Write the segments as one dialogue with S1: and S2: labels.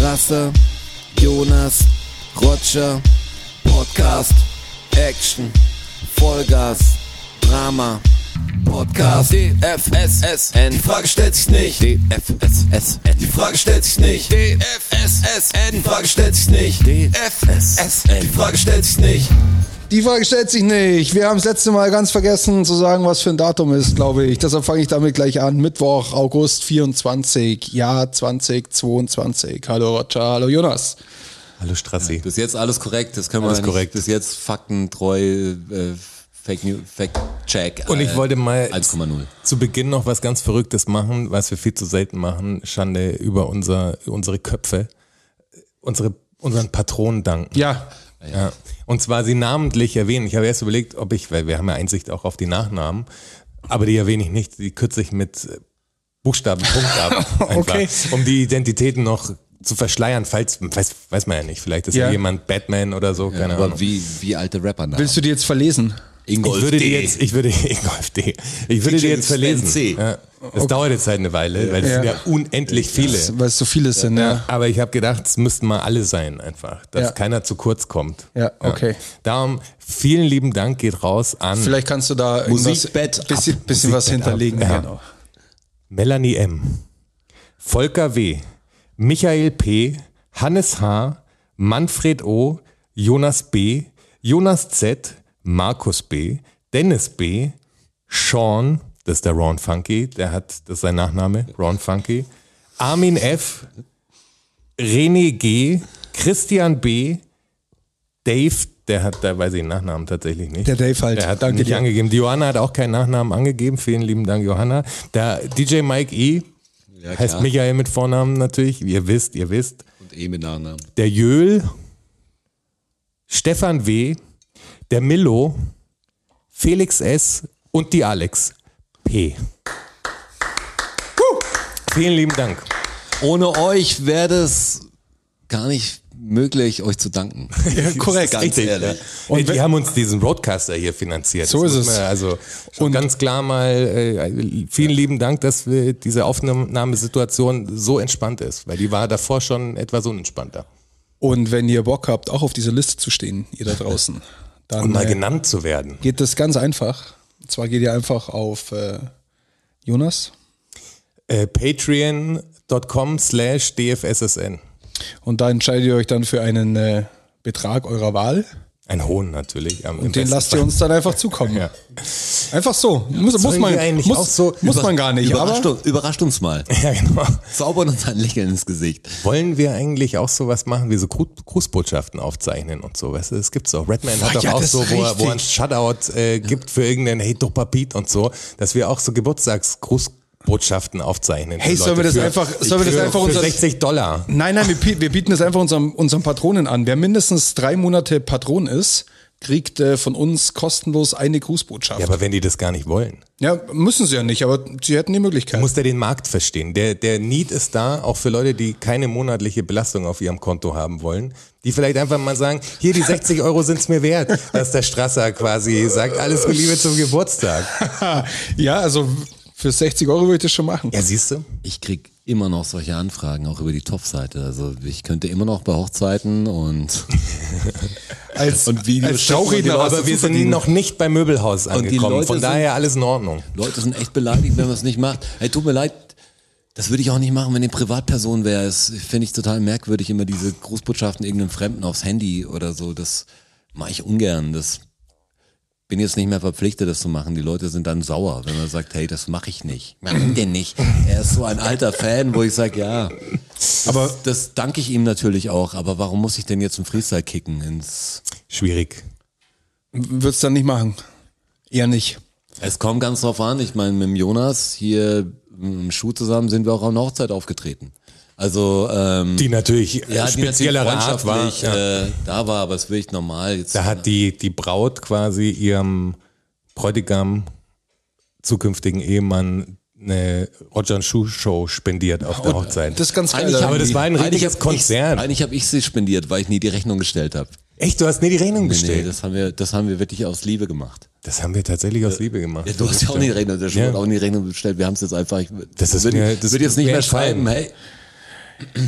S1: Rasse, Jonas, Roger, Podcast, Action, Vollgas, Drama, Podcast, DFSSN, die Frage stellt sich nicht, DFSSN, die Frage stellt sich nicht, DFSSN, die Frage stellt sich nicht, DFSSN, die Frage stellt sich nicht.
S2: Die Frage stellt sich nicht. Wir haben das letzte Mal ganz vergessen zu sagen, was für ein Datum ist, glaube ich. Deshalb fange ich damit gleich an. Mittwoch, August 24, Jahr 2022. Hallo Roger, hallo Jonas.
S3: Hallo Strassi.
S4: Bis jetzt alles korrekt, das können wir
S3: Alles
S4: ja nicht.
S3: korrekt.
S4: Bis jetzt faktentreu, äh, Fake News, Fact Check. äh,
S3: Und ich wollte mal
S4: 1,0.
S3: zu Beginn noch was ganz Verrücktes machen, was wir viel zu selten machen. Schande über unser, unsere Köpfe. Unsere, unseren Patronen danken.
S2: Ja,
S3: Ja. Und zwar sie namentlich erwähnen. Ich habe erst überlegt, ob ich, weil wir haben ja Einsicht auch auf die Nachnamen, aber die erwähne ich nicht, die kürze ich mit äh, Buchstaben, Punkt ab, einfach,
S2: Okay.
S3: um die Identitäten noch zu verschleiern, falls, weiß, weiß man ja nicht, vielleicht ist
S2: Ja.
S3: ja. jemand Batman oder so, keine Ahnung.
S4: Aber wie, wie alte Rapper nach.
S2: willst du die jetzt verlesen?
S4: Ingolf
S3: ich würde
S4: D.
S3: die jetzt, ich würde, Ingolf D. Ich würde die
S4: DJ
S3: jetzt verlesen.
S4: Sven C.
S3: Ja. Es dauert jetzt halt eine Weile, weil es sind
S2: Ja.
S3: ja unendlich viele.
S2: Weil es so viele sind, ja. Mhm.
S3: Aber ich habe gedacht, es müssten mal alle sein einfach, dass
S2: Ja.
S3: keiner zu kurz kommt.
S2: Ja, okay.
S3: Darum vielen lieben Dank geht raus an
S2: Vielleicht kannst du da irgendwas-
S4: Musikbett
S2: bisschen, bisschen was
S3: Musikbett ab.
S2: hinterlegen.
S3: Ja.
S2: Genau.
S3: Melanie M., Volker W., Michael P., Hannes H., Manfred O., Jonas B., Jonas Z., Markus B., Dennis B., Sean, das ist der Ron Funky, der hat, das ist sein Nachname, Ron Funky, Armin F., René G., Christian B., Dave, der hat, da weiß ich den Nachnamen tatsächlich nicht.
S2: Der Dave halt.
S3: Er hat
S2: Danke
S3: nicht
S2: dir.
S3: angegeben. Die Johanna hat auch keinen Nachnamen angegeben. Vielen lieben Dank, Johanna. Der DJ Mike E. heißt
S4: klar.
S3: Michael mit Vornamen natürlich. Ihr wisst, ihr wisst.
S4: Und E mit Nachnamen.
S3: Der Jöhl, Stefan W., der Millo, Felix S. und die Alex P. Huh. Vielen lieben Dank.
S4: Ohne euch wäre das gar nicht möglich, euch zu danken.
S3: Ja,
S4: korrekt.
S3: Ganz
S4: Richtig.
S3: ehrlich. Und die haben uns diesen Broadcaster hier finanziert.
S2: So ist
S3: muss
S2: es.
S3: man Also und ganz klar mal, äh, vielen lieben Dank, dass wir diese Aufnahmesituation so entspannt ist, weil die war davor schon etwas unentspannter.
S2: Und wenn ihr Bock habt, auch auf dieser Liste zu stehen, ihr da draußen, dann
S3: Und Um mal
S2: äh,
S3: genannt zu werden.
S2: geht das ganz einfach. Und zwar geht ihr einfach auf äh, Jonas
S3: Äh, Patreon.com slash DFSSN.
S2: und da entscheidet ihr euch dann für einen äh, Betrag eurer Wahl.
S3: Ein Hohn natürlich. am- im
S2: Den
S3: besten
S2: lasst ihr uns dann einfach zukommen.
S3: Ja.
S2: Einfach so. Muss, muss,
S3: sollen
S2: man,
S3: wir eigentlich auch
S2: muss,
S3: so-
S2: muss man gar nicht.
S4: Überrascht,
S2: Aber
S4: uns- überrascht uns mal.
S3: Fall. Ja, genau.
S4: Zaubern uns ein Lächeln ins Gesicht.
S3: Wollen wir eigentlich auch sowas machen, wie so Gru- Grußbotschaften aufzeichnen und so, weißt du, das gibt's auch. Redman
S2: Ach
S3: hat doch
S2: Ah, ja,
S3: auch
S2: das
S3: so,
S2: ist
S3: wo er, wo er ein
S2: richtig.
S3: Shutout äh, gibt für irgendeinen Hey Dopapiet und so, dass wir auch so Geburtstagsgrußbotschaften aufzeichnen.
S2: Hey,
S3: für
S2: sollen wir
S3: Leute
S2: das
S3: für,
S2: einfach- sollen wir das
S3: für,
S2: einfach
S3: für
S2: unser-
S3: 60 Dollar.
S2: nein, nein, wir, pi- wir bieten das einfach unserem, unserem Patronen an. Wer mindestens drei Monate Patron ist, kriegt äh, von uns kostenlos eine Grußbotschaft.
S3: Ja,
S2: Ja,
S3: aber wenn die das gar nicht wollen,
S2: müssen sie ja nicht, aber sie hätten die Möglichkeit.
S3: muss der den Markt verstehen. Der, der Need ist da, auch für Leute, die keine monatliche Belastung auf ihrem Konto haben wollen, die vielleicht einfach mal sagen, hier die 60 Euro sind's mir wert, dass der Strasser quasi sagt, alles Liebe zum Geburtstag.
S2: ja, also für 60 Euro würde ich das schon machen.
S3: Ja, siehst du?
S4: Ich krieg immer noch solche Anfragen, auch über die Top-Seite. Also ich könnte immer noch bei Hochzeiten und
S2: Als,
S4: Und Videos
S2: als
S4: schicken und die
S2: Trauredner,
S4: Leute
S2: aber
S3: Aber
S4: zu
S3: wir sind
S4: verdienen.
S3: noch nicht beim Möbelhaus
S4: die
S3: angekommen.
S4: Leute
S3: Von
S4: sind-
S3: daher alles in Ordnung.
S4: Leute sind echt beleidigt, wenn man es nicht macht. Hey, tut mir leid, das würde ich auch nicht machen, wenn ich Privatperson wäre. Das finde ich total merkwürdig, immer diese Grußbotschaften irgendeinem Fremden aufs Handy oder so. Das mache ich ungern. Das bin jetzt nicht mehr verpflichtet, das zu machen. Die Leute sind dann sauer, wenn man sagt, hey, das mache ich nicht. Warum denn nicht? Er ist so ein alter Fan, wo ich sage, ja.
S2: aber
S4: Das danke ich ihm natürlich auch, aber warum muss ich denn jetzt einen Freestyle kicken ins...
S3: Schwierig.
S2: würd's dann nicht machen. Eher nicht.
S4: Es kommt ganz drauf an. Ich meine, mit dem Jonas hier im Schuh zusammen sind wir auch auf einer Hochzeit aufgetreten. Also ähm,
S3: Die natürlich
S4: ja,
S3: ja,
S4: die natürlich
S3: speziellere Art war.
S4: freundschaftlich,
S3: Ja.
S4: Äh, da war, aber es will ich normal jetzt.
S3: Da hat die, die Braut quasi ihrem Bräutigam, zukünftigen Ehemann, eine Roger Schuh Show spendiert auf der Hochzeit.
S2: Das ist ganz geil.
S4: Eigentlich
S2: oder?
S4: haben
S3: aber das
S4: die-
S3: war ein
S4: eigentlich
S3: richtiges
S4: hab
S3: Konzern.
S4: Ich, eigentlich habe ich sie spendiert, weil ich nie die Rechnung gestellt habe.
S3: Echt, du hast nie die Rechnung
S4: Nee, nee,
S3: gestellt. das,
S4: das haben wir, das haben wir wirklich aus Liebe gemacht.
S3: haben wir tatsächlich aus Liebe gemacht.
S4: Ja, du hast ja auch nie die Rechnung, der Schuh
S3: Ja.
S4: hat auch nie die Rechnung bestellt. Wir haben es jetzt einfach. Ich,
S3: Das ist
S4: würde
S3: mir- das
S4: würd jetzt
S3: ist
S4: nicht
S3: mir
S4: mehr schreiben.
S3: entfallen.
S4: Hey,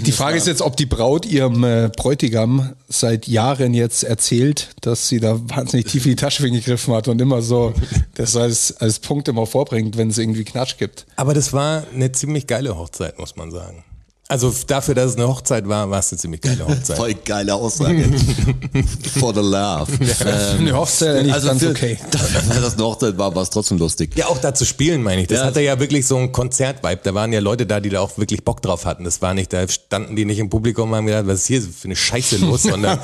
S2: Die Frage ist jetzt, ob die Braut ihrem äh, Bräutigam seit Jahren jetzt erzählt, dass sie da wahnsinnig tief in die Tasche gegriffen hat und immer so das als, als Punkt immer vorbringt, wenn es irgendwie Knatsch gibt.
S3: Aber das war eine ziemlich geile Hochzeit, muss man sagen. Also dafür, dass es eine Hochzeit war, war es eine ziemlich geile Hochzeit.
S4: Voll geile Aussage. For the Äh, laugh.
S3: Ähm,
S2: Eine Hochzeit eigentlich
S3: also
S2: ganz
S4: Also für-
S2: okay.
S4: da- Weil das eine Hochzeit war, war es trotzdem lustig.
S3: Ja, auch da zu spielen, meine ich. Das
S4: Ja.
S3: hatte ja wirklich so einen Konzertvibe. Da waren ja Leute da, die da auch wirklich Bock drauf hatten. Das war nicht, da standen die nicht im Publikum und haben gedacht, was ist hier für eine Scheiße los, sondern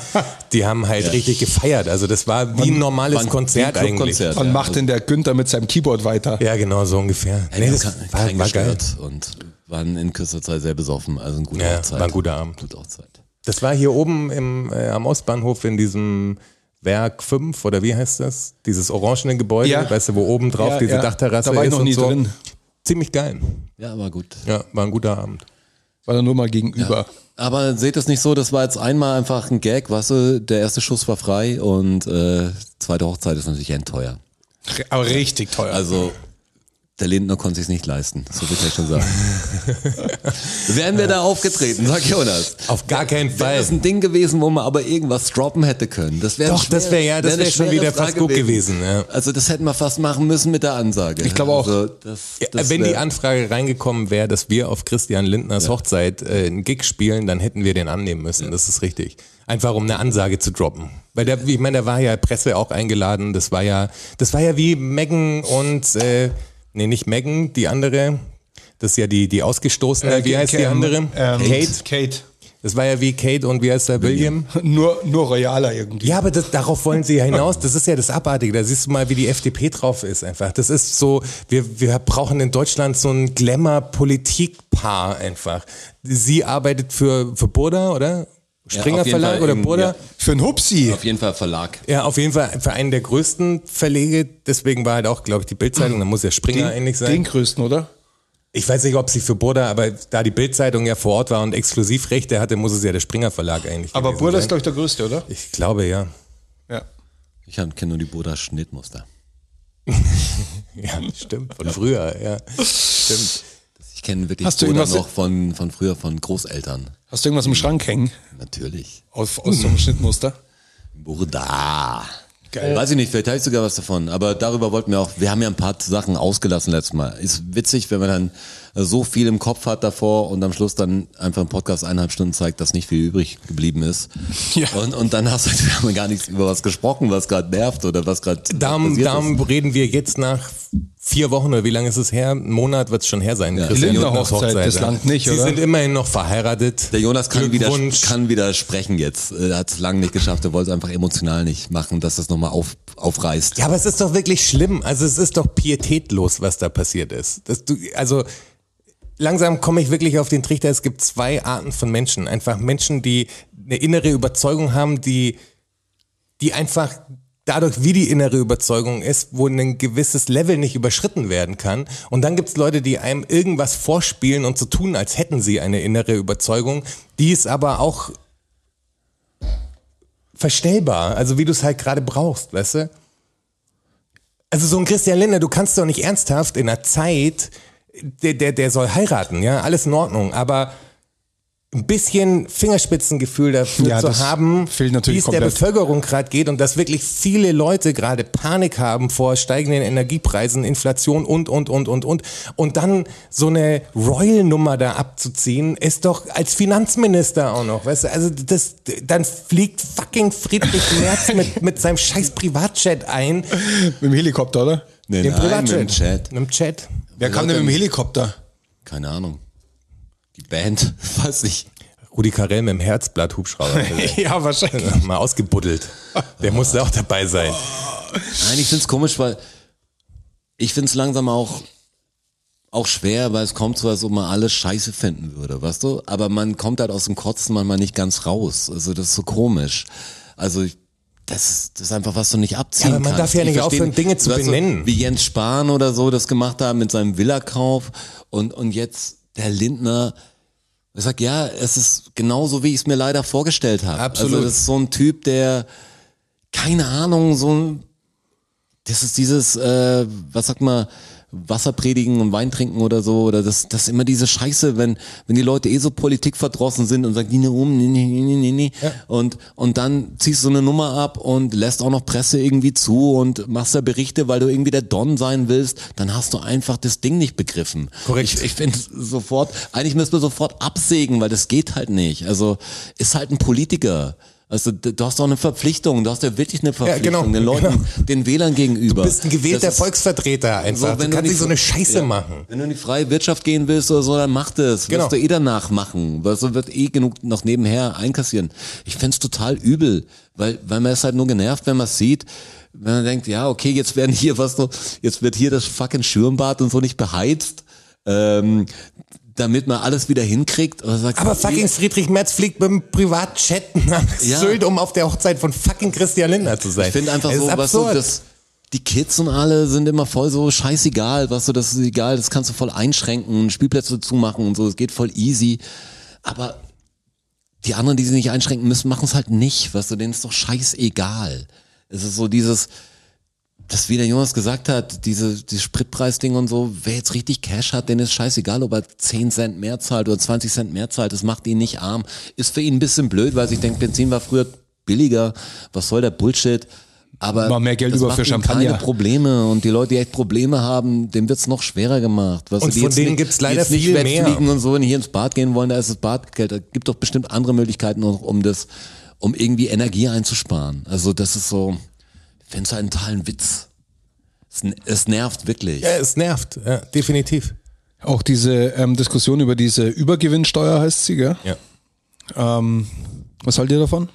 S3: die haben halt richtig gefeiert. Also das war wie ein normales
S4: war ein
S3: Konzert
S4: Clubkonzert,
S3: eigentlich.
S2: Wann
S4: Ja,
S2: macht denn der Günther mit seinem Keyboard weiter?
S3: Ja, genau, so ungefähr.
S4: Hey, nee,
S3: das
S4: war, war geil. Und waren in kürzester Zeit sehr besoffen. Also eine gute
S3: Ja,
S4: Hochzeit.
S3: war ein guter Abend.
S4: Gute Hochzeit.
S3: Das war hier oben im, äh, am Ostbahnhof in diesem Werk 5 oder wie heißt das? Dieses orangene Gebäude,
S2: Ja.
S3: weißt du, wo oben drauf
S2: Ja,
S3: diese
S2: ja.
S3: Dachterrasse
S2: Da war ich
S3: ist
S2: noch
S3: und
S2: nie
S3: so.
S2: drin.
S3: Ziemlich geil.
S4: Ja, war gut.
S3: Ja, war ein guter Abend.
S2: War da nur mal gegenüber.
S4: Aber seht es nicht so, das war jetzt einmal einfach ein Gag, weißt du, der erste Schuss war frei und äh, zweite Hochzeit ist natürlich endteuer.
S2: Aber richtig teuer.
S4: Also der Lindner konnte sich's nicht leisten, so will ich schon sagen. Wären wir da aufgetreten, sag Jonas.
S3: Auf gar keinen
S4: Wäre
S3: Fall.
S4: das ein Ding gewesen, wo man aber irgendwas droppen hätte können. Das wäre
S3: Doch, das wäre ja, das wäre schon wieder fast gut gewesen. Ja.
S4: Also das hätten wir fast machen müssen mit der Ansage. Ich
S2: glaube auch.
S4: Also, das, das
S3: Wenn die
S4: wär-
S3: Anfrage reingekommen wäre, dass wir auf Christian Lindners Hochzeit äh, einen Gig spielen, dann hätten wir den annehmen müssen. Das ist richtig. Einfach um eine Ansage zu droppen. Weil der, ich meine, da war ja Presse auch eingeladen. Das war ja, das war ja wie Megan und äh, nee, nicht Megan, die andere. Das ist ja die, die
S2: äh,
S3: ausgestoßene, Äh, wie heißt die andere? Kate.
S2: Ähm, Kate.
S3: Das war ja wie Kate und wie heißt der William?
S2: Nur, nur royaler irgendwie.
S3: Ja, aber das, darauf wollen sie ja hinaus. Das ist ja das Abartige. Da siehst du mal, wie die FDP drauf ist einfach. Das ist so, wir, wir brauchen in Deutschland so ein Glamour-Politik-Paar einfach. Sie arbeitet für, für Burda, oder? Springer
S4: auf jeden
S3: Verlag
S4: Fall
S3: oder
S4: im-
S3: Burda?
S4: ja.
S2: Für einen Hupsi.
S4: auf jeden Fall Verlag.
S3: Ja, auf jeden Fall für einen der größten Verlege. Deswegen war halt auch, glaube ich, die Bildzeitung. Da muss ja Springer ähnlich sein.
S2: den größten, oder?
S3: Ich weiß nicht, ob sie für Burda, aber da die Bildzeitung ja vor Ort war und Exklusivrechte hatte, muss es ja der Springer Verlag eigentlich
S2: Aber
S3: gewesen
S2: Burda ist,
S3: sein.
S2: glaube ich, der größte, oder?
S3: Ich glaube, ja.
S2: Ja.
S4: Ich kenne nur die Buddha Schnittmuster.
S3: Ja, stimmt. Von früher, ja. Stimmt.
S4: Ich kenne wirklich
S2: Hast du
S4: Buddha
S2: irgendwas-
S4: noch von, von früher, von Großeltern.
S2: Hast du irgendwas im Schrank hängen?
S4: Natürlich.
S2: Aus, aus so einem Schnittmuster?
S4: Buddha.
S2: Geil.
S4: Weiß ich nicht, vielleicht habe ich sogar was davon. Aber darüber wollten wir auch, wir haben ja ein paar Sachen ausgelassen letztes Mal. Ist witzig, wenn man dann äh, so viel im Kopf hat davor und am Schluss dann einfach im Podcast eineinhalb Stunden zeigt, dass nicht viel übrig geblieben ist.
S2: Ja.
S4: Und, und dann hast du wir haben gar nichts über was gesprochen, was gerade nervt oder was gerade
S3: Darum,
S4: passiert ist.
S3: darum reden wir jetzt nach vier Wochen oder wie lange ist es her? Ein Monat wird es schon her sein. Ja.
S2: Lindner Hochzeit, das langt nicht,
S3: Sie
S2: oder?
S3: sind immerhin noch verheiratet.
S4: Der Jonas kann wieder,
S3: Glückwunsch.
S4: kann wieder sprechen jetzt. Er hat es lange nicht geschafft. Er wollte es einfach emotional nicht machen, dass das nochmal auf, aufreißt.
S3: Ja, aber es ist doch wirklich schlimm. Also es ist doch pietätlos, was da passiert ist. Dass du, also langsam komme ich wirklich auf den Trichter. Es gibt zwei Arten von Menschen. Einfach Menschen, die eine innere Überzeugung haben, die, die einfach dadurch, wie die innere Überzeugung ist, wo ein gewisses Level nicht überschritten werden kann. Und dann gibt's Leute, die einem irgendwas vorspielen und so tun, als hätten sie eine innere Überzeugung, die ist aber auch verstellbar, also wie du es halt gerade brauchst, weißt du? Also so ein Christian Lindner, du kannst doch nicht ernsthaft in einer Zeit, der, der, der soll heiraten, ja, alles in Ordnung, aber ein bisschen Fingerspitzengefühl dafür
S2: Ja,
S3: zu
S2: das
S3: haben,
S2: fehlt natürlich
S3: wie es der
S2: komplett.
S3: Bevölkerung gerade geht und dass wirklich viele Leute gerade Panik haben vor steigenden Energiepreisen, Inflation und, und, und, und, und. Und dann so eine Royal-Nummer da abzuziehen, ist doch als Finanzminister auch noch, weißt du, also das, dann fliegt fucking Friedrich Merz mit, mit seinem scheiß Privatjet ein,
S2: Mit dem Helikopter, oder?
S4: Nee,
S3: dem Privatjet.
S4: mit dem Chat.
S3: Mit dem Chat.
S2: Wer kam denn mit dem Helikopter?
S4: Keine Ahnung. Die Band, weiß ich.
S3: Rudi Carell mit dem Herzblatt-Hubschrauber.
S2: ja, wahrscheinlich.
S3: Mal ausgebuddelt. Der musste auch dabei sein.
S4: Nein, ich find's komisch, weil ich find's langsam auch, auch schwer, weil es kommt so, als ob man alles scheiße finden würde, weißt du? Aber man kommt halt aus dem Kotzen manchmal nicht ganz raus. Also das ist so komisch. Also ich, das, ist- das ist einfach, was du nicht abziehen
S3: Ja, aber man
S4: kannst.
S3: darf ja
S4: Ich
S3: nicht
S4: versteh
S3: aufhören, Dinge zu
S4: weißt du,
S3: benennen.
S4: wie Jens Spahn oder so das gemacht haben mit seinem Villakauf und, und jetzt der Lindner. Ich sag, ja, es ist genauso, wie ich es mir leider vorgestellt habe.
S3: Absolut.
S4: Also das ist so ein Typ, der, keine Ahnung, so ein das ist dieses, äh, was sagt man, Wasser predigen und Wein trinken oder so, oder das, das ist immer diese Scheiße, wenn, wenn die Leute eh so politikverdrossen sind und sagen, die ne um, nee, nee, nee, nee, nee. Und, und dann ziehst du eine Nummer ab und lässt auch noch Presse irgendwie zu und machst da Berichte, weil du irgendwie der Don sein willst, dann hast du einfach das Ding nicht begriffen.
S3: Korrekt.
S4: Ich, ich finde sofort, eigentlich müssen wir sofort absägen, weil das geht halt nicht. Also, ist halt ein Politiker. Also, d- du hast doch eine Verpflichtung, du hast ja wirklich eine Verpflichtung
S3: genau,
S4: den Leuten, den Wählern gegenüber.
S3: Du bist ein gewählter
S4: Das ist-
S3: Volksvertreter einfach. du kannst
S4: die
S3: nicht so eine Scheiße
S4: ja.
S3: machen.
S4: Wenn du in die freie Wirtschaft gehen willst oder so, dann mach das.
S3: Genau.
S4: Wirst du eh danach machen. Weil so wird eh genug noch nebenher einkassieren. Ich find's total übel, weil, weil man ist halt nur genervt, wenn man sieht, wenn man denkt, ja, okay, jetzt werden hier was so, jetzt wird hier das fucking Schirmbad und so nicht beheizt, ähm, damit man alles wieder hinkriegt. Aber, sagst,
S3: Aber fucking Friedrich Merz fliegt mit dem Privatchat nach
S4: Ja.
S3: Sylt, um auf der Hochzeit von fucking Christian Lindner zu sein.
S4: Ich finde einfach
S3: Es
S4: so,
S3: ist
S4: weißt du,
S3: absurd.
S4: das, die Kids und alle sind immer voll so scheißegal, weißt du, das ist egal, das kannst du voll einschränken, Spielplätze zumachen und so, es geht voll easy. Aber die anderen, die sie nicht einschränken müssen, machen es halt nicht, weißt du, denen ist doch scheißegal. Es ist so dieses, das wie der Jonas gesagt hat, diese, dieses Spritpreisding und so, wer jetzt richtig Cash hat, denen ist scheißegal, ob er 10 Cent mehr zahlt oder 20 Cent mehr zahlt, das macht ihn nicht arm. Ist für ihn ein bisschen blöd, weil ich denke, Benzin war früher billiger, was soll der Bullshit? Aber
S2: War mehr Geld
S4: das
S2: über
S4: macht
S2: für
S4: ihm
S2: Champagner.
S4: Keine Probleme und die Leute, die echt Probleme haben, dem wird's noch schwerer gemacht. Weißt du, Also
S3: Und
S4: die
S3: von
S4: jetzt
S3: denen
S4: nicht-
S3: gibt's
S4: die
S3: leider
S4: jetzt nicht
S3: viel
S4: wegfliegen
S3: mehr.
S4: und so, wenn die hier ins Bad gehen wollen, da ist das Badgeld. Da gibt doch bestimmt andere Möglichkeiten, auch, um das, um irgendwie Energie einzusparen. Also das ist so, ich finde es einen totalen Witz. Es, n- es nervt wirklich.
S3: ja, es nervt, ja, definitiv.
S2: Auch diese ähm, Diskussion über diese Übergewinnsteuer heißt sie, gell?
S3: Ja.
S2: Ähm, was haltet ihr davon?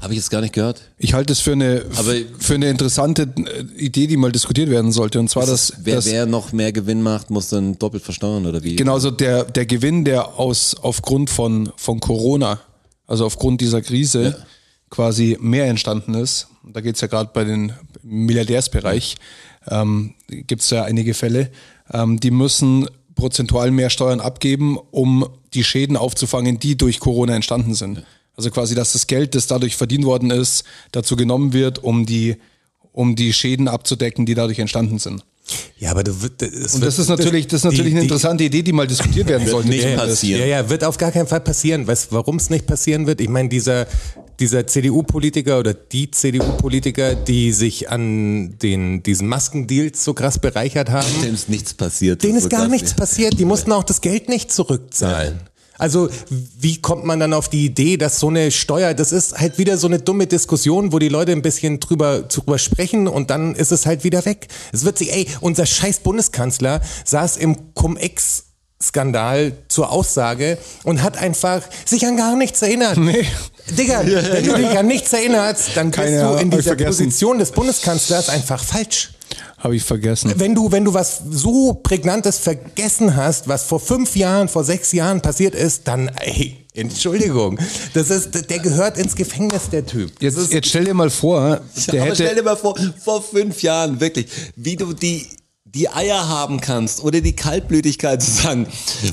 S4: Habe ich jetzt gar nicht gehört.
S2: Ich halte es für eine,
S4: Aber-
S2: für eine interessante äh, Idee, die mal diskutiert werden sollte. Und zwar, dass,
S4: Wer,
S2: dass
S4: wer noch mehr Gewinn macht, muss dann doppelt versteuern oder wie?
S3: Genau.
S2: genauso Genau, also der, der Gewinn, der aus, aufgrund von, von Corona, also aufgrund dieser Krise, quasi mehr entstanden ist. Da geht's ja gerade bei den im Milliardärsbereich, ähm, gibt's ja einige Fälle, ähm, die müssen prozentual mehr Steuern abgeben, um die Schäden aufzufangen, die durch Corona entstanden sind. Also quasi, dass das Geld, das dadurch verdient worden ist, dazu genommen wird, um die, um die Schäden abzudecken, die dadurch entstanden sind.
S3: Ja, aber du, wird- es
S2: Und
S3: wird-
S2: das ist natürlich, das ist natürlich
S3: die-
S2: eine
S3: die-
S2: interessante Idee, die mal diskutiert werden sollte.
S4: nicht
S2: zumindest.
S4: passieren.
S3: Ja, ja, wird auf gar keinen Fall passieren. Weißt du, warum es nicht passieren wird? Ich meine, dieser, dieser CDU-Politiker oder die CDU-Politiker, die sich an den, diesen Maskendeals so krass bereichert haben,
S4: Denen ist nichts passiert.
S3: denen
S4: Das
S3: ist
S4: wird
S3: gar
S4: das
S3: nichts
S4: nicht.
S3: passiert. Die mussten auch das Geld nicht zurückzahlen. Also, wie kommt man dann auf die Idee, dass so eine Steuer, das ist halt wieder so eine dumme Diskussion, wo die Leute ein bisschen drüber, drüber sprechen und dann ist es halt wieder weg. Es wird sich, ey, unser scheiß Bundeskanzler saß im Cum-Ex Skandal zur Aussage und hat einfach sich an gar nichts erinnert. Nee. Digga, wenn du dich an nichts erinnerst, dann
S2: Keine
S3: bist du
S2: hab ich
S3: in dieser
S2: vergessen.
S3: Position des Bundeskanzlers einfach falsch
S2: Habe ich vergessen.
S3: wenn du, wenn du was so Prägnantes vergessen hast, was vor fünf Jahren, vor sechs Jahren passiert ist, dann, ey, Entschuldigung. Das ist, der gehört ins Gefängnis, der Typ.
S2: Jetzt, jetzt stell dir mal vor, der
S4: aber stell
S2: hätte.
S4: dir mal vor, vor fünf Jahren, wirklich, wie du die, die Eier haben kannst oder die Kaltblütigkeit zu sagen,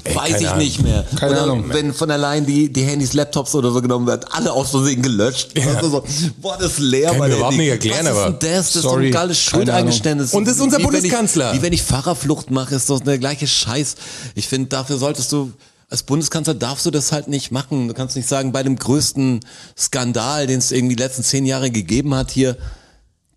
S4: weiß
S3: keine
S4: ich
S3: Ahnung.
S4: nicht mehr.
S2: Keine
S4: oder
S2: Ahnung.
S4: Wenn von allein die, die Handys, Laptops oder so genommen werden, alle aus Versehen gelöscht. Weißt du, so, boah, das ist leer.
S3: Kann
S4: bei
S3: ich mir
S4: der
S3: überhaupt
S4: Handy.
S3: nicht erklären,
S4: Was ist
S3: aber-
S4: denn das? Das ist so
S2: Sorry,
S4: ein geiles
S2: keine Ahnung.
S4: Schuldeingeständnis.
S3: Und das ist unser
S4: Wie wenn ich-
S3: Bundeskanzler.
S4: Wie wenn ich Fahrerflucht mache, ist doch der gleiche Scheiß. Ich finde, dafür solltest du, als Bundeskanzler darfst du das halt nicht machen. Du kannst nicht sagen, bei dem größten Skandal, den es irgendwie die letzten zehn Jahre gegeben hat hier,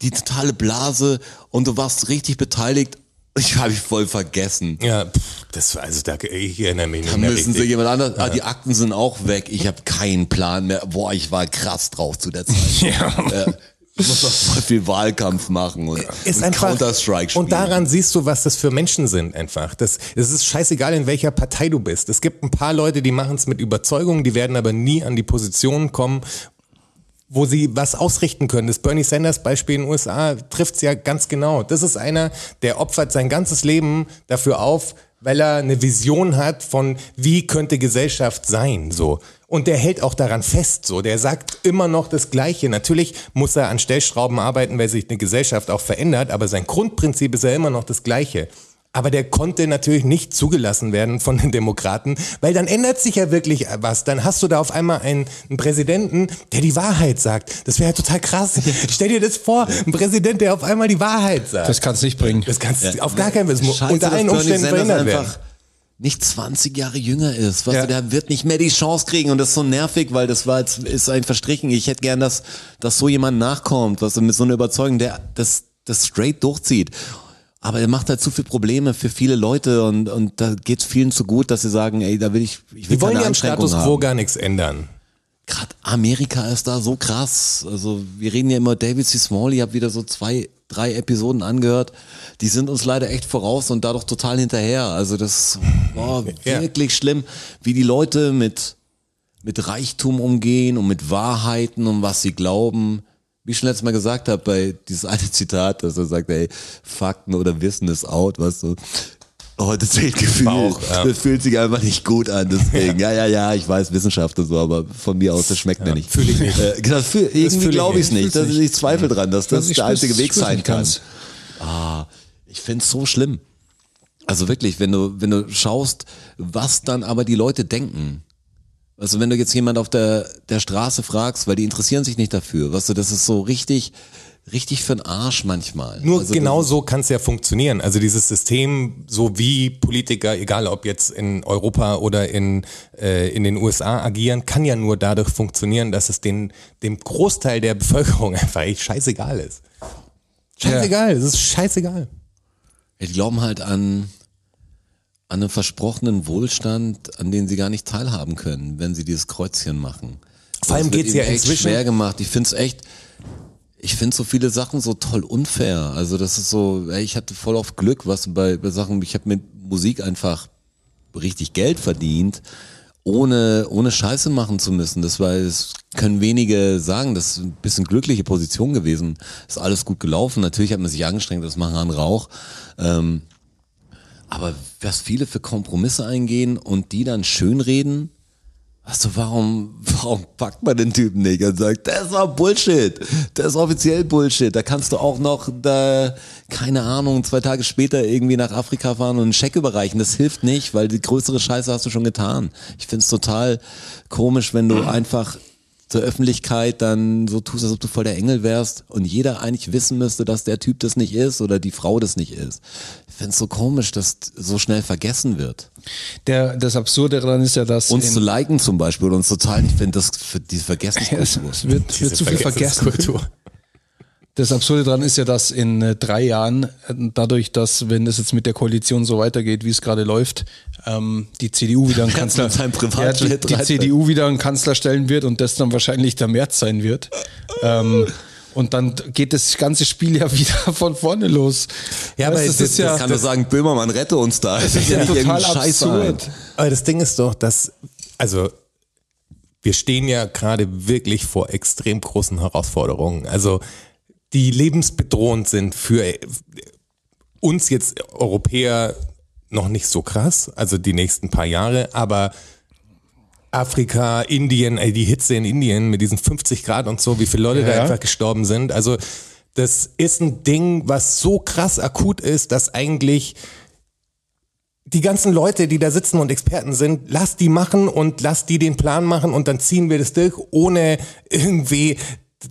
S4: die totale Blase und du warst richtig beteiligt. Ich habe ich voll vergessen.
S3: Ja, pff, das war, also da, ich erinnere mich nicht
S4: Da
S3: mehr
S4: müssen sie
S3: richtig.
S4: jemand anders. Ah, die Akten sind auch weg. Ich habe keinen Plan mehr. Boah, ich war krass drauf zu der Zeit.
S2: Ja.
S4: Äh, ich muss noch voll viel Wahlkampf machen und,
S3: Ist
S4: und
S3: einfach,
S4: Counter-Strike spielen.
S3: und daran siehst du, was das für Menschen sind einfach. Das, es ist scheißegal, in welcher Partei du bist. Es gibt ein paar Leute, die machen es mit Überzeugung, die werden aber nie an die Positionen kommen, wo sie was ausrichten können. Das Bernie Sanders Beispiel in den USA trifft's ja ganz genau. Das ist einer, der opfert sein ganzes Leben dafür auf, weil er eine Vision hat von, wie könnte Gesellschaft sein, so. Und der hält auch daran fest, so. Der sagt immer noch das Gleiche. Natürlich muss er an Stellschrauben arbeiten, weil sich eine Gesellschaft auch verändert, aber sein Grundprinzip ist ja immer noch das Gleiche. Aber der konnte natürlich nicht zugelassen werden von den Demokraten, weil dann ändert sich ja wirklich was. Dann hast du da auf einmal einen, einen Präsidenten, der die Wahrheit sagt. Das wäre ja total krass. Stell dir das vor, ein Präsident, der auf einmal die Wahrheit sagt.
S2: Das kannst du nicht bringen.
S3: Das kannst du auf gar keinen Fall. Das muss
S4: Scheiße,
S3: unter
S4: dass
S3: allen
S4: Bernie
S3: Umständen
S4: Sanders
S3: verhindert werden.
S4: einfach nicht 20 Jahre jünger ist. Weißt
S2: Ja.
S4: du, der wird nicht mehr die Chance kriegen und das ist so nervig, weil das war jetzt ist ein Verstricken. Ich hätte gern, dass dass so jemand nachkommt, was mit so einer Überzeugung, der das das straight durchzieht. Aber er macht halt zu viel Probleme für viele Leute und und da geht's vielen zu gut, dass sie sagen, ey, da will ich ich will
S3: Die wollen
S4: keine
S3: ja am
S4: Einschränkungen
S3: Status
S4: haben.
S3: quo gar nichts ändern.
S4: Gerade Amerika ist da so krass. Also wir reden ja immer David C. Small. Ich habe wieder so zwei, drei Episoden angehört. Die sind uns leider echt voraus und dadurch total hinterher. Also das war
S3: Ja.
S4: wirklich schlimm, wie die Leute mit mit Reichtum umgehen und mit Wahrheiten und was sie glauben. Wie ich schon letztes Mal gesagt habe, bei dieses alte Zitat, dass er sagt, ey, Fakten oder Wissen ist out, weißt du. Heute zählt Gefühl.
S3: Bauch, ja.
S4: Das fühlt sich einfach nicht gut an, deswegen. Ja, ja, ja, ich weiß Wissenschaft und so, aber von mir aus, das schmeckt mir nicht.
S3: fühl ich nicht.
S4: Äh, genau, fühl, irgendwie
S3: fühl ich
S4: glaube ich es
S3: nicht.
S4: nicht. Das, ich zweifle dran, dass das
S2: ich
S4: der
S2: spür's-
S4: einzige Weg
S2: spür's
S4: sein
S2: nicht
S4: kann.
S2: ganz.
S4: Ich finde es so schlimm. Also wirklich, wenn du, wenn du schaust, was dann aber die Leute denken. Also wenn du jetzt jemand auf der, der Straße fragst, weil die interessieren sich nicht dafür, weißt du, das ist so richtig, richtig für den Arsch manchmal.
S3: Nur
S4: also
S3: genau so kann es ja funktionieren. Also dieses System, so wie Politiker, egal ob jetzt in Europa oder in, äh, in den USA agieren, kann ja nur dadurch funktionieren, dass es den, dem Großteil der Bevölkerung einfach echt scheißegal ist. Scheißegal, es ist scheißegal.
S4: Die glauben halt an, an einen versprochenen Wohlstand, an den sie gar nicht teilhaben können, wenn sie dieses Kreuzchen machen.
S3: Vor allem
S4: Das wird
S3: geht's
S4: ihnen
S3: ja
S4: echt
S3: inzwischen-
S4: schwer gemacht. Ich find's echt, ich find so viele Sachen so toll unfair. Also das ist so, ey, ich hatte voll auf Glück, was bei, bei Sachen, ich habe mit Musik einfach richtig Geld verdient, ohne, ohne Scheiße machen zu müssen. Das war, das können wenige sagen, das ist ein bisschen glückliche Position gewesen. Ist alles gut gelaufen. Natürlich hat man sich angestrengt, das machen andere auch. Ähm, aber was viele für Kompromisse eingehen und die dann schönreden, also warum, warum packt man den Typen nicht und sagt, das war Bullshit, das ist offiziell Bullshit, da kannst du auch noch, da, keine Ahnung, zwei Tage später irgendwie nach Afrika fahren und einen Scheck überreichen, das hilft nicht, weil die größere Scheiße hast du schon getan. Ich find's total komisch, wenn du einfach zur Öffentlichkeit dann so tust, als ob du voll der Engel wärst und jeder eigentlich wissen müsste, dass der Typ das nicht ist oder die Frau das nicht ist. Ich find's so komisch, dass so schnell vergessen wird.
S2: Der, das Absurde daran ist ja, dass
S4: Uns
S2: in-
S4: zu liken zum Beispiel oder uns zu teilen, ich finde das für die
S2: es,
S4: Vergessenskultur.
S2: es wird, wird zu viel vergessen.
S3: Vergessenskultur.
S2: Das Absurde daran ist ja, dass in äh, drei Jahren, äh, dadurch, dass, wenn es jetzt mit der Koalition so weitergeht, wie es gerade läuft, ähm, die CDU wieder einen
S4: Merz
S2: Kanzler,
S4: mit seinem
S2: ja,
S4: Privatjet
S2: die, die
S4: reinfällt.
S2: CDU wieder einen Kanzler stellen wird und das dann wahrscheinlich der März sein wird. Ähm, und dann geht das ganze Spiel ja wieder von vorne los.
S3: Ja,
S2: Weißt,
S3: aber
S2: das
S3: das-
S2: ist
S3: das
S2: ja,
S4: Kann doch sagen, Böhmermann, rette uns da. Das ist ja nicht
S2: total
S4: irgendein Scheiß sein.
S2: absurd.
S3: Aber das Ding ist doch, dass, also wir stehen ja gerade wirklich vor extrem großen Herausforderungen. Also die lebensbedrohend sind für uns jetzt Europäer noch nicht so krass, also die nächsten paar Jahre, aber Afrika, Indien, ey, die Hitze in Indien mit diesen 50 Grad und so, wie viele Leute da
S2: Ja.
S3: einfach gestorben sind. Also das ist ein Ding, was so krass akut ist, dass eigentlich die ganzen Leute, die da sitzen und Experten sind, lass die machen und lass die den Plan machen und dann ziehen wir das durch, ohne irgendwie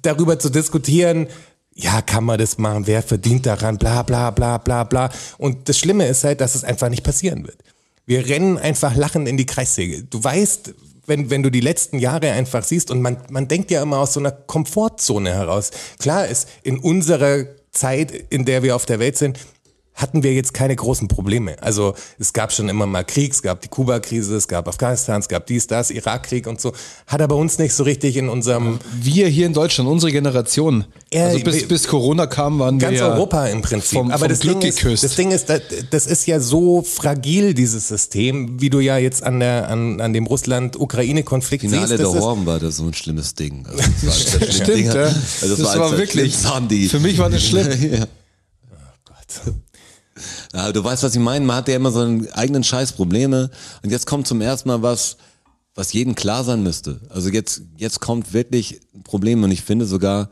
S3: darüber zu diskutieren, ja, kann man das machen, wer verdient daran, bla bla bla bla bla. Und das Schlimme ist halt, dass es einfach nicht passieren wird. Wir rennen einfach lachend in die Kreissäge. Du weißt, wenn, wenn du die letzten Jahre einfach siehst und man, man denkt ja immer aus so einer Komfortzone heraus. Klar ist, in unserer Zeit, in der wir auf der Welt sind, hatten wir jetzt keine großen Probleme. Also es gab schon immer mal Krieg, es gab die Kuba-Krise, es gab Afghanistan, es gab dies, das, Irakkrieg und so. Hat aber uns nicht so richtig in unserem
S2: wir hier in Deutschland, unsere Generation,
S3: Ja,
S2: also bis,
S3: wir-
S2: bis Corona kam, waren
S3: ganz
S2: wir ja
S3: Europa im Prinzip.
S2: vom,
S3: aber
S2: vom
S3: das,
S2: Glück
S3: Ding ist,
S2: geküsst.
S3: das Ding ist, das, das ist ja so fragil, dieses System, wie du ja jetzt an, der, an, an dem Russland-Ukraine-Konflikt siehst.
S4: Finale der
S3: das ist-
S4: Horn war das so ein schlimmes Ding. Also das war eines der schlimmsten
S2: Stimmt,
S4: Dinger.
S2: ja.
S4: Also
S2: das,
S4: eines
S2: war
S4: der
S2: wirklich,
S4: schlimmsten Sachen, die-
S2: für mich war das schlimm.
S3: Gott.
S4: Ja, du weißt, was ich meine. Man hat ja immer seine eigenen Scheißprobleme. Und jetzt kommt zum ersten Mal was, was jedem klar sein müsste. Also jetzt, jetzt kommt wirklich ein Problem. Und ich finde sogar,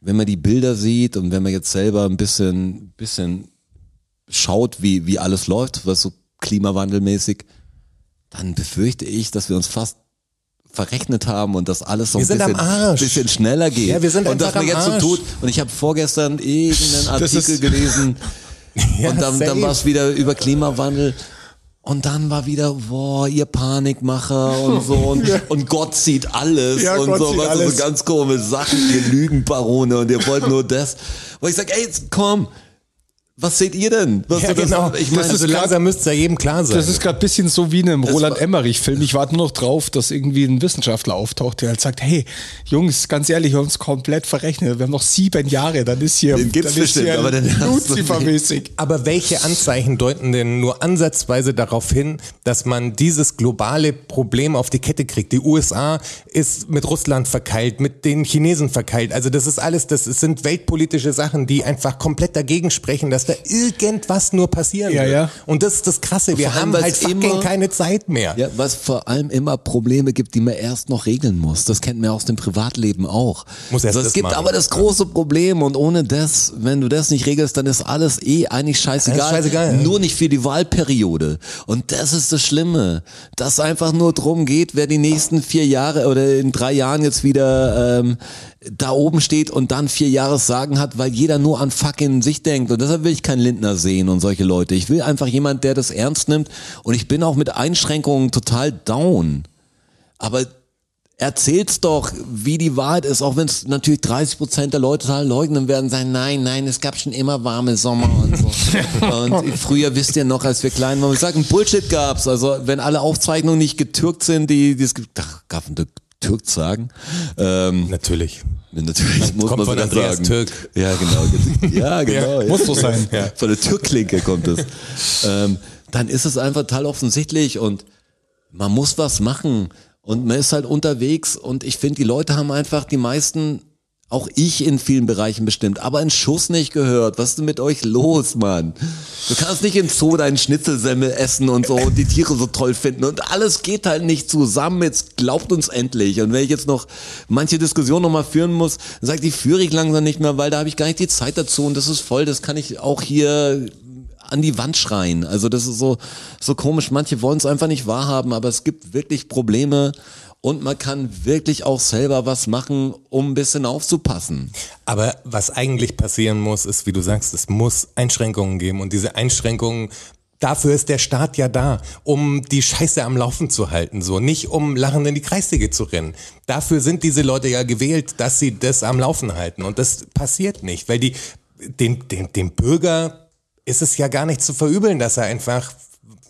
S4: wenn man die Bilder sieht und wenn man jetzt selber ein bisschen, bisschen schaut, wie, wie alles läuft, was so klimawandelmäßig, dann befürchte ich, dass wir uns fast verrechnet haben und dass alles so ein
S3: Wir sind am
S4: bisschen,
S3: Arsch.
S4: bisschen schneller geht.
S3: Ja, wir sind
S4: und dass
S3: einfach
S4: man
S3: am
S4: jetzt
S3: Arsch.
S4: so tut. Und ich habe vorgestern irgendeinen
S2: Das
S4: Artikel
S2: ist-
S4: gelesen
S3: Ja,
S4: und dann, dann
S3: safe.
S4: war es wieder über Klimawandel. Und dann war wieder, boah, ihr Panikmacher und so und, und Gott sieht alles
S2: Ja,
S4: und
S2: Gott
S4: so,
S2: sieht
S4: was
S2: alles.
S4: so ganz komische Sachen, ihr Lügenbarone und ihr wollt nur das. Wo ich sage, ey, jetzt komm, was seht ihr denn? Was
S3: Ja,
S4: so das-
S3: genau.
S4: Ich meine,
S3: also langsam müsste es ja jedem klar sein.
S2: Das ist gerade ein bisschen so wie in einem Roland
S4: war-
S2: Emmerich-Film. Ich warte nur noch drauf, dass irgendwie ein Wissenschaftler auftaucht, der halt sagt, hey, Jungs, ganz ehrlich, wir haben uns komplett verrechnet. Wir haben noch sieben Jahre, dann ist hier,
S4: Den gibt's
S2: dann ist
S4: bestimmt,
S2: hier
S4: aber den hast du
S2: Lucifer-mäßig.
S3: Aber welche Anzeichen deuten denn nur ansatzweise darauf hin, dass man dieses globale Problem auf die Kette kriegt? Die USA ist mit Russland verkeilt, mit den Chinesen verkeilt. Also das ist alles, das sind weltpolitische Sachen, die einfach komplett dagegen sprechen, dass da irgendwas nur passieren
S2: Ja,
S3: wird.
S2: ja.
S3: Und das ist das Krasse. Wir
S4: Vor allem,
S3: haben
S4: weil's
S3: halt fucking
S4: immer-
S3: keine Zeit mehr.
S4: Ja, was vor allem immer Probleme gibt, die man erst noch regeln muss. Das kennt man ja aus dem Privatleben auch.
S3: Muss
S4: also,
S3: erst das
S4: es gibt
S3: machen.
S4: aber das große Problem und ohne das, wenn du das nicht regelst, dann ist alles eh eigentlich scheißegal.
S3: Alles scheißegal, ja.
S4: Nur nicht für die Wahlperiode. Und das ist das Schlimme, dass einfach nur drum geht, wer die nächsten vier Jahre oder in drei Jahren jetzt wieder ähm, da oben steht und dann vier Jahres Sagen hat, weil jeder nur an fucking sich denkt. Und deshalb will ich keinen Lindner sehen und solche Leute. Ich will einfach jemand, der das ernst nimmt. Und ich bin auch mit Einschränkungen total down. Aber erzähl's doch, wie die Wahrheit ist, auch wenn es natürlich 30 Prozent der Leute total leugnen werden, sagen, nein, nein, es gab schon immer warme Sommer und so. und früher wisst ihr noch, als wir klein waren, wir sagen, Bullshit gab's. Also wenn alle Aufzeichnungen nicht getürkt sind, die, die es gibt, ach, darf man getürkt sagen? Ähm,
S3: Natürlich.
S4: natürlich muss
S3: kommt
S4: man
S3: von
S4: das
S3: Andreas
S4: sagen.
S3: Türk.
S4: Ja, genau. Ja, genau. ja.
S2: Muss so sein.
S4: Von der Türklinke kommt es. ähm, dann ist es einfach total offensichtlich und man muss was machen und man ist halt unterwegs und ich finde, die Leute haben einfach die meisten, auch ich in vielen Bereichen bestimmt, aber einen Schuss nicht gehört. Was ist denn mit euch los, Mann? Du kannst nicht im Zoo deinen Schnitzelsemmel essen und so und die Tiere so toll finden und alles geht halt nicht zusammen. Jetzt glaubt uns endlich. Und wenn ich jetzt noch manche Diskussion nochmal führen muss, dann sagt, die führe ich langsam nicht mehr, weil da habe ich gar nicht die Zeit dazu und das ist voll, das kann ich auch hier an die Wand schreien. Also das ist so, so komisch. Manche wollen es einfach nicht wahrhaben, aber es gibt wirklich Probleme und man kann wirklich auch selber was machen, um ein bisschen aufzupassen.
S3: Aber was eigentlich passieren muss, ist, wie du sagst, es muss Einschränkungen geben und diese Einschränkungen Dafür ist der Staat ja da, um die Scheiße am Laufen zu halten, so nicht um lachend in die Kreissäge zu rennen. Dafür sind diese Leute ja gewählt, dass sie das am Laufen halten und das passiert nicht, weil die dem dem dem Bürger ist es ja gar nicht zu verübeln, dass er einfach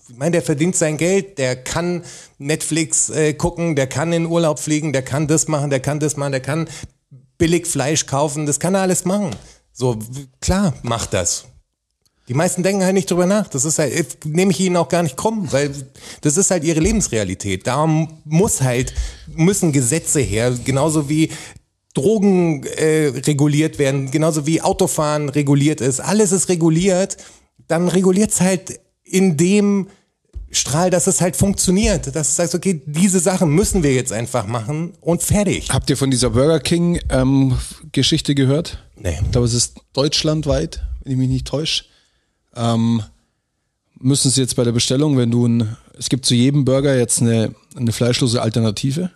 S3: ich meine, der verdient sein Geld, der kann Netflix äh, gucken, der kann in Urlaub fliegen, der kann das machen, der kann das machen, der kann billig Fleisch kaufen, das kann er alles machen. So, w- klar, macht das. Die meisten denken halt nicht drüber nach. Das ist halt, ich- nehme ich ihnen auch gar nicht krumm, weil das ist halt ihre Lebensrealität. Da muss halt, müssen Gesetze her, genauso wie Drogen äh, reguliert werden, genauso wie Autofahren reguliert ist. Alles ist reguliert. Dann reguliert es halt in dem, Strahl, dass es halt funktioniert, dass du sagst, okay, diese Sachen müssen wir jetzt einfach machen und fertig.
S2: Habt ihr von dieser Burger King-Geschichte ähm, gehört?
S3: Nee.
S2: Ich glaube, es ist deutschlandweit, wenn ich mich nicht täusche. Ähm, müssen sie jetzt bei der Bestellung, wenn du ein, es gibt zu jedem Burger jetzt eine, eine fleischlose Alternative.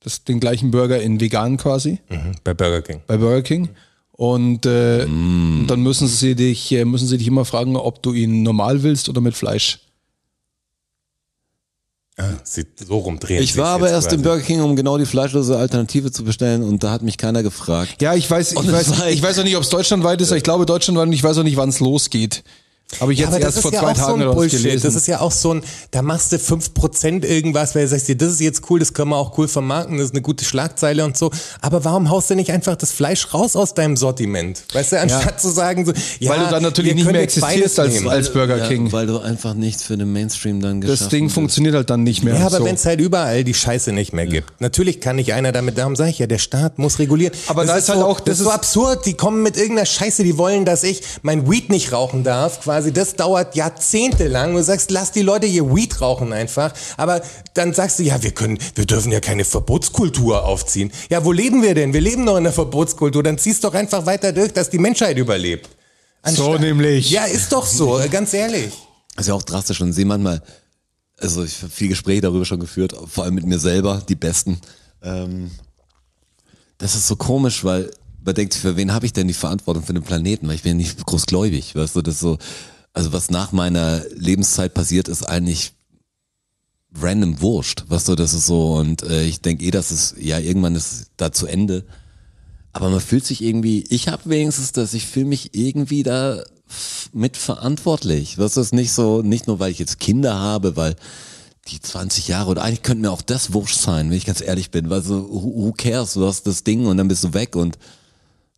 S2: Das, den gleichen Burger in vegan quasi
S3: Bei Burger King.
S2: bei Burger King. Und äh,
S4: Mm.
S2: dann müssen sie dich, äh, müssen sie dich immer fragen, ob du ihn normal willst oder mit Fleisch.
S3: Sie so rumdrehen.
S4: Ich war aber erst im Burger King, um genau die fleischlose Alternative zu bestellen und da hat mich keiner gefragt.
S2: Ja, ich weiß,
S4: Und
S2: ich
S4: es
S2: weiß,
S4: war-
S2: ich weiß auch nicht, ob es deutschlandweit ist, aber ich glaube deutschlandweit und ich weiß auch nicht, wann es losgeht. Habe ich
S3: Ja,
S2: jetzt
S3: aber das
S2: erst
S3: ist
S2: vor
S3: ja
S2: zwei
S3: auch so
S2: Tagen
S3: ein
S2: oder was gelesen.
S3: Bullshit. Das ist ja auch so ein, da machst du 5% irgendwas, weil du sagst dir, das ist jetzt cool, das können wir auch cool vermarkten, das ist eine gute Schlagzeile und so. Aber warum haust du nicht einfach das Fleisch raus aus deinem Sortiment? Weißt du, anstatt zu sagen, so, ja,
S2: Weil du dann natürlich
S3: wir
S2: nicht
S3: können
S2: mehr
S3: jetzt beides
S2: existierst als-
S3: nehmen.
S2: als Burger
S4: ja,
S2: King.
S4: Weil du einfach nichts für den Mainstream dann geschafft
S2: Das Ding
S4: hast.
S2: funktioniert halt dann nicht mehr.
S3: Ja, aber
S2: so.
S3: wenn es halt überall die Scheiße nicht mehr gibt. Natürlich kann nicht einer damit, darum sage ich ja, der Staat muss regulieren.
S2: Aber da ist halt
S3: so,
S2: auch-
S3: das,
S2: das
S3: ist so
S2: ist-
S3: absurd, die kommen mit irgendeiner Scheiße, die wollen, dass ich mein Weed nicht rauchen darf, quasi, das dauert jahrzehntelang und du sagst, lass die Leute ihr Weed rauchen einfach, aber dann sagst du, ja, wir können, wir dürfen ja keine Verbotskultur aufziehen. Ja, wo leben wir denn? Wir leben doch in der Verbotskultur, dann ziehst doch einfach weiter durch, dass die Menschheit überlebt. Anstatt-
S2: nämlich.
S3: Ja, ist doch so, äh, ganz ehrlich.
S4: Das ist ja auch drastisch und sehe manchmal, also ich habe viel Gespräche darüber schon geführt, vor allem mit mir selber, die besten. Ähm, das ist so komisch, weil man denkt, für wen habe ich denn die Verantwortung für den Planeten? Weil ich bin ja nicht großgläubig, weißt du, das ist so, also was nach meiner Lebenszeit passiert, ist eigentlich random wurscht, weißt du, das ist so und äh, ich denke eh, dass es, ja, irgendwann ist da zu Ende. Aber man fühlt sich irgendwie, ich habe wenigstens das, ich fühle mich irgendwie da f- mit verantwortlich. Das ist nicht so, nicht nur, weil ich jetzt Kinder habe, weil die 20 Jahre oder eigentlich könnte mir auch das wurscht sein, wenn ich ganz ehrlich bin. Weil so, who who cares, du hast das Ding und dann bist du weg und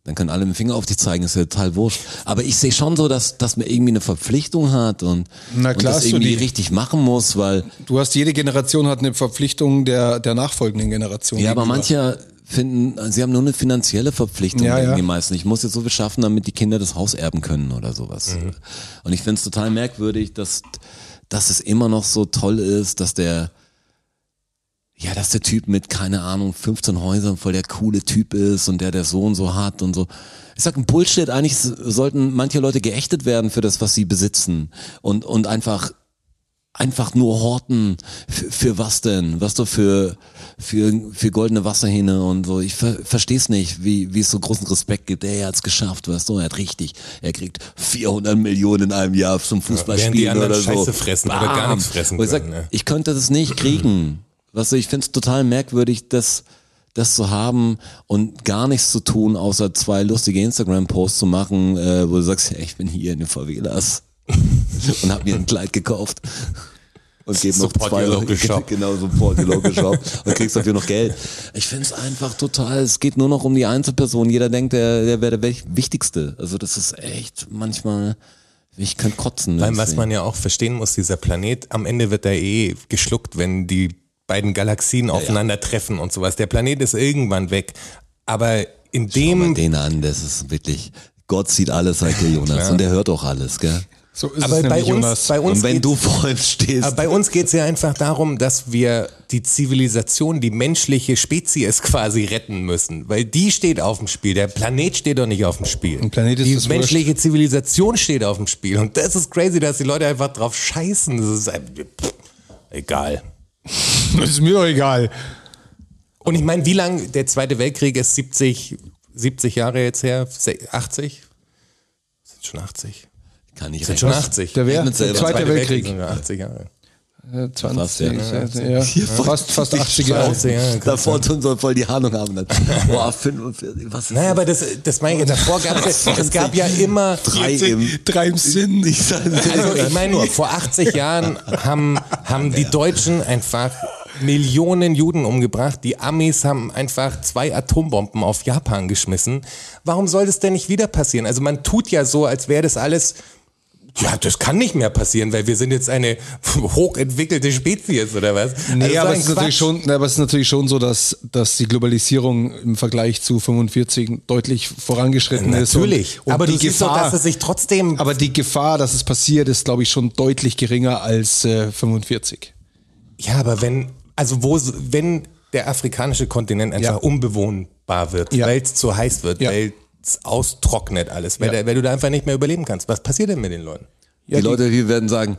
S4: dann können alle mit dem Finger auf dich zeigen, ist ja total wurscht. Aber ich sehe schon so, dass, dass man irgendwie eine Verpflichtung hat und,
S2: Na
S4: und
S2: klar
S4: das
S2: hast du
S4: irgendwie
S2: die.
S4: richtig machen muss, weil
S2: Du hast, jede Generation hat eine Verpflichtung der, der nachfolgenden Generation.
S4: Ja, aber
S2: gegenüber.
S4: manche finden, sie haben nur eine finanzielle Verpflichtung,
S2: Ja,
S4: denken
S2: ja.
S4: die meisten. Ich muss jetzt so viel schaffen, damit die Kinder das Haus erben können oder sowas.
S2: Mhm.
S4: Und ich find's total merkwürdig, dass, dass es immer noch so toll ist, dass der, ja, dass der Typ mit, keine Ahnung, 15 Häusern voll der coole Typ ist und der der Sohn so hat und so. Ich sag Bullshit, eigentlich s- sollten manche Leute geächtet werden für das, was sie besitzen und, und einfach einfach nur horten. Für, für was denn? Was du für, für, für goldene Wasserhähne und so. Ich ver versteh's nicht, wie, wie es so großen Respekt gibt. Ey, er hat's geschafft, weißt du, er hat richtig. Er kriegt 400 Millionen in einem Jahr zum
S3: während
S4: Fußballspielen
S3: die anderen
S4: oder so.
S3: Scheiße fressen oder gar
S4: Bam.
S3: nichts fressen
S4: Und ich,
S3: können, ne?
S4: ich könnte das nicht kriegen. Weißt du, ich find's total merkwürdig, das, das zu haben und gar nichts zu tun, außer zwei lustige Instagram-Posts zu machen, äh, wo du sagst, hey, ich bin hier in den Favelas und hab mir ein Kleid gekauft und gebe noch
S3: Support
S4: zwei
S3: your local shop.
S4: genau support your local shop und kriegst dafür noch Geld. Ich find's einfach total, es geht nur noch um die Einzelperson. Jeder denkt, der, der wäre der welch- wichtigste. Also das ist echt manchmal, ich könnte kotzen.
S3: Weil
S4: wenn
S3: was
S4: ich's
S3: man ja auch verstehen muss, dieser Planet, am Ende wird er eh geschluckt, wenn die beiden Galaxien aufeinandertreffen und sowas. Der Planet ist irgendwann weg. Aber in
S4: sehe. Schau mal
S3: dem,
S4: den an, das ist wirklich, Gott sieht alles, sagt der Jonas. und der hört auch alles, gell?
S2: So ist
S3: aber
S2: es
S3: bei
S2: nämlich,
S3: uns,
S2: Jonas.
S3: bei uns
S4: Und wenn
S3: geht's-
S4: du vor ihm stehst,
S3: Aber bei uns geht's ja einfach darum, dass wir die Zivilisation, die menschliche Spezies quasi retten müssen. Weil die steht auf dem Spiel. Der Planet steht doch nicht auf dem Spiel.
S2: Ein Planet ist
S3: die
S2: das
S3: menschliche Zivilisation steht auf dem Spiel. Und das ist crazy, dass die Leute einfach drauf scheißen. Das ist einfach, pff, egal.
S2: Das ist mir doch egal.
S3: Und ich meine, wie lang der Zweite Weltkrieg ist 70, 70 Jahre jetzt her? Se- 80? Sind schon 80.
S4: kann ich
S3: Sind schon
S4: rechnen.
S3: 80.
S2: Der wäre
S4: mit
S2: der
S4: selber.
S2: Zweite
S4: Zweiter
S2: Weltkrieg.
S3: sind 80 Jahre.
S2: Äh, 20,
S4: Fast, ja.
S2: ja. fast, fast 80 Jahre.
S3: 80 Jahre.
S4: Davor tun soll voll die Ahnung haben. Dann. Boah, 45, was ist
S3: Naja, aber das, das meine ich, jetzt, davor gab es, es gab ja immer,
S4: das? Drei im...
S2: Drei im Sinn.
S4: Ich sag,
S3: also ich meine, vor 80 Jahren haben, haben die Deutschen einfach Millionen Juden umgebracht, die Amis haben einfach zwei Atombomben auf Japan geschmissen. Warum soll das denn nicht wieder passieren? Also man tut ja so, als wäre das alles, ja, das kann nicht mehr passieren, weil wir sind jetzt eine hochentwickelte Spezies oder was?
S2: Nee,
S3: Also
S2: aber, es
S3: so ein
S2: ist natürlich
S3: Quatsch.
S2: schon, na, aber es ist natürlich schon so, dass, dass die Globalisierung im Vergleich zu 45 deutlich vorangeschritten ist. und-
S3: Natürlich,
S2: Und
S3: aber
S2: die
S3: du siehst doch,
S2: Gefahr,
S3: dass es sich trotzdem
S2: aber die Gefahr, dass es passiert, ist, glaube ich, schon deutlich geringer als äh, 45.
S3: Ja, aber wenn, also wo, wenn der afrikanische Kontinent einfach
S2: Ja.
S3: unbewohnbar wird,
S2: Ja.
S3: weil es zu heiß wird,
S2: Ja.
S3: weil es austrocknet alles, weil,
S2: Ja.
S3: da, weil du da einfach nicht mehr überleben kannst. Was passiert denn mit den Leuten?
S4: die Leute hier werden sagen,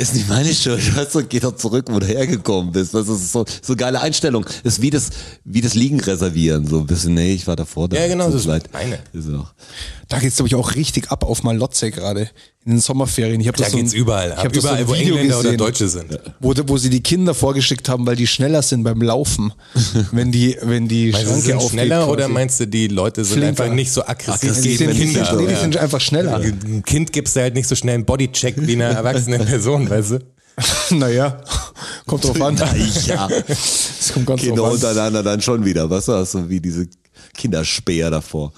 S4: ist nicht meine Schuld, weißt du, geh doch zurück, wo du hergekommen bist. Das ist so, so geile Einstellung. Ist wie das, wie das Liegen reservieren, so ein bisschen, nee, ich war davor da.
S3: Ja, genau, das
S4: tut's
S3: ist
S4: leid.
S3: meine.
S4: Ist noch.
S2: Da geht's, glaube ich, auch richtig ab auf Malotze gerade. In den Sommerferien. Ich hab
S3: Da
S2: das so
S3: geht's
S2: ein,
S3: überall.
S2: Ich hab
S3: Ab.
S2: das so
S3: Überall,
S2: ein
S3: wo
S2: Video
S3: Engländer
S2: gesehen,
S3: oder Deutsche sind.
S2: Wo, wo sie die Kinder vorgeschickt haben, weil die schneller sind beim Laufen. wenn die, wenn die Schranke
S3: Meinst du, sie Also sind
S2: aufgeht.
S3: schneller
S2: quasi.
S3: oder meinst du, die Leute sind
S2: Flinker.
S3: einfach nicht so aggressiv,
S4: Aggressiv
S2: die
S3: gegen
S2: sind, die
S3: Kinder?
S2: sind, nee, die
S3: Ja.
S2: sind einfach schneller.
S3: Ein Kind gibst du halt nicht so schnell einen Bodycheck wie einer erwachsenen Person, weißt du?
S2: Naja, kommt drauf an.
S4: Na ja.
S2: Es kommt
S3: Genau
S2: ganz
S4: Kinder
S2: drauf an.
S4: untereinander dann schon wieder, weißt du, hast du wie diese Kinderspäher davor.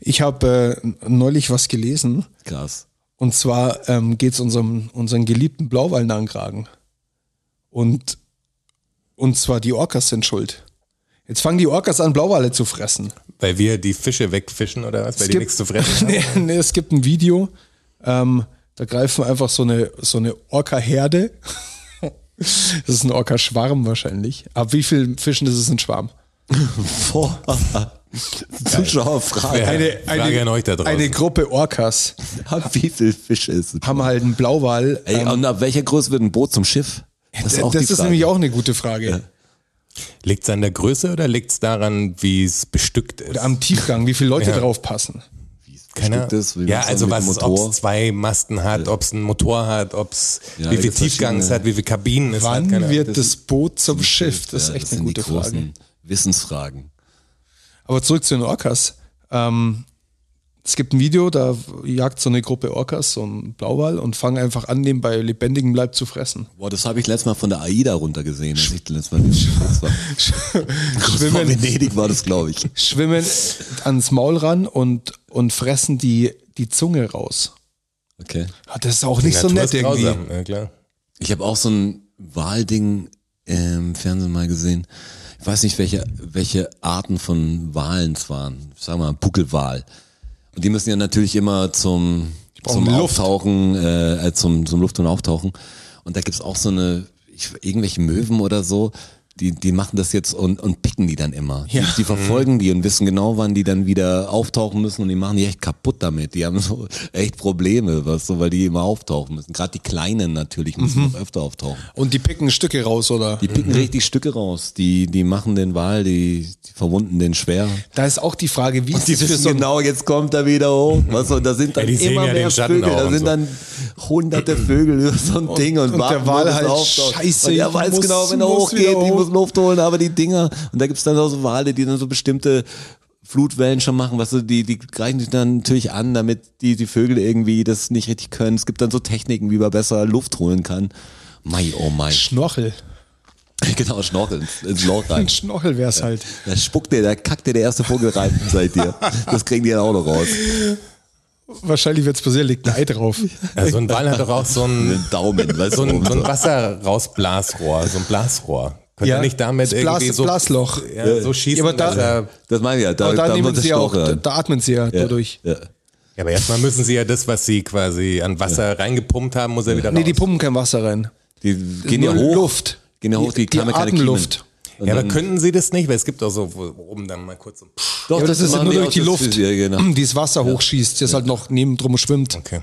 S2: Ich habe äh, neulich was gelesen.
S4: Krass.
S2: Und zwar ähm, geht es unserem, unseren geliebten Blauwalnankragen. Und, und zwar die Orcas sind schuld. Jetzt fangen die Orcas an, Blauwale zu fressen.
S3: Weil wir die Fische wegfischen oder was? Weil die
S2: gibt-
S3: nichts zu fressen haben.
S2: nee, nee, es gibt ein Video, ähm, da greifen einfach so eine, so eine Orca-Herde. Das ist ein Orca-Schwarm wahrscheinlich. Ab wie vielen Fischen ist es ein Schwarm?
S4: Boah. Zuschauerfrage.
S2: Eine,
S3: Frage an euch da draußen.
S2: eine Gruppe Orcas
S4: Ab wie viel Fisch ist es?
S2: haben halt einen Blauwal.
S4: Ey, und ab welcher Größe wird ein Boot zum Schiff?
S2: Das ist, nämlich auch eine gute Frage.
S3: Liegt's an der Größe oder liegt's daran, wie es bestückt ist?
S2: Am Tiefgang, wie viele Leute
S3: Ja.
S2: draufpassen.
S3: Keiner-
S4: ist, wie
S3: ja,
S4: man es
S3: also
S4: mit
S3: was,
S4: Motor-
S3: ob's zwei Masten hat, ob's einen Motor hat, ob's
S4: Ja,
S3: wie viel
S4: das
S3: Tiefgang es
S4: verschiedene-
S3: hat, wie viel Kabinen es hat.
S2: Wann
S3: keine
S2: wird
S3: Ahnung.
S2: das, Boot zum Schiff? Das ist echt eine gute Frage.
S4: Wissensfragen.
S2: Aber zurück zu den Orcas. Ähm, es gibt ein Video, da jagt so eine Gruppe Orcas so einen Blauwal und fangen einfach an, den bei lebendigem Leib zu fressen.
S4: Boah, das habe ich letztes Mal von der AIDA runter gesehen, als ich letztes Mal in Schweiz war. Kurz vor
S2: Schwimmen,
S4: Venedig war das, glaube ich.
S2: schwimmen ans Maul ran und, und fressen die, die Zunge raus.
S4: Okay.
S2: Ah, Das ist auch
S3: Die
S2: nicht so
S3: Natur
S2: nett
S3: ist
S2: irgendwie.
S3: grausam, Ja, klar.
S4: Ich habe auch so ein Wahlding im Fernsehen mal gesehen. Ich weiß nicht, welche, welche Arten von Walen es waren. Sagen wir mal, Buckelwal. Und die müssen ja natürlich immer zum,
S2: brauche
S4: zum
S2: Luft.
S4: Auftauchen, äh, äh, zum, zum Luft und Auftauchen. Und da gibt's auch so eine, ich, irgendwelche Möwen oder so, die, die machen das jetzt und, und picken die dann immer. Ja. Die, die verfolgen die und wissen genau, wann die dann wieder auftauchen müssen und die machen die echt kaputt damit. Die haben so echt Probleme, weißt du, weil die immer auftauchen müssen. Gerade die Kleinen natürlich müssen noch öfter auftauchen.
S2: Und die picken Stücke raus, oder?
S4: Die picken richtig Stücke raus. Die, die machen den Wal, die, die verwunden den schwer.
S2: Da ist auch die Frage, wie ist
S4: Die
S2: das für
S4: wissen
S2: so ein
S4: genau, jetzt kommt er wieder hoch. Was, und da sind dann
S3: die sehen
S4: immer
S3: ja
S4: mehr
S3: den Schatten
S4: Vögel.
S3: auch
S4: Da
S3: und
S4: sind
S3: so.
S4: dann hunderte Vögel über so ein Ding und,
S2: und
S4: warten,
S2: der Wal
S4: bis es
S2: halt,
S4: auftaucht.
S2: scheiße,
S4: Und er
S2: ich
S4: weiß
S2: muss-
S4: genau, wenn er
S2: muss
S4: hochgeht,
S2: wieder
S4: ich
S2: hoch.
S4: muss Luft holen, aber die Dinger. Und da gibt's dann auch so Wale, die dann so bestimmte Flutwellen schon machen, was weißt du, die, die greifen sich dann natürlich an, damit die, die Vögel irgendwie das nicht richtig können. Es gibt dann so Techniken, wie man besser Luft holen kann. Mei, oh mein.
S2: Schnorchel?
S4: Genau, Schnorchel ins, ins Loch rein.
S2: Ein Schnorchel wär's halt.
S4: Da spuckt dir, da kackt dir der erste Vogel rein seit dir. Das kriegen die dann auch noch raus.
S2: Wahrscheinlich wird's passieren, liegt ein Ei drauf.
S3: Ja, so ein Ball hat doch auch so ein,
S4: Den Daumen, weißt
S3: so
S4: du?
S3: ein, so ein Wasserrausblasrohr, so ein Blasrohr. Könnte
S2: Ja,
S3: er nicht damit
S2: das Blas-
S3: irgendwie so,
S2: Blasloch.
S3: Ja, so
S2: Ja,
S3: schießen,
S2: aber da-
S3: dass er
S4: Das meine ich ja. Da,
S2: Aber da,
S4: da
S2: nehmen
S4: muss
S2: sie
S4: der
S2: auch,
S4: Schlauch
S2: da,
S4: ran.
S2: da atmen sie ja, dadurch.
S4: Ja.
S3: Ja, aber erstmal müssen sie ja das, was sie quasi an Wasser reingepumpt haben, muss er wieder raus.
S2: Nee, die pumpen kein Wasser rein.
S4: Die gehen ja
S2: Nur
S4: hoch.
S2: Luft.
S4: Gehen ja hoch, die,
S2: Die
S4: haben ja keine
S2: atmen
S4: Kiemen.
S2: Luft.
S4: Und
S3: ja, aber
S4: dann-
S3: könnten sie das nicht? Weil es gibt auch so, wo oben dann mal kurz so.
S4: Doch,
S2: Ja, aber das ist ja
S4: machen
S2: nur
S4: die
S2: durch
S4: auch,
S2: die
S4: Oh, das
S2: Luft,
S4: ist- Ja, genau.
S2: die das Wasser hochschießt, das halt noch neben drum schwimmt.
S3: Okay.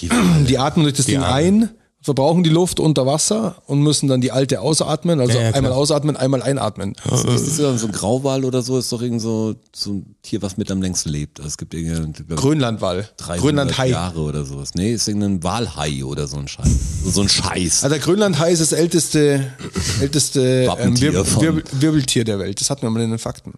S4: Die,
S2: Die atmen durch das Ding
S3: atmen.
S2: ein, verbrauchen die Luft unter Wasser und müssen dann die alte ausatmen. Also
S3: Ja, ja, klar.
S2: einmal ausatmen, einmal einatmen.
S4: ist das dann so ein Grauwal oder so? Ist doch irgend so, so ein Tier, was mit am längsten lebt. Also es gibt irgendein
S2: Grönlandwal.
S4: 300
S2: Grönlandhai.
S4: Jahre oder sowas. Nee, ist irgendein Walhai oder so ein Scheiß. So ein Scheiß.
S2: Also der Grönlandhai ist das älteste, älteste ähm,
S4: Wappentier
S2: Wirbel,
S4: von-
S2: Wirbel, Wirbeltier der Welt. Das hatten wir mal in den Fakten.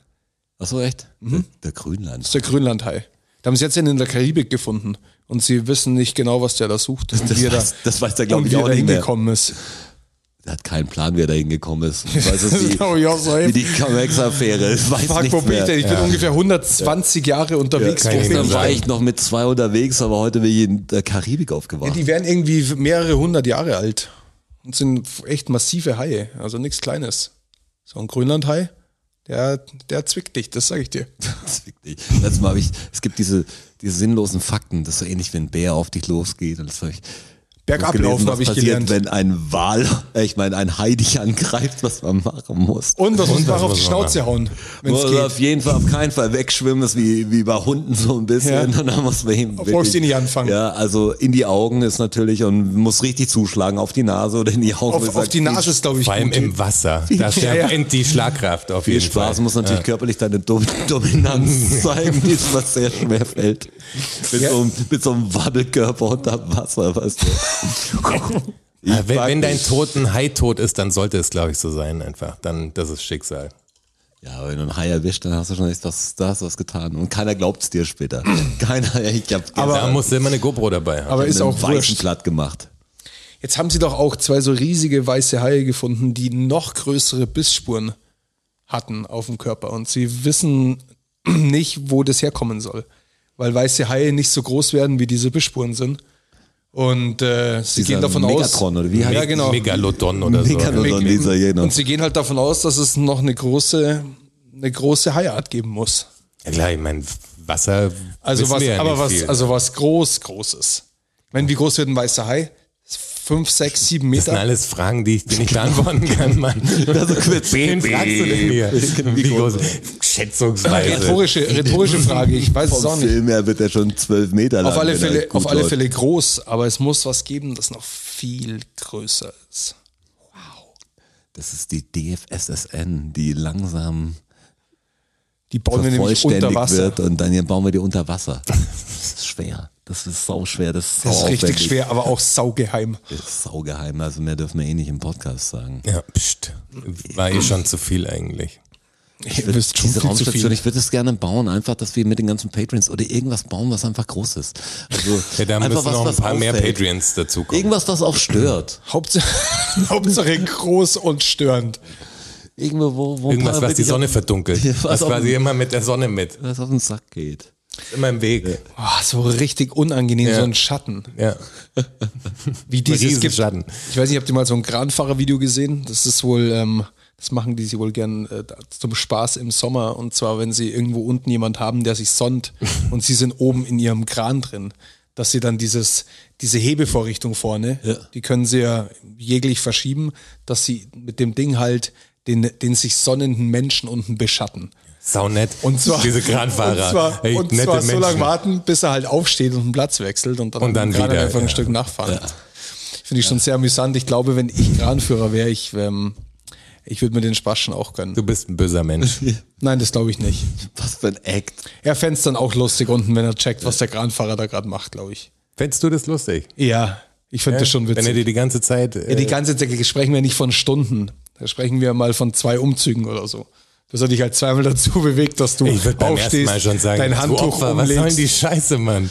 S4: Achso, echt?
S2: Mhm.
S4: Der, der Grönland.
S2: Das ist der Grönlandhai. Da haben sie jetzt den in der Karibik gefunden und sie wissen nicht genau, was der da sucht. und
S4: Das
S2: wie er
S4: weiß- das weiß der, glaub
S2: und
S4: ich,
S2: wie er
S4: auch
S2: da
S4: nicht mehr.
S2: hingekommen ist.
S4: Der hat keinen Plan, wer da hingekommen ist. Ich Weiß es
S2: Das
S4: nicht.
S2: glaub ich auch so.
S4: Wie die Comex-Affäre. Ich Weiß
S2: Fuck,
S4: nicht
S2: wo bin ich
S4: mehr.
S2: denn? Ich bin ungefähr 120 Jahre unterwegs.
S3: Ja, kann
S2: Wo
S3: ich
S2: bin
S3: nicht
S4: Gestern
S2: ich?
S3: sagen.
S4: war ich noch mit zwei unterwegs, aber heute bin ich in der Karibik aufgewacht.
S2: Die werden irgendwie mehrere hundert Jahre alt und sind echt massive Haie, also nichts Kleines. So ein Grönlandhai, der, der zwickt dich, das sage ich dir.
S4: Das ist wirklich- Letztes Mal habe ich, es gibt diese, diese sinnlosen Fakten, das ist so ähnlich, wenn ein Bär auf dich losgeht. Und das habe ich
S2: Bergab
S4: gelesen,
S2: laufen
S4: was
S2: habe ich
S4: passiert,
S2: gelernt.
S4: Wenn ein Wal, äh, ich meine, ein Hai dich angreift, was man machen muss.
S2: Und was muss man
S3: was
S2: auf die
S3: muss man
S2: Schnauze hauen, wenn es
S4: Oder auf
S2: geht?
S4: jeden Fall auf keinen Fall wegschwimmen ist wie, wie bei Hunden so ein bisschen.
S2: Ja.
S4: Und dann muss man eben
S2: Obwohl
S4: wirklich-
S2: ich sie nicht anfangen.
S4: Ja, also in die Augen ist natürlich und muss richtig zuschlagen auf die Nase oder in die Augen. wo ich
S2: Auf, auf
S4: sag,
S2: die Nase ist, glaube ich,
S3: Vor allem
S2: gut.
S3: im Wasser. Da
S2: Ja, ja.
S3: verbrennt die Schlagkraft auf
S4: Viel
S3: jeden
S4: Spaß
S3: Fall.
S4: muss natürlich körperlich deine Dom Dominanz zeigen, die ist, was sehr schwer fällt. Mit,
S2: Ja.
S4: so, einem- mit so einem Wabbelkörper unter Wasser, weißt du. Ich
S3: Ja, Äh, wenn,
S4: frag
S3: wenn dein
S4: mich-
S3: Tod ein Hai-Tod ist, dann sollte es, glaube ich, so sein einfach. Dann, das ist Schicksal.
S4: Ja, wenn du einen Hai erwischt, dann hast du schon echt was, da hast du was getan. Und keiner glaubt es dir später. Keiner, ich hab
S2: Aber-
S3: da musst du immer eine GoPro dabei haben.
S2: Aber ist auch
S4: weißen
S2: wurscht.
S4: platt gemacht.
S2: Jetzt haben sie doch auch zwei so riesige weiße Haie gefunden, die noch größere Bissspuren hatten auf dem Körper. Und sie wissen nicht, wo das herkommen soll. Weil weiße Haie nicht so groß werden, wie diese Bissspuren sind. Und äh, sie
S4: Dieser
S2: gehen davon
S4: Megatron,
S2: aus.
S4: oder wie heißt
S2: ja,
S4: das?
S2: genau.
S3: Megalodon oder
S4: Megalodon.
S3: so.
S4: Megalodon, dieser genau.
S2: Und sie gehen halt davon aus, dass es noch eine große, eine große Haiart geben muss.
S3: Ja klar, ich meine, Wasser
S2: Also
S3: wissen
S2: was,
S3: wir ja
S2: aber
S3: nicht
S2: was,
S3: viel.
S2: also was groß, großes. Wenn wie groß wird ein weißer Hai? fünf, sechs, sieben
S3: Das sind
S2: Meter.
S3: alles Fragen, die ich dir nicht beantworten kann, Mann.
S4: Das ist Quiz.
S3: Wen fragst du denn hier? Wie groß? Schätzungsweise.
S2: Rhetorische, rhetorische Frage, ich weiß es auch
S4: Vom
S2: nicht.
S4: Film her wird er schon zwölf Meter lang.
S2: Auf alle,
S4: wenn er
S2: Fälle,
S4: gut
S2: auf alle
S4: läuft.
S2: Fälle groß, aber es muss was geben, das noch viel größer ist.
S4: Das ist die DFSSN, die langsam
S2: Die bauen wir nämlich unter
S4: vollständig
S2: Wasser.
S4: wird und dann bauen wir die unter Wasser. Das ist schwer. Das ist sau schwer. Das ist, sau
S2: Das ist richtig
S4: aufwendig.
S2: schwer, aber auch saugeheim.
S4: Das ist saugeheim. Also mehr dürfen wir eh nicht im Podcast sagen.
S3: Ja, pst. War eh schon zu viel eigentlich.
S2: Ihr wisst schon
S4: Diese
S2: viel zu
S4: Raumstation,
S2: viel.
S4: ich würde es gerne bauen, einfach, dass wir mit den ganzen Patreons oder irgendwas bauen, was einfach groß ist. Also
S3: Ja, da
S4: einfach
S3: müssen noch ein
S4: was
S3: paar mehr
S4: auffällt.
S3: Patreons dazukommen.
S4: Irgendwas, was auch stört.
S2: Hauptsache, Hauptsache groß und störend.
S4: Irgendwo, wo, wo ein
S3: Irgendwas,
S4: paar
S3: was die
S4: wirklich
S3: Sonne
S4: auf,
S3: verdunkelt.
S4: Ja,
S3: Was
S4: was auf-
S3: quasi immer mit der Sonne mit.
S4: was auf den Sack geht.
S3: Immer im Weg.
S2: Ah, so richtig unangenehm,
S3: Ja.
S2: so ein Schatten.
S3: Ja.
S2: Wie dieses
S3: Riesen
S2: gibt.
S3: Schatten.
S2: Ich weiß nicht, habt ihr mal so ein Kranfahrer-Video gesehen? Das ist wohl, ähm, das machen die sie wohl gern äh, da- zum Spaß im Sommer. Und zwar, wenn sie irgendwo unten jemand haben, der sich sonnt und sie sind oben in ihrem Kran drin, dass sie dann dieses, diese Hebevorrichtung vorne, die können sie ja jeglich verschieben, dass sie mit dem Ding halt den, den sich sonnenden Menschen unten beschatten.
S3: Saunett.
S2: Und zwar,
S3: diese Kranfahrer.
S2: Und zwar,
S3: Ey,
S2: und
S3: nette
S2: zwar so lange
S3: Menschen.
S2: warten, bis er halt aufsteht und einen Platz wechselt und dann,
S3: Und dann
S2: gerade
S3: wieder,
S2: einfach
S3: ja.
S2: ein Stück nachfahren. Finde ich schon sehr amüsant. Ich glaube, wenn ich Kranführer wäre, ich, ähm, ich würde mir den Spaß schon auch gönnen.
S3: Du bist ein böser Mensch.
S2: Nein, das glaube ich nicht.
S4: Was für ein Act.
S2: Er fände es dann auch lustig unten, wenn er checkt, was der Kranfahrer da gerade macht, glaube ich.
S3: Fändest du das lustig?
S2: Ja, ich finde das schon
S3: Wenn er
S2: witzig.
S3: dir die ganze Zeit. Äh,
S2: Ja, die ganze Zeit sprechen wir nicht von Stunden. Da sprechen wir mal von zwei Umzügen oder so. Dass er dich halt zweimal dazu bewegt, dass du
S3: ich würde beim ersten
S2: aufstehst,
S3: Mal schon sagen,
S2: dein
S3: du
S2: Handtuch
S3: Opfer, was
S2: umlegst.
S3: soll denn die Scheiße, Mann?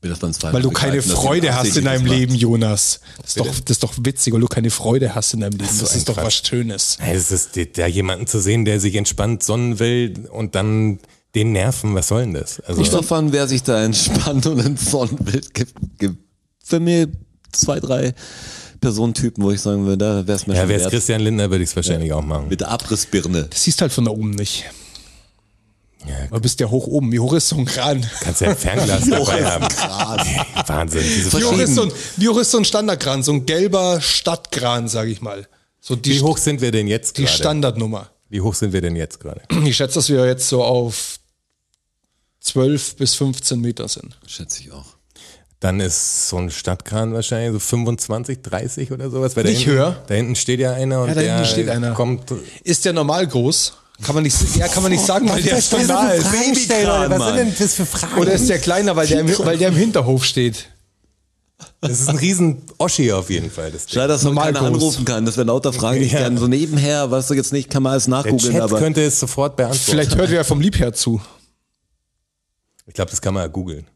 S4: Bin das beim zweiten
S2: Weil du
S4: Mal
S2: keine
S4: begreifen, dass
S2: Freude
S4: jemand
S2: hast in
S4: absichtlich
S2: deinem
S4: das macht.
S2: Leben, Jonas. Das ist, doch, das ist doch witzig, weil du keine Freude hast in deinem Leben.
S3: so
S2: Das
S3: ein
S2: ist doch
S3: Quatsch.
S2: was Schönes.
S3: Nein, Es ist die- da jemanden zu sehen, der sich entspannt sonnen will und dann den nerven, was soll denn das? Also,
S4: Ich davon, wer sich da entspannt und entsonnen will, gibt, gibt für mich zwei, drei Personentypen, wo ich sagen würde, da wär's mir
S3: ja,
S4: schon
S3: wäre es
S4: wert.
S3: Christian Lindner, würde ich es wahrscheinlich auch machen.
S4: Mit der Abrissbirne.
S2: Das siehst halt von da oben nicht.
S3: Ja,
S2: Du bist ja hoch oben. Wie hoch ist so ein Kran?
S3: kannst ja ein Fernglas
S4: Oh,
S3: dabei haben. Wahnsinn. Diese
S2: Wie hoch,
S3: Frauen.
S2: ist so ein, wie hoch ist so ein Standardkran? So ein gelber Stadtkran, sag ich mal. So die,
S3: Wie hoch sind wir denn jetzt
S2: die
S3: gerade?
S2: Standardnummer.
S3: Wie hoch sind wir denn jetzt gerade?
S2: Ich schätze, dass wir jetzt so auf 12 bis 15 Meter sind.
S4: Schätze ich auch.
S3: Dann ist so ein Stadtkran wahrscheinlich so 25, 30 oder sowas. Weil da
S2: Nicht
S3: hinten,
S2: höher.
S3: Da hinten steht ja einer und
S2: Ja, da
S3: der
S2: hinten steht einer.
S3: kommt.
S2: Ist der normal groß? Kann man nicht, ja, kann man nicht sagen, weil der schon nah ist.
S4: Babykran,
S3: Was sind
S4: Mann.
S3: denn das für Fragen?
S2: Oder ist der kleiner, weil der, im, weil der im Hinterhof steht?
S3: das ist ein riesen Oschi auf jeden Fall. Das Ding.
S4: Schade, dass man
S2: Normal
S4: keiner
S2: groß.
S4: anrufen kann. Das wären lauter Fragen, die ich
S3: Ja.
S4: gerne so nebenher, weißt du jetzt nicht, kann man alles
S3: Der
S4: nachgoogeln,
S3: Chat
S4: aber
S3: könnte es sofort beantworten.
S2: Vielleicht hört wer vom Liebherr zu.
S3: Ich glaube, das kann man ja googeln.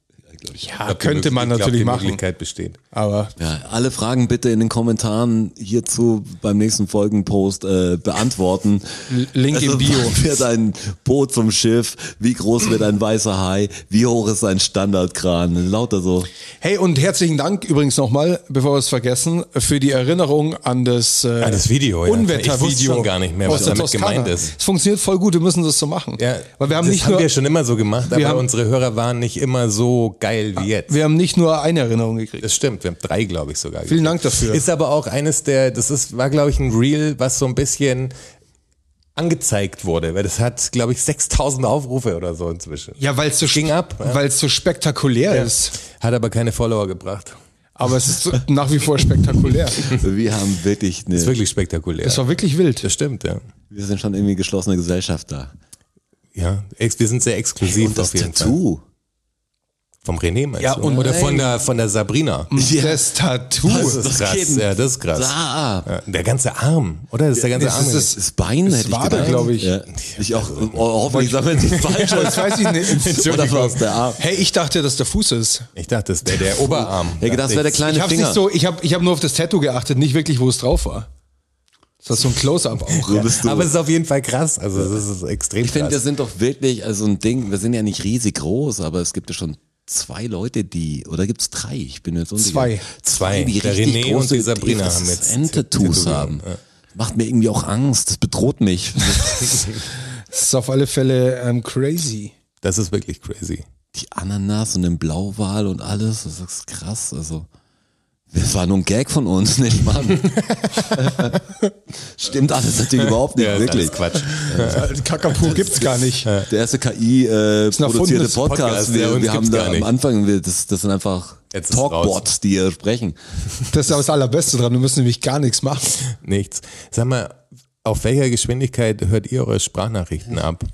S2: Ja,
S3: Ob die
S2: könnte man
S3: Möglichkeit-
S2: natürlich
S3: ich glaub, die
S2: machen.
S3: Möglichkeit besteht.
S2: Aber
S4: ja, alle Fragen bitte in den Kommentaren hierzu beim nächsten Folgenpost äh, beantworten. Also,
S2: L- Link im Bio.
S4: wann Wird ein Boot zum Schiff? Wie groß wird ein weißer Hai? Wie hoch ist ein Standardkran? Lauter so.
S2: hey, und herzlichen Dank übrigens nochmal, bevor wir es vergessen, für die Erinnerung an das, äh,
S3: An Ah, das Video, ja. Ich wusste
S2: Unwettervideo.
S3: schon gar nicht mehr, was
S2: aus der
S3: damit
S2: Toskana.
S3: gemeint ist.
S2: Es funktioniert voll gut, wir müssen das so machen.
S3: Ja,
S2: Weil wir haben
S3: das
S2: nicht
S3: haben
S2: nur,
S3: wir schon immer so gemacht,
S2: Wir
S3: aber
S2: haben- Ah,
S3: unsere Hörer waren nicht immer so geil wie jetzt.
S2: wir haben nicht nur eine Erinnerung gekriegt.
S3: Das stimmt, wir haben drei, glaube ich, sogar.
S2: Vielen Dank dafür.
S3: Ist aber auch eines der, das ist, war, glaube ich, ein Reel, was so ein bisschen angezeigt wurde, weil das hat, glaube ich, 6000 Aufrufe oder so inzwischen.
S2: ja, weil es so,
S3: ging
S2: sp-
S3: ab, ja.
S2: weil's so spektakulär ist.
S3: Hat aber keine Follower gebracht.
S2: Aber es ist so nach wie vor spektakulär.
S4: Wir haben wirklich
S3: Ist
S4: eine,
S3: wirklich spektakulär.
S2: Es war wirklich wild.
S3: das stimmt, ja.
S4: wir sind schon irgendwie geschlossene Gesellschaft da.
S3: Ja, ex- wir sind sehr exklusiv
S4: Und das
S3: auf jeden Fall.
S4: Tattoo.
S3: Vom René meinst
S2: Ja,
S3: du?
S2: und-
S3: oder von der, von der Sabrina.
S2: Das Tattoo.
S3: Das ist
S4: das
S3: krass.
S4: Kind.
S3: Ja, das ist krass.
S4: Da.
S3: Ja, der ganze Arm, oder? Das ist der ganze
S2: Das
S3: Arm.
S2: ist das,
S4: Das Bein hätte ich
S2: Wade,
S4: gedacht.
S2: glaub ich.
S4: Ja. Ich auch. Oh, hoffentlich sagen wir jetzt nicht falsch.
S2: das weiß ich nicht.
S4: Oder war es der Arm?
S2: Hey, ich dachte, dass der Fuß ist.
S3: ich dachte, das wäre der Oberarm.
S4: Ich hätte gedacht, genau, das wäre der kleine
S2: Ich habe
S4: Finger.
S2: nicht so, ich habe ich hab nur auf das Tattoo geachtet, nicht wirklich, wo es drauf war. Das war so ein Close-up auch.
S4: so bist du.
S3: Aber es ist auf jeden Fall krass. Also es ist extrem
S4: ich finde, wir
S3: krass.
S4: sind doch wirklich, also ein Ding, wir sind ja nicht riesig groß, aber es gibt ja schon zwei Leute, die, oder gibt's drei? Ich bin jetzt unsicher.
S2: Zwei.
S3: Zwei.
S4: Die
S3: Der
S4: richtig
S3: René
S4: große,
S3: und die Sabrina
S4: die
S3: haben jetzt äh,
S4: Tattoos
S3: Tattoo
S4: haben.
S3: gegeben,
S4: Macht mir irgendwie auch Angst, das bedroht mich.
S2: Das ist auf alle Fälle ähm, crazy.
S3: Das ist wirklich crazy.
S4: die Ananas und den Blauwal und alles, das ist krass, also. Das war nur ein Gag von uns, nicht Mann. Stimmt alles natürlich überhaupt nicht,
S3: Ja,
S4: wirklich.
S3: Das ist Quatsch.
S2: Kakapu gibt's gar nicht.
S4: Der erste
S2: ein
S4: KI-produzierte
S2: erfundenes
S4: Podcast,
S3: Podcast, ja,
S4: wir,
S3: uns
S4: wir haben
S3: gibt's
S4: da
S3: gar nicht.
S4: am Anfang, wir, das, das sind einfach
S3: Jetzt ist
S4: Talkbots, die hier sprechen.
S2: Das ist aber das Allerbeste dran. Du musst nämlich gar nichts machen.
S3: Nichts. Sag mal, auf welcher Geschwindigkeit hört ihr eure Sprachnachrichten ab?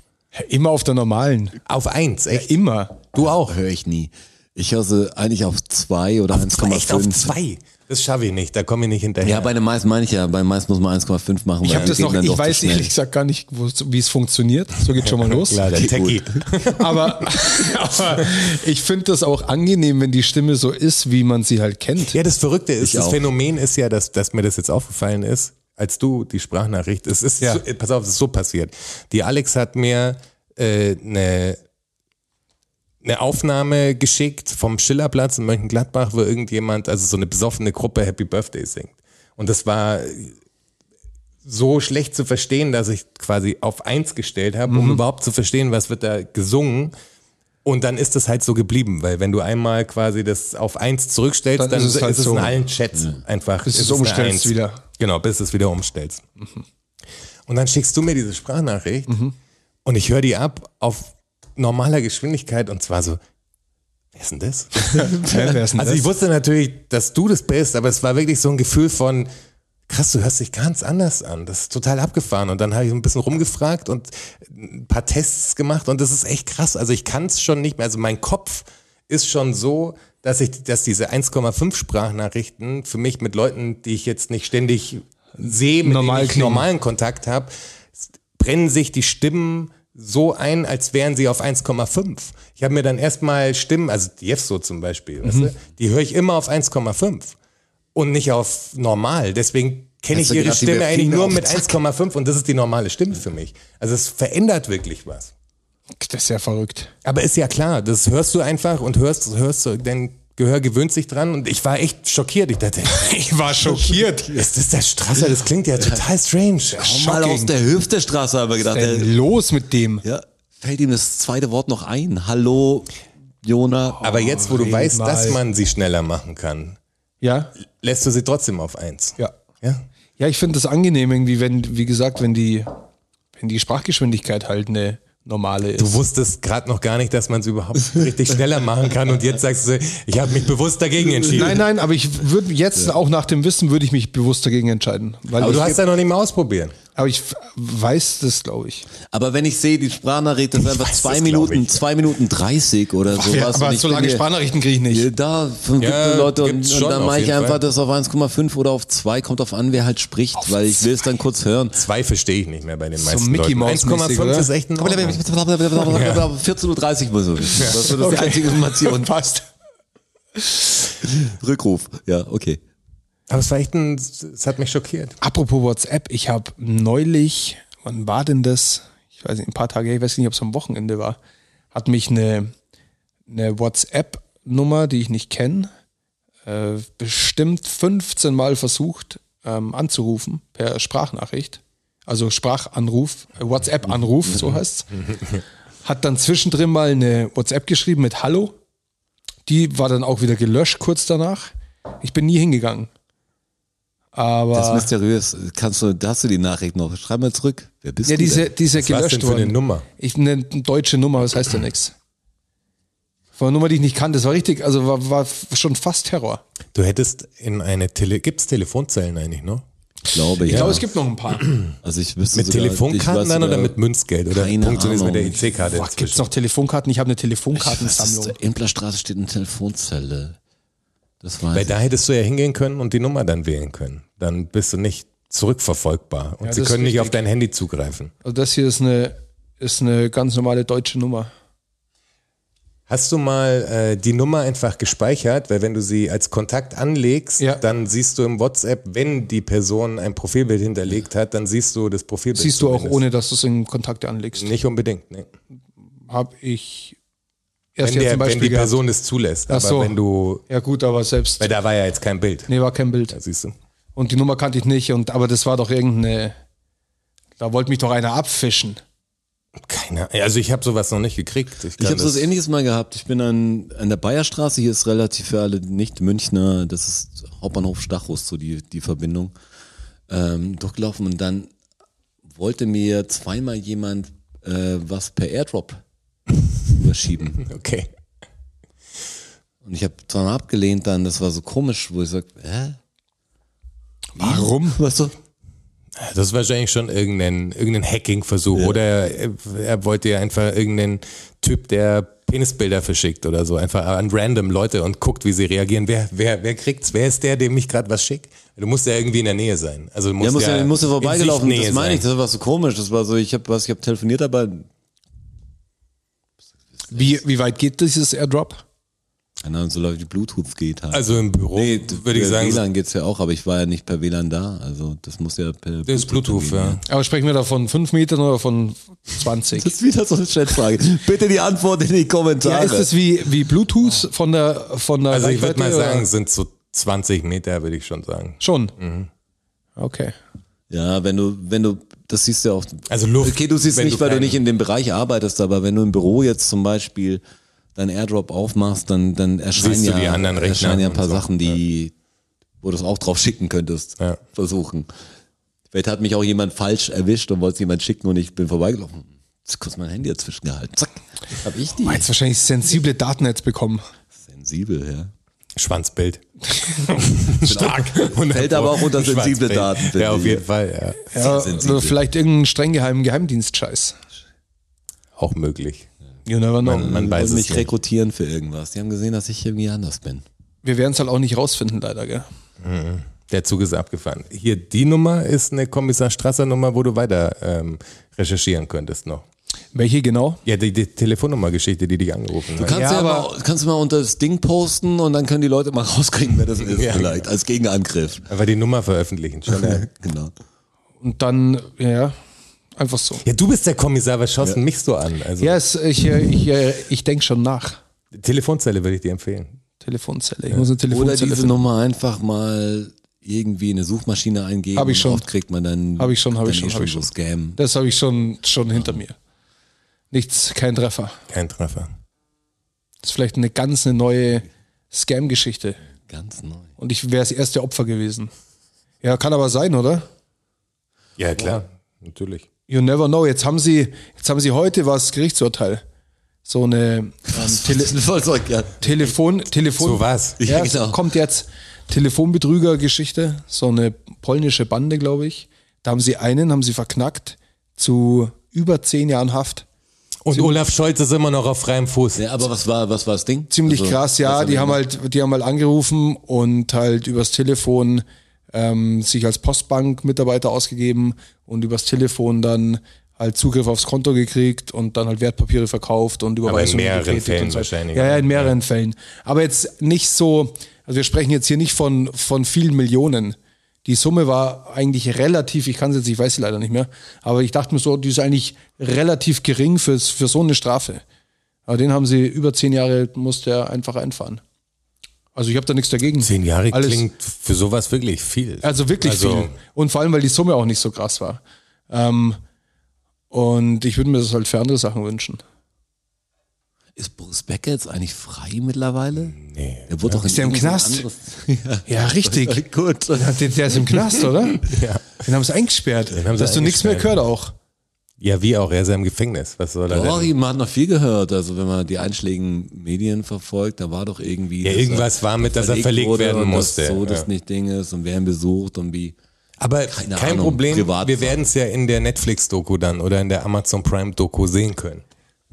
S2: Immer auf der normalen.
S3: Auf eins, echt?
S2: Immer.
S4: Du auch? Höre ich nie. Ich höre sie eigentlich auf zwei oder
S3: Echt auf
S4: 1,5.
S3: zwei? Das schaffe ich nicht, da komme ich nicht hinterher.
S4: Ja, bei den meisten meine ich ja, bei den meisten muss man 1,5 machen.
S2: Ich
S4: weil
S2: habe das
S4: geht
S2: noch,
S4: dann doch
S2: ich
S4: zu
S2: weiß
S4: schnell.
S2: ehrlich gesagt gar nicht, wo- wie es funktioniert. So geht schon mal los.
S3: Klar, der
S4: Okay,
S3: Techie.
S2: aber, aber ich finde das auch angenehm, wenn die Stimme so ist, wie man sie halt kennt.
S3: Ja, das Verrückte ist,
S4: Ich
S3: das
S4: auch.
S3: Phänomen ist ja, dass, dass mir das jetzt aufgefallen ist, als du die Sprachnachricht, es ist,
S2: Ja.
S3: so, äh, pass auf, es ist so passiert. Die Alex hat mir äh, eine eine Aufnahme geschickt vom Schillerplatz in Mönchengladbach, wo irgendjemand, also so eine besoffene Gruppe Happy Birthday singt. Und das war so schlecht zu verstehen, dass ich quasi auf eins gestellt habe,
S2: Mhm.
S3: um überhaupt zu verstehen, was wird da gesungen. Und dann ist das halt so geblieben, weil wenn du einmal quasi das auf eins zurückstellst, dann, ist es,
S2: halt so.
S3: in allen Chats einfach.
S2: Bis du
S3: ist
S2: es
S3: eine
S2: umstellst
S3: Eins.
S2: wieder. Mhm.
S3: Genau, bis du es wieder umstellst. Und dann schickst du mir diese Sprachnachricht und ich höre die ab auf normaler Geschwindigkeit und zwar so, wer ist denn das?
S2: Hä, wer ist denn
S3: Also
S2: das?
S3: ich wusste natürlich, dass du das bist, aber es war wirklich so ein Gefühl von, krass, du hörst dich ganz anders an. Das ist total abgefahren. Und dann habe ich ein bisschen rumgefragt und ein paar Tests gemacht und das ist echt krass. Also ich kann es schon nicht mehr. Also mein Kopf ist schon so, dass ich, dass diese 1,5 Sprachnachrichten für mich mit Leuten, die ich jetzt nicht ständig sehe, mit
S2: Normal
S3: denen ich
S2: klingen.
S3: normalen Kontakt habe, brennen sich die Stimmen so ein, als wären sie auf 1,5. Ich habe mir dann erstmal Stimmen, also Jeffso zum Beispiel,
S4: Mhm.
S3: weißt du, die höre ich immer auf 1,5 und nicht auf normal. Deswegen kenne ich
S4: Hast du
S3: ihre
S4: gedacht, die
S3: Stimme
S4: wäre
S3: eigentlich
S4: Fliegen
S3: nur
S4: auf
S3: mit
S4: Zack?
S3: 1,5 und das ist die normale Stimme für mich. Also es verändert wirklich was.
S2: Das ist ja verrückt.
S3: Aber ist ja klar, das hörst du einfach und hörst, hörst du, dein Gehör gewöhnt sich dran und ich war echt schockiert. Ich dachte,
S2: Ich war schockiert.
S3: ist das der Strasser? Das klingt ja total strange.
S4: Komm Mal
S2: Shocking.
S4: aus der Hüftestraße, haben wir gedacht. Der,
S2: Denn los mit dem.
S4: ja, fällt ihm das zweite Wort noch ein? Hallo, Jona.
S3: Oh. Aber jetzt, wo du
S2: red
S3: weißt,
S2: mal.
S3: dass man sie schneller machen kann,
S2: Ja?
S3: lässt du sie trotzdem auf eins.
S2: Ja.
S3: Ja.
S2: Ja, ich finde das angenehm irgendwie, wenn, wie gesagt, wenn die, wenn die Sprachgeschwindigkeit halt eine normale ist.
S3: Du wusstest gerade noch gar nicht, dass man es überhaupt richtig schneller machen kann und jetzt sagst du, ich habe mich bewusst dagegen entschieden.
S2: Nein, nein, aber ich würde jetzt auch nach dem Wissen würde ich mich bewusst dagegen entscheiden. Weil
S3: Aber
S2: ich,
S3: du hast ja noch nicht mal ausprobieren.
S2: aber ich f- weiß das, glaube ich.
S4: Aber wenn ich sehe, die Sprachnachricht ist einfach
S3: weiß
S4: zwei
S3: es, glaub
S4: Minuten,
S3: ich.
S4: zwei Minuten 30 oder sowas. und ich bin hier-
S2: Sprachnachrichten kriege ich
S4: hier Da, fünf
S3: Ja,
S4: Leute und,
S3: gibt's schon
S4: und dann
S3: auf
S4: mache ich
S3: jeden
S4: einfach
S3: Fall.
S4: das auf 1,5 oder auf 2, kommt auf an, wer halt spricht, weil ich will es dann kurz hören.
S3: Zwei verstehe ich nicht mehr bei den meisten
S2: Mickey
S3: Leuten.
S2: Mouse-mäßig,
S3: 1,5
S2: oder?
S3: ist echt ein Ordnung.
S4: 14.30 Uhr muss ich. Das ist so das ist die einzige Information.
S2: Passt.
S4: Rückruf. Ja, okay.
S3: Aber es war echt ein, es hat mich schockiert.
S2: Apropos WhatsApp, ich habe neulich, wann war denn das? Ich weiß nicht, ein paar Tage, her, ich weiß nicht, ob es am Wochenende war, hat mich eine, eine WhatsApp-Nummer, die ich nicht kenne, äh, bestimmt 15 Mal versucht ähm, anzurufen per Sprachnachricht. Also Sprachanruf, äh, WhatsApp-Anruf, so heißt's. Hat dann zwischendrin mal eine WhatsApp geschrieben mit Hallo. Die war dann auch wieder gelöscht kurz danach. Ich bin nie hingegangen. Aber
S4: Das ist mysteriös. Kannst du, da hast du die Nachricht noch? Schreib mal zurück. Wer bist
S2: Ja,
S4: du?
S2: diese,
S4: denn?
S2: diese
S3: Was war's denn
S2: gelöscht
S3: für eine
S2: worden.
S3: Nummer?
S2: Ich eine deutsche Nummer, das heißt ja nichts. Von einer Nummer, die ich nicht kannte. Das war richtig, also war, war schon fast Terror.
S3: Du hättest in eine Tele, gibt's Telefonzellen eigentlich noch?
S4: Glaube ich.
S2: Ich
S4: Ja.
S2: glaube, es gibt noch ein paar.
S4: also ich wüsste
S3: Mit
S4: sogar,
S3: Telefonkarten
S4: ich weiß
S3: dann oder
S4: sogar-
S3: mit Münzgeld? Oder
S4: Keine
S3: funktioniert mit der
S4: Ahnung.
S3: EC-Karte?
S2: Boah, gibt es
S3: inzwischen?
S2: noch Telefonkarten? Ich habe eine
S4: Was ist
S2: Telefonkartensammlung.
S4: der Implerstraße steht eine Telefonzelle. Das war
S3: Weil da hättest du ja hingehen können und die Nummer dann wählen können. Dann bist du nicht zurückverfolgbar und sie
S2: das ist
S3: können nicht auf
S2: richtig.
S3: dein Handy zugreifen.
S2: Also das hier ist eine, ist eine ganz normale deutsche Nummer.
S3: Hast du mal äh, die Nummer einfach gespeichert? Weil wenn du sie als Kontakt anlegst,
S2: Ja.
S3: dann siehst du im WhatsApp, wenn die Person ein Profilbild hinterlegt hat, dann siehst du das Profilbild.
S2: Siehst du auch
S3: zumindest.
S2: ohne, dass du es in Kontakte anlegst.
S3: Nicht unbedingt, nee.
S2: Habe ich erst
S3: Wenn,
S2: jetzt
S3: der,
S2: zum
S3: wenn
S2: Beispiel
S3: die
S2: gehabt.
S3: Person es zulässt. Aber
S2: so.
S3: wenn du,
S2: Ja gut, aber selbst.
S3: weil da war ja jetzt kein Bild.
S2: Nee, war kein Bild.
S3: Da siehst du.
S2: Und die Nummer kannte ich nicht. Und, aber das war doch irgendeine. Da wollte mich doch einer abfischen.
S3: Keine Keine Ahnung. Also ich habe sowas noch nicht gekriegt. Ich,
S4: Ich eh
S3: kann
S4: habe so was
S3: das-
S4: ähnliches mal gehabt. Ich bin an, an der Bayerstraße, hier ist relativ für alle Nicht-Münchner, das ist Hauptbahnhof Stachus, so die, die Verbindung, ähm, durchgelaufen und dann wollte mir zweimal jemand äh, was per Airdrop überschieben.
S3: Okay.
S4: Und ich habe zweimal abgelehnt dann, das war so komisch, wo ich sag, hä?
S3: Warum?
S4: Was so?
S3: Das ist wahrscheinlich schon irgendein, irgendein Hacking-Versuch. Oder er, er wollte ja einfach irgendeinen Typ, der Penisbilder verschickt oder so. Einfach an random Leute und guckt, wie sie reagieren. Wer, wer, wer kriegt's? Wer ist der, dem ich gerade was schickt? Du musst ja irgendwie in der Nähe sein. Also du musst
S4: Ja, muss ja, muss ja
S3: in
S4: vorbeigelaufen,
S3: Sichtnähe
S4: das meine ich,
S3: sein.
S4: das war so komisch, das war so, ich habe was, ich habe telefoniert, aber
S2: Wie, wie weit geht dieses Airdrop?
S4: keine Ahnung, so Leute, die Bluetooth geht halt.
S3: Also im Büro würde
S4: per
S3: ich sagen,
S4: WLAN geht's ja auch, aber ich war ja nicht per WLAN da. Also das muss ja per
S3: das ist Bluetooth.
S4: gehen,
S3: Ja. Also
S2: Aber sprechen wir da von 5 Metern oder von 20?
S4: Das ist wieder so eine Schätzfrage. Bitte die Antwort in die
S2: ja,
S4: Kommentare.
S2: ist es wie, wie Bluetooth von der von der
S3: Also ich würde mal
S2: Reichweite,
S3: sagen,
S2: oder?
S3: sind so 20 Meter, würde ich schon sagen.
S2: Schon. Okay.
S4: ja, wenn du, wenn du, das siehst du ja auch.
S3: Also Luft.
S4: Okay, du siehst
S3: wenn
S4: nicht, weil du
S3: keinen-
S4: nicht in dem Bereich arbeitest, aber wenn du im Büro jetzt zum Beispiel dein Airdrop aufmachst, dann, dann erscheinen
S3: Siehst du
S4: ja,
S3: die anderen Rechner
S4: erscheinen ja ein
S3: und
S4: paar
S3: so.
S4: Sachen, die, wo du es auch drauf schicken könntest,
S3: Ja.
S4: versuchen. Vielleicht hat mich auch jemand falsch erwischt und wollte es jemand schicken und ich bin vorbeigelaufen. Jetzt kurz mein Handy dazwischen gehalten. Zack, hab ich die.
S2: Boah, jetzt wahrscheinlich sensible Daten jetzt bekommen.
S4: Sensibel, ja.
S3: Schwanzbild. Stark.
S4: Fällt aber auch unter sensible
S3: Schwanzbild.
S4: Daten, finde
S3: Ja, auf
S4: ich.
S3: jeden Fall. Ja.
S2: Ja,
S4: sensibel.
S2: oder vielleicht irgendeinen streng geheimen Geheimdienstscheiß.
S3: Auch möglich.
S2: You never know.
S3: Man weiß
S4: wollen
S3: es
S4: mich
S3: nicht.
S4: rekrutieren für irgendwas. Die haben gesehen, dass ich irgendwie anders bin.
S2: Wir werden es halt auch nicht rausfinden, leider, gell?
S3: Der Zug ist abgefahren. Hier, die Nummer ist eine Kommissar Strasser Nummer, wo du weiter ähm, recherchieren könntest noch.
S2: Welche genau?
S3: Ja, die, die Telefonnummer-Geschichte, die dich angerufen hat.
S4: Kannst
S2: Ja,
S4: du ja
S2: aber-
S4: mal, kannst du mal unter das Ding posten und dann können die Leute mal rauskriegen, wer das ist
S3: Ja,
S4: vielleicht, als Gegenangriff.
S3: Einfach die Nummer veröffentlichen. Schon, ja.
S4: Genau.
S2: Und dann, ja, ja, einfach so.
S3: ja, du bist der Kommissar, was schaust denn mich so an? Also,
S2: Yes, ich, äh, ich, äh, ich denke schon nach.
S3: Telefonzelle würde ich dir empfehlen.
S2: Telefonzelle. Ich muss eine
S4: Oder
S2: Telefonzelle
S4: diese
S2: finden.
S4: Nummer einfach mal irgendwie in eine Suchmaschine eingeben.
S2: Hab ich
S4: und
S2: schon.
S4: Oft kriegt man dann,
S2: Hab ich schon, hab
S4: dann
S2: ich schon,
S4: eh
S2: hab ich schon.
S4: so Scam.
S2: Das habe ich schon, schon hinter mir. Nichts, kein Treffer.
S3: Kein Treffer.
S2: Das ist vielleicht eine ganz eine neue Scam-Geschichte.
S4: Ganz neu.
S2: Und ich wäre das erste Opfer gewesen. Ja, kann aber sein, oder?
S3: Ja, klar. Natürlich.
S2: You never know. Jetzt haben sie, jetzt haben sie heute was Gerichtsurteil. So eine ähm, Tele
S4: Voll so, ja.
S2: Telefon, Telefon.
S3: So war's.
S2: Ja,
S4: Ja, genau.
S2: kommt jetzt Telefonbetrüger-Geschichte, so eine polnische Bande, glaube ich. Da haben sie einen, haben sie verknackt zu über zehn Jahren Haft.
S3: Und Olaf Scholz ist immer noch auf freiem Fuß.
S4: ja, ne, aber was war, was war das Ding?
S2: Ziemlich
S4: Also,
S2: krass, ja. Die haben halt, die haben halt angerufen und halt übers Telefon ähm, sich als Postbank-Mitarbeiter ausgegeben und übers Telefon dann halt Zugriff aufs Konto gekriegt und dann halt Wertpapiere verkauft und Überweisungen
S3: mehreren
S2: getätigt
S3: Fällen
S2: und so.
S3: wahrscheinlich,
S2: Ja, ja,
S3: oder?
S2: in mehreren Fällen. Aber jetzt nicht so, also wir sprechen jetzt hier nicht von, von vielen Millionen. Die Summe war eigentlich relativ, ich kann es jetzt, ich weiß sie leider nicht mehr, aber ich dachte mir so, die ist eigentlich relativ gering fürs, für so eine Strafe. Aber den haben sie über zehn Jahre, muss der einfach einfahren. Also ich habe da nichts dagegen.
S3: Zehn Jahre
S2: Alles-
S3: klingt für sowas wirklich viel.
S2: Also wirklich viel. Und vor allem, weil die Summe auch nicht so krass war. Ähm, und ich würde mir das halt für andere Sachen wünschen.
S4: Ist Boris Becker jetzt eigentlich frei mittlerweile? Nee. Er wurde doch
S2: Ist der im
S4: irgendein
S2: Knast?
S4: anderes-
S2: Ja, richtig.
S4: Gut.
S2: Der, der ist im Knast, oder? Ja. Den haben sie eingesperrt.
S3: haben sie
S2: Dass du nichts mehr
S3: eingesperrt.
S2: gehört auch.
S3: Ja, wie auch, er ist ja im Gefängnis. Was soll er denn?
S4: Rory, man hat noch viel gehört. Also wenn man die einschlägigen Medien verfolgt, da war doch irgendwie.
S3: Ja,
S4: dass
S3: irgendwas war mit, dass er verlegt
S4: wurde
S3: werden
S4: und
S3: musste.
S4: Dass so das
S3: Ja.
S4: nicht Ding ist und wer ihn besucht und wie.
S3: Aber
S4: Keine
S3: kein
S4: Ahnung,
S3: Problem,
S4: privat
S3: wir
S4: sein.
S3: werden es ja in der Netflix-Doku dann oder in der Amazon Prime-Doku sehen können.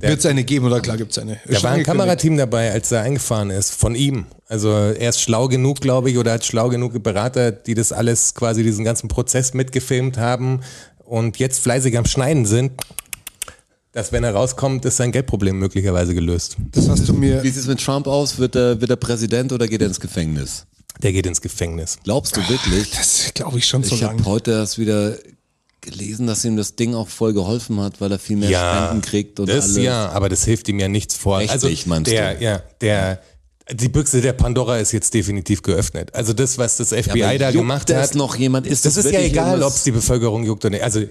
S2: Wird es eine geben oder klar gibt es eine.
S3: Da
S2: Ist
S3: war ein
S2: angekündigt.
S3: Kamerateam dabei, als er eingefahren ist, von ihm. Also er ist schlau genug, glaube ich, oder hat schlau genug Berater, die das alles quasi, diesen ganzen Prozess mitgefilmt haben und jetzt fleißig am Schneiden sind, dass wenn er rauskommt, ist sein Geldproblem möglicherweise gelöst.
S2: Das hast du mir.
S4: Wie sieht es mit Trump aus? Wird er, wird er Präsident oder geht er ins Gefängnis?
S3: Der geht ins Gefängnis.
S4: Glaubst du wirklich?
S2: Das glaube ich schon so
S4: ich habe
S2: lange.
S4: heute erst wieder gelesen, dass ihm das Ding auch voll geholfen hat, weil er viel mehr Spenden kriegt und
S3: das
S4: alles.
S3: ja, aber das hilft ihm ja nichts vor.
S4: Rechtlich,
S3: also
S4: meinst
S3: der,
S4: du?
S3: ja, der Die Büchse der Pandora ist jetzt definitiv geöffnet. Also das, was das FBI
S4: aber
S3: da
S4: juckt
S3: gemacht
S4: das
S3: hat.
S4: noch jemand? Ist
S3: das,
S4: das
S3: ist ja
S4: wirklich
S3: egal,
S4: irgendwas-
S3: ob es die Bevölkerung juckt oder nicht. Also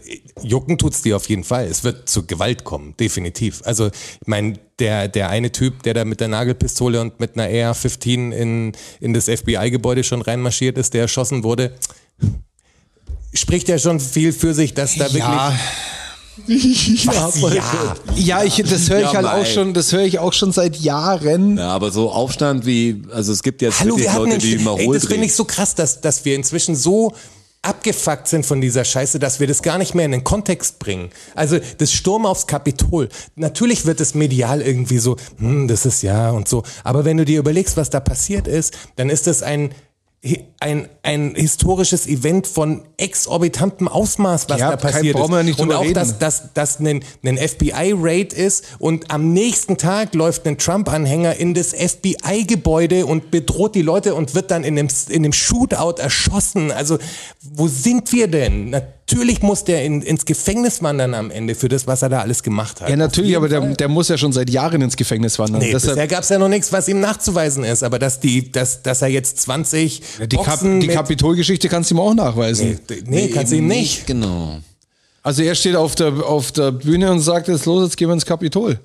S3: jucken tut's die auf jeden Fall. Es wird zu Gewalt kommen, definitiv. Also ich meine, der, der eine Typ, der da mit der Nagelpistole und mit einer AR-15 in, in das FBI-Gebäude schon reinmarschiert ist, der erschossen wurde, spricht ja schon viel für sich, dass da wirklich... Was? ja.
S2: Ja, ich, das höre ich
S4: Ja,
S2: halt
S4: Mai.
S2: auch schon, das höre ich auch schon seit Jahren.
S4: Ja, aber so Aufstand wie, also es gibt jetzt
S3: Hallo,
S4: wirklich
S3: wir hatten
S4: Leute,
S3: den-
S4: die mal
S3: Ey,
S4: holen.
S3: Das finde ich so krass, dass, dass wir inzwischen so abgefuckt sind von dieser Scheiße, dass wir das gar nicht mehr in den Kontext bringen. Also das Sturm aufs Kapitol. Natürlich wird es medial irgendwie so, hm, das ist ja und so. Aber wenn du dir überlegst, was da passiert ist, dann ist das ein ein, ein historisches Event von exorbitantem Ausmaß, was
S2: Ja,
S3: da
S2: kein-
S3: passiert
S2: brauchen wir
S3: ist.
S2: nicht
S3: und
S2: drüber
S3: auch,
S2: reden.
S3: dass, dass, dass ein, ein FBI-Raid ist und am nächsten Tag läuft ein Trump-Anhänger in das FBI-Gebäude und bedroht die Leute und wird dann in dem, in dem Shootout erschossen. Also, wo sind wir denn? Natürlich muss der in, ins Gefängnis wandern am Ende für das, was er da alles gemacht hat.
S2: Ja, natürlich, aber der, der muss ja schon seit Jahren ins Gefängnis wandern.
S3: Nee,
S2: Deshalb-
S3: bisher gab es ja noch nichts, was ihm nachzuweisen ist, aber dass die, dass, dass er jetzt 20
S2: die Kap
S3: Boxen
S2: die
S3: mit-
S2: Kapitolgeschichte kannst du ihm auch nachweisen.
S3: Nee, nee, kannst du ihm nicht.
S4: Genau.
S2: Also er steht auf der, auf der Bühne und sagt, jetzt los, jetzt gehen wir ins Kapitol.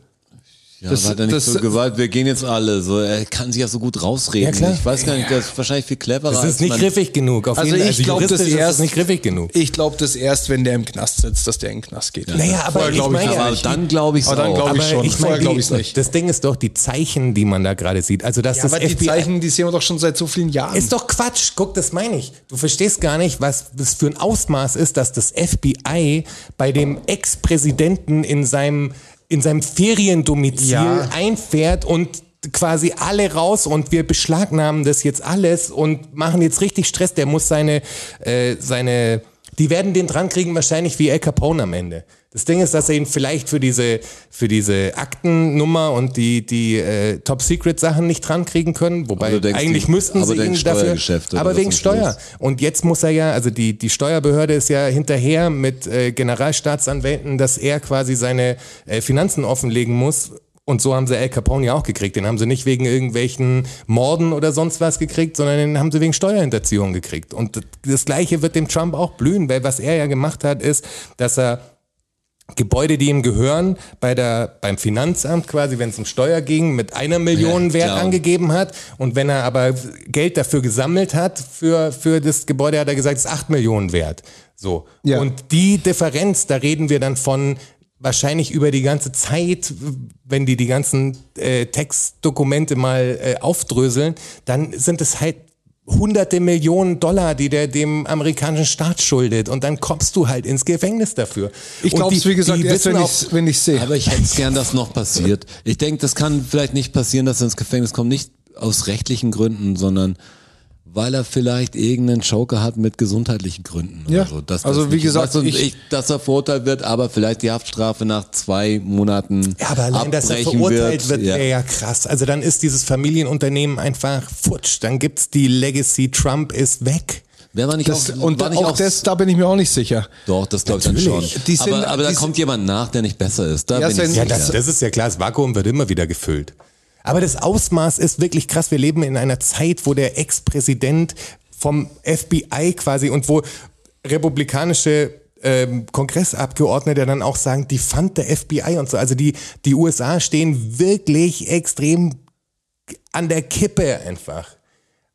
S4: Ja,
S2: Das-
S4: das, hat er nicht
S2: das-
S4: so Gewalt, wir gehen jetzt alle. So, er kann sich ja so gut rausreden.
S3: Ja, klar.
S4: Ich weiß gar nicht, das ist wahrscheinlich viel cleverer.
S3: Das
S4: als
S3: ist nicht
S4: man-
S3: griffig genug. Auf
S2: Also
S3: jeden,
S2: ich glaube, das
S3: juristisch ist
S2: erst-
S3: nicht griffig genug.
S2: Ich glaube das erst, wenn der im Knast sitzt, dass der in den Knast geht.
S3: Naja, aber
S2: Vorher
S3: ich
S2: glaub ich
S3: meine,
S2: das
S4: Aber
S2: nicht.
S4: dann glaube ich
S2: Aber dann
S4: auch.
S2: glaub ich schon. Vorher
S3: die-
S2: glaub ich's nicht.
S3: Das Ding ist doch die Zeichen, die man da gerade sieht. Also dass
S2: Ja,
S3: das
S2: aber die
S3: FBI
S2: Zeichen, die sehen wir doch schon seit so vielen Jahren.
S3: ist doch Quatsch. Guck, das meine ich. Du verstehst gar nicht, was das für ein Ausmaß ist, dass das FBI bei dem Ex-Präsidenten in seinem in seinem Feriendomizil
S2: Ja.
S3: einfährt und quasi alle raus und wir beschlagnahmen das jetzt alles und machen jetzt richtig Stress. Der muss seine äh, seine die werden den dran kriegen wahrscheinlich wie Al Capone am Ende. Das Ding ist, dass er ihn vielleicht für diese für diese Aktennummer und die die äh, Top Secret Sachen nicht dran kriegen können,
S4: Aber
S3: wobei
S4: du Also denkst,
S3: eigentlich
S4: die-
S3: müssten
S4: aber
S3: sie
S4: wegen
S3: ihn dafür,
S4: Steuergeschäfte
S3: aber
S4: oder
S3: wegen
S4: was
S3: Steuer.
S4: nicht
S3: Und jetzt muss er ja, also die, die Steuerbehörde ist ja hinterher mit äh, Generalstaatsanwälten, dass er quasi seine äh, Finanzen offenlegen muss. Und so haben sie Al Capone ja auch gekriegt. Den haben sie nicht wegen irgendwelchen Morden oder sonst was gekriegt, sondern den haben sie wegen Steuerhinterziehung gekriegt. Und das- das Gleiche wird dem Trump auch blühen, weil was er ja gemacht hat, ist, dass er Gebäude, die ihm gehören, bei der, beim Finanzamt quasi, wenn es um Steuer ging, mit einer Million
S4: Ja,
S3: Wert
S4: klar.
S3: angegeben hat. Und wenn er aber Geld dafür gesammelt hat, für, für das Gebäude, hat er gesagt, es ist acht Millionen wert. So.
S2: Ja.
S3: Und die Differenz, da reden wir dann von wahrscheinlich über die ganze Zeit, wenn die die ganzen äh, Textdokumente mal äh, aufdröseln, dann sind es halt hunderte Millionen Dollar, die der dem amerikanischen Staat schuldet. Und dann kommst du halt ins Gefängnis dafür.
S2: ich
S3: Und
S2: glaube es,
S3: die-
S2: wie gesagt,
S3: die
S2: erst
S3: wissen
S2: wenn
S3: auch-
S2: ich wenn ich sehe.
S4: Aber ich hätte es gern, dass noch passiert. Ich denke, das kann vielleicht nicht passieren, dass er ins Gefängnis kommt. Nicht aus rechtlichen Gründen, sondern weil er vielleicht irgendeinen Joker hat mit gesundheitlichen Gründen.
S2: Ja.
S4: Oder so. dass,
S2: Also, wie
S4: nicht-
S2: gesagt,
S4: dass,
S2: ich-
S4: ich, dass er verurteilt wird, aber vielleicht die Haftstrafe nach zwei Monaten
S3: Ja, aber allein, dass er
S4: abbrechen
S3: verurteilt wird,
S4: ja.
S3: wäre ja krass. Also dann ist dieses Familienunternehmen einfach futsch. Dann gibt's die Legacy Trump ist weg.
S4: Wäre man nicht
S2: Das,
S4: auch,
S2: und
S4: war nicht
S2: auch das, da bin ich mir auch nicht sicher.
S4: Doch, das glaube ich dann schon.
S3: Natürlich.
S2: Die sind-
S4: aber aber da
S2: die
S4: kommt jemand nach, der nicht besser ist. Da
S2: Ja,
S4: bin
S2: Sven,
S4: ich
S2: Ja,
S4: sicher.
S2: das-
S3: ist ja klar. Das Vakuum wird immer wieder gefüllt. Aber das Ausmaß ist wirklich krass. Wir leben in einer Zeit, wo der Ex-Präsident vom FBI quasi und wo republikanische ähm, Kongressabgeordnete dann auch sagen, die fand der FBI und so. Also die, die USA stehen wirklich extrem an der Kippe einfach.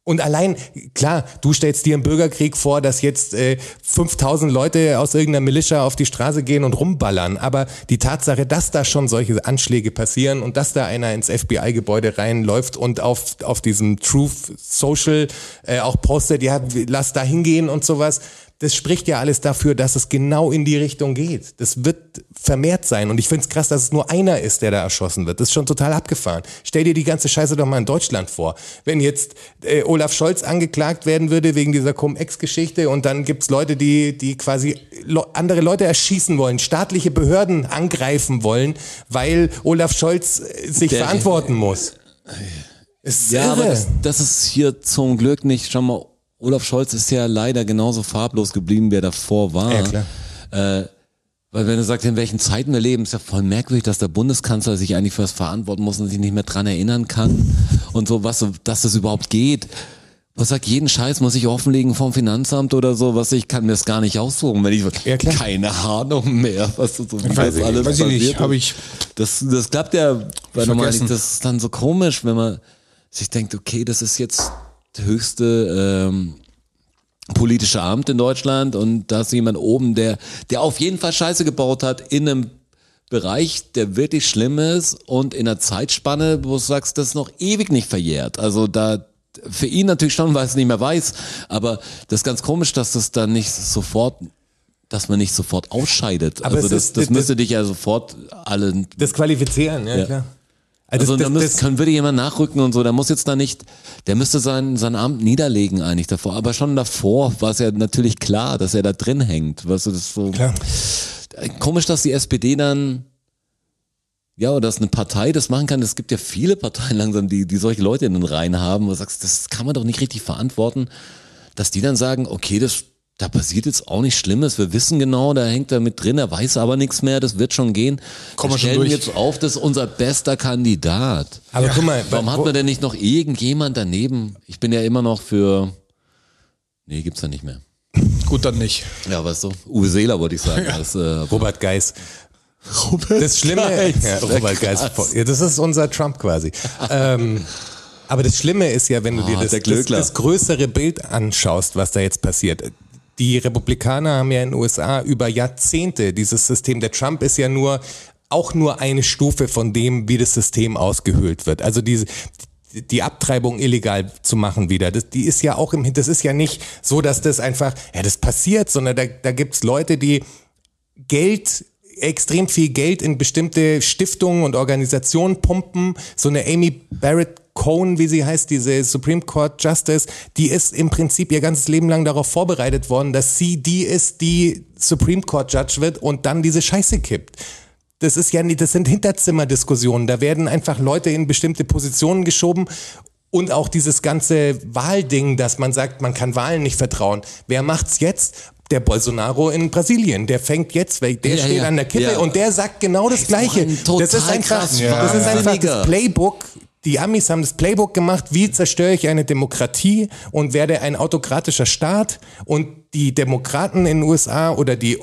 S3: Und allein, klar, du stellst dir im Bürgerkrieg vor, dass jetzt äh, 5000 Leute aus irgendeiner Militia auf die Straße gehen und rumballern. Aber die Tatsache, dass da schon solche Anschläge passieren und dass da einer ins FBI-Gebäude reinläuft und auf, auf diesem Truth Social äh, auch postet, ja, lass da hingehen und sowas, das spricht ja alles dafür, dass es genau in die Richtung geht. Das wird vermehrt sein. Und ich finde es krass, dass es nur einer ist, der da erschossen wird. Das ist schon total abgefahren. Stell dir die ganze Scheiße doch mal in Deutschland vor. Wenn jetzt äh, Olaf Scholz angeklagt werden würde wegen dieser Cum-Ex-Geschichte und dann gibt's Leute, die, die quasi lo- andere Leute erschießen wollen, staatliche Behörden angreifen wollen, weil Olaf Scholz äh, sich
S4: Der-
S3: verantworten muss. Ist
S4: Ja, aber
S3: irre.
S4: das, das ist hier zum Glück nicht. Schau mal, Olaf Scholz ist ja leider genauso farblos geblieben, wie er davor war.
S3: Ja, klar.
S4: Weil wenn du sagst, in welchen Zeiten wir leben, ist ja voll merkwürdig, dass der Bundeskanzler sich eigentlich für was verantworten muss und sich nicht mehr dran erinnern kann und so, was, so- dass das überhaupt geht. Was sagt jeden Scheiß, muss ich offenlegen vom Finanzamt oder so, was ich kann mir das gar nicht aussuchen, wenn ich
S3: Ja, klar.
S4: keine Ahnung mehr, was so so wie
S2: Weiß
S4: das
S2: ich-
S4: alles
S2: weiß ich nicht,
S4: passiert ist.
S2: hab ich-
S4: das das klappt ja bei normal
S2: vergessen.
S4: nicht, das ist dann so komisch, wenn man sich denkt, okay, das ist jetzt das höchste ähm, politische Amt in Deutschland und da ist jemand oben, der, der auf jeden Fall Scheiße gebaut hat in einem Bereich, der wirklich schlimm ist und in einer Zeitspanne, wo du sagst, das ist noch ewig nicht verjährt. Also da für ihn natürlich schon, weil er es nicht mehr weiß, aber das ist ganz komisch, dass das dann nicht sofort, dass man nicht sofort ausscheidet.
S3: Aber
S4: also
S3: es
S4: das,
S3: ist-
S4: das,
S3: das-
S4: müsste dich ja sofort allen
S3: Disqualifizieren, ja,
S4: Ja.
S3: klar. Also,
S4: also da
S3: das, das,
S4: müsste,
S3: das,
S4: kann, würde jemand nachrücken und so, der muss jetzt da nicht, der müsste sein, sein Amt niederlegen eigentlich davor. Aber schon davor war es ja natürlich klar, dass er da drin hängt. Weißt du, das ist so
S3: klar.
S4: komisch, dass die SPD dann, ja, oder dass eine Partei das machen kann. Es gibt ja viele Parteien langsam, die, die solche Leute in den Reihen haben, wo du sagst, das kann man doch nicht richtig verantworten, dass die dann sagen, okay, das, da passiert jetzt auch nicht Schlimmes, wir wissen genau, da hängt er mit drin, er weiß aber nichts mehr, das wird schon gehen.
S2: Kommen wir
S4: wir
S2: schon
S4: stellen
S2: durch.
S4: jetzt auf, das ist unser bester Kandidat.
S3: Aber guck mal,
S4: Warum hat
S3: wo-
S4: man denn nicht noch irgendjemand daneben? Ich bin ja immer noch für. Nee, gibt's ja nicht mehr.
S2: Gut, dann nicht.
S4: Ja, weißt du? Uwe Seeler wollte ich sagen. Als, äh,
S3: Robert Geis.
S4: Robert
S3: Das Schlimme,
S4: Geis.
S3: ja, Robert
S4: Krass.
S3: Geis, ja, das ist unser Trump quasi. ähm, aber das Schlimme ist ja, wenn du dir
S4: Ah,
S3: das,
S4: der
S3: das,
S4: Glöckler.
S3: das größere Bild anschaust, was da jetzt passiert. Die Republikaner haben ja in den USA über Jahrzehnte dieses System. Der Trump ist ja nur auch nur eine Stufe von dem, wie das System ausgehöhlt wird. Also diese die Abtreibung illegal zu machen wieder. Das, die ist ja auch im, Hin- das ist ja nicht so, dass das einfach, ja, das passiert, sondern da, da gibt's Leute, die Geld, extrem viel Geld in bestimmte Stiftungen und Organisationen pumpen. So eine Amy Barrett Cohen, wie sie heißt, diese Supreme Court Justice, die ist im Prinzip ihr ganzes Leben lang darauf vorbereitet worden, dass sie die ist, die Supreme Court Judge wird und dann diese Scheiße kippt. Das ist ja nicht, das sind Hinterzimmerdiskussionen. Da werden einfach Leute in bestimmte Positionen geschoben und auch dieses ganze Wahlding, dass man sagt, man kann Wahlen nicht vertrauen. Wer macht's jetzt? Der Bolsonaro in Brasilien, der fängt jetzt, weg, der
S4: Ja,
S3: steht
S4: ja,
S3: an der Kippe
S4: ja.
S3: und der sagt genau das
S4: doch
S3: Gleiche.
S4: ein total
S3: Das ist einfach,
S4: krass
S3: das ist einfach
S4: Wahnsinniger.
S3: das Playbook. Die Amis haben das Playbook gemacht, wie zerstöre ich eine Demokratie und werde ein autokratischer Staat und die Demokraten in den USA oder die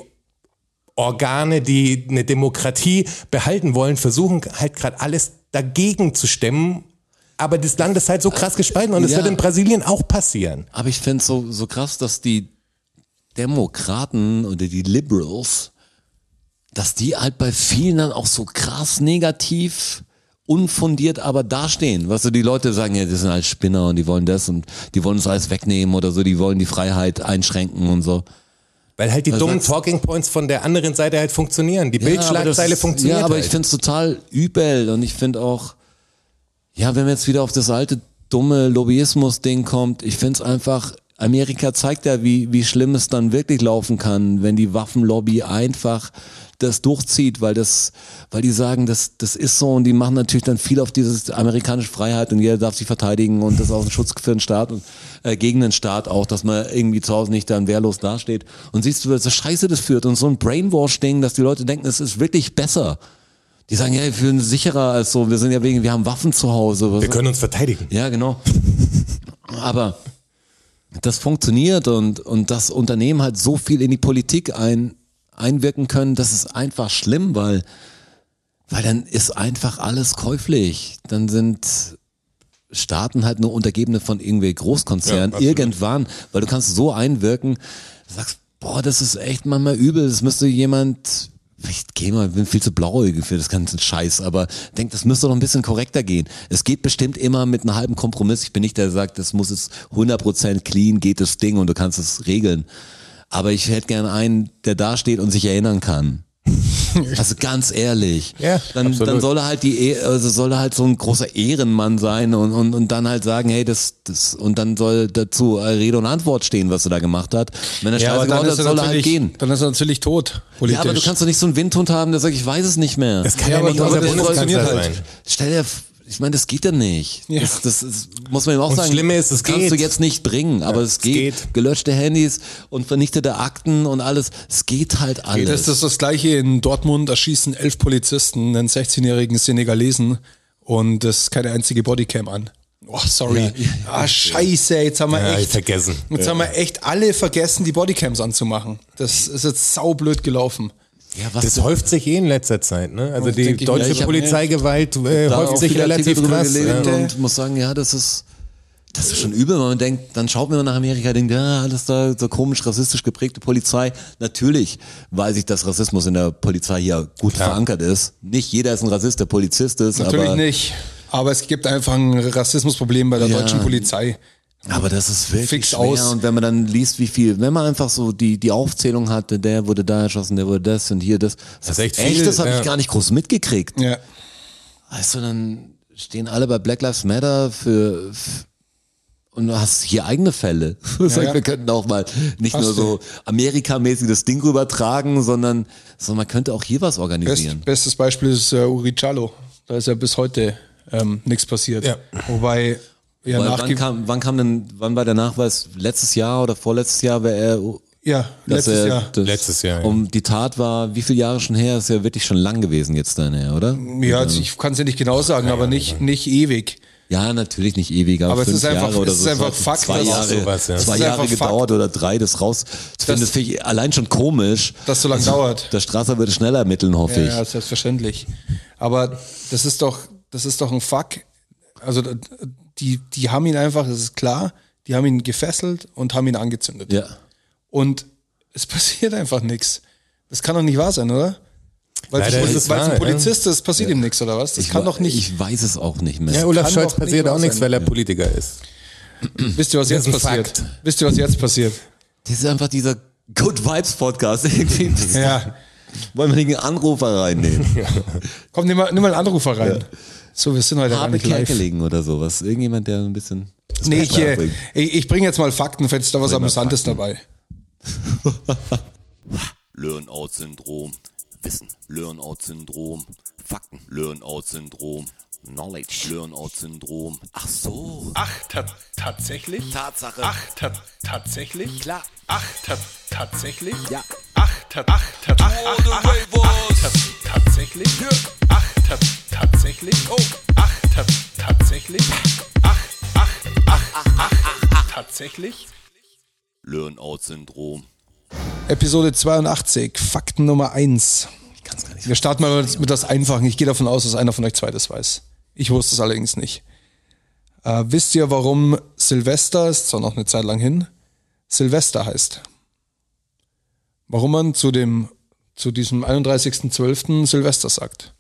S3: Organe, die eine Demokratie behalten wollen, versuchen halt gerade alles dagegen zu stemmen. Aber das Land ist halt so krass gespalten und es
S4: Ja.
S3: wird in Brasilien auch passieren.
S4: Aber ich find's so, so krass, dass die Demokraten oder die Liberals, dass die halt bei vielen dann auch so krass negativ, unfundiert aber dastehen. Weißt du, die Leute sagen, ja, die sind halt Spinner und die wollen das und die wollen uns alles wegnehmen oder so, die wollen die Freiheit einschränken und so.
S3: Weil halt die
S4: Was
S3: dummen
S4: sagst-
S3: Talking Points von der anderen Seite halt funktionieren. Die
S4: Also aber
S3: Bildschlagzeile
S4: das-
S3: funktioniert.
S4: Ja, aber
S3: halt.
S4: ich finde es total übel und ich finde auch, ja, wenn man jetzt wieder auf das alte dumme Lobbyismus-Ding kommt, ich finde es einfach, Amerika zeigt ja, wie, wie schlimm es dann wirklich laufen kann, wenn die Waffenlobby einfach das durchzieht, weil das, weil die sagen, das, das ist so und die machen natürlich dann viel auf dieses amerikanische Freiheit und jeder darf sich verteidigen und das ist auch ein Schutz für den Staat und äh, gegen den Staat auch, dass man irgendwie zu Hause nicht dann wehrlos dasteht. Und siehst du, was für Scheiße das führt und so ein Brainwash-Ding, dass die Leute denken, es ist wirklich besser. Die sagen, ja, wir fühlen uns sicherer als so, wir sind ja wegen, wir haben Waffen zu Hause. Was
S3: Wir können uns verteidigen.
S4: ja, genau. Aber das funktioniert und, und das Unternehmen halt so viel in die Politik ein, einwirken können, das ist einfach schlimm, weil, weil dann ist einfach alles käuflich. Dann sind Staaten halt nur Untergebene von irgendwie Großkonzernen irgendwann, weil du kannst so einwirken, du sagst, boah, das ist echt manchmal übel, das müsste jemand, ich geh mal, bin viel zu blauäugig für das ganze Scheiß, aber denk, das müsste doch ein bisschen korrekter gehen. Es geht bestimmt immer mit einem halben Kompromiss. Ich bin nicht der, der sagt, das muss jetzt 100% clean, geht das Ding und du kannst es regeln. Aber ich hätte gern einen, der da steht und sich erinnern kann. Also ganz ehrlich.
S3: Ja,
S4: dann,
S3: absolut.
S4: dann soll er halt die, Eh- also soll er halt so ein großer Ehrenmann sein und, und, und dann halt sagen, hey, das, das, und dann soll dazu äh, Rede und Antwort stehen, was er da gemacht hat. Wenn
S2: Also
S4: er Scheiße gebaut hat, soll er halt gehen.
S2: dann ist er natürlich tot, politisch.
S4: Ja, aber du kannst doch nicht so einen Windhund haben, der sagt, ich weiß es nicht mehr.
S3: Das kann ja,
S2: Ja, aber
S3: nicht
S2: das-
S3: unser
S2: aber das
S3: Bundeskanzler
S2: funktioniert
S3: sein.
S2: halt.
S4: Stell dir, f- ich meine, das geht ja nicht.
S2: Ja.
S4: Das, das, das muss man ihm auch
S3: Und das
S4: sagen.
S3: Schlimme ist, es
S4: kannst
S3: geht.
S4: du jetzt nicht bringen, aber es,
S3: es
S4: geht.
S3: geht.
S4: Gelöschte Handys und vernichtete Akten und alles. Es geht halt alles.
S2: Das ist das gleiche in Dortmund, erschießen elf Polizisten einen 16-jährigen Senegalesen und es ist keine einzige Bodycam an. Oh, sorry. Ah, scheiße, jetzt haben wir
S3: Ja, ich
S2: echt.
S3: vergessen.
S2: Jetzt
S3: Ja.
S2: haben wir echt alle vergessen, die Bodycams anzumachen. Das ist jetzt saublöd gelaufen.
S4: ja, was
S3: Das häuft sich eh in letzter Zeit, ne? Also
S2: Das
S3: die
S2: denke ich mir.
S3: deutsche
S4: Ich hab-
S3: Polizeigewalt äh,
S4: Da
S3: häuft
S4: auch
S3: sich
S4: viele
S3: relativ
S4: Artikel drüber
S3: krass. ähm,
S4: gelesen
S3: Ja.
S4: Und muss sagen, ja, das ist, das ist schon übel. wenn Man denkt, dann schaut man nach Amerika, denkt, ja, alles da, so komisch, rassistisch geprägte Polizei. Natürlich weiß ich, dass Rassismus in der Polizei hier gut verankert ist. Nicht jeder ist ein Rassist, der Polizist ist.
S2: Natürlich
S4: aber,
S2: nicht. Aber es gibt einfach ein Rassismusproblem bei der
S4: Ja.
S2: deutschen Polizei.
S4: Aber das ist wirklich
S2: Fix
S4: schwer.
S2: aus.
S4: Und wenn man dann liest, wie viel, wenn man einfach so die, die Aufzählung hatte, der wurde da erschossen, der wurde das und hier das. Das,
S3: ist echt
S4: echt,
S3: viel,
S4: das habe
S3: ja.
S4: ich gar nicht groß mitgekriegt.
S2: Ja.
S4: Weißt du, dann stehen alle bei Black Lives Matter für, f- und du hast hier eigene Fälle. Das heißt,
S2: ja.
S4: Wir könnten auch mal nicht
S2: Hast
S4: nur so amerikamäßig das Ding rübertragen, sondern, sondern man könnte auch hier was organisieren.
S2: Best, bestes Beispiel ist äh, Uri Cialo. Da ist ja bis heute ähm, nichts passiert.
S3: Ja.
S2: Wobei ja,
S4: Weil wann,
S2: nachge
S4: kam, wann kam denn, wann war der Nachweis? Letztes Jahr oder vorletztes Jahr, wer er,
S2: ja
S4: dass
S2: letztes
S4: er
S2: Jahr.
S4: das- äh,
S3: Letztes Jahr, ja.
S4: Um die Tat war, wie viele Jahre schon her? Ist ja wirklich schon lang gewesen jetzt dann her, oder?
S2: Ja, also ich kann es ja nicht genau sagen, aber nicht, nicht ewig.
S4: Ja, natürlich nicht ewig, aber,
S2: Aber es
S4: fünf
S2: ist einfach-
S4: Jahre oder
S2: es ist
S4: so.
S2: einfach
S4: hat
S2: Fakt,
S4: zwei
S2: dass-
S4: Jahre,
S3: sowas,
S4: zwei
S3: ja.
S2: Es ist
S4: Jahre
S2: einfach Fakt.
S4: gedauert oder drei, das raus. Das, das finde ich allein schon komisch.
S2: Dass so lange dauert.
S4: Der Strasser würde schneller ermitteln, hoffe
S2: Ja,
S4: ich.
S2: ja, selbstverständlich. Aber das ist doch, das ist doch ein Fuck. Also d- die, die haben ihn einfach, das ist klar, die haben ihn gefesselt und haben ihn angezündet.
S4: Ja.
S2: Und es passiert einfach nichts. Das kann doch nicht wahr sein, oder? Weil
S3: Leider ist es
S2: es ein
S3: wahr,
S2: Polizist ist, passiert ihm nichts, oder was? Das kann
S4: wa-
S2: doch nicht.
S4: Ich weiß es auch nicht mehr.
S3: Ja, Olaf
S2: kann
S3: Scholz
S2: doch nicht
S3: passiert
S2: wahr
S3: auch nichts,
S2: sein.
S3: weil er Politiker ist.
S2: Wisst ihr, was jetzt
S3: ist ein
S2: passiert?
S3: Fakt.
S2: Wisst ihr, was jetzt passiert?
S4: das ist einfach dieser Good Vibes Podcast. Irgendwie. Das-
S2: Ja.
S4: Wollen wir nicht einen Anrufer reinnehmen?
S2: Komm, nimm mal, nimm mal einen Anrufer rein. So, wir sind heute gar
S4: Habe
S2: nicht live.
S4: Kerkeling oder sowas. Irgendjemand, der ein bisschen.
S2: Nee, ich,
S4: Wetter
S2: äh,
S4: bringen.
S2: ich, ich bringe jetzt mal Fakten, falls da was Amüsantes dabei.
S5: Learn-out-Syndrom. Wissen. Learn-out-Syndrom. Fakten. Learn-out-Syndrom. Knowledge. Learn-out-Syndrom. Ach so.
S6: Ach, ta tatsächlich?
S5: Tatsache.
S6: Ach, ta tatsächlich?
S5: Klar.
S6: Ach, ta tatsächlich?
S5: Ja.
S6: Ach, ta ach, ta ach, ach, ach, ach, ta tatsächlich? Ach, ta tatsächlich? Oh. Ach, ta tatsächlich? Ach, ach, ach, ach, ach, tatsächlich?
S5: Learn-out-Syndrom.
S2: Episode 82, Fakten Nummer 1.
S4: Kann's gar nicht.
S2: Wir starten mal mit, mit das Einfachen. Ich gehe davon aus, dass einer von euch zwei das weiß. Ich wusste es allerdings nicht. Äh, wisst ihr, warum Silvester, ist zwar noch eine Zeit lang hin, Silvester heißt? Warum man zu dem, zu diesem 31.12. Silvester sagt?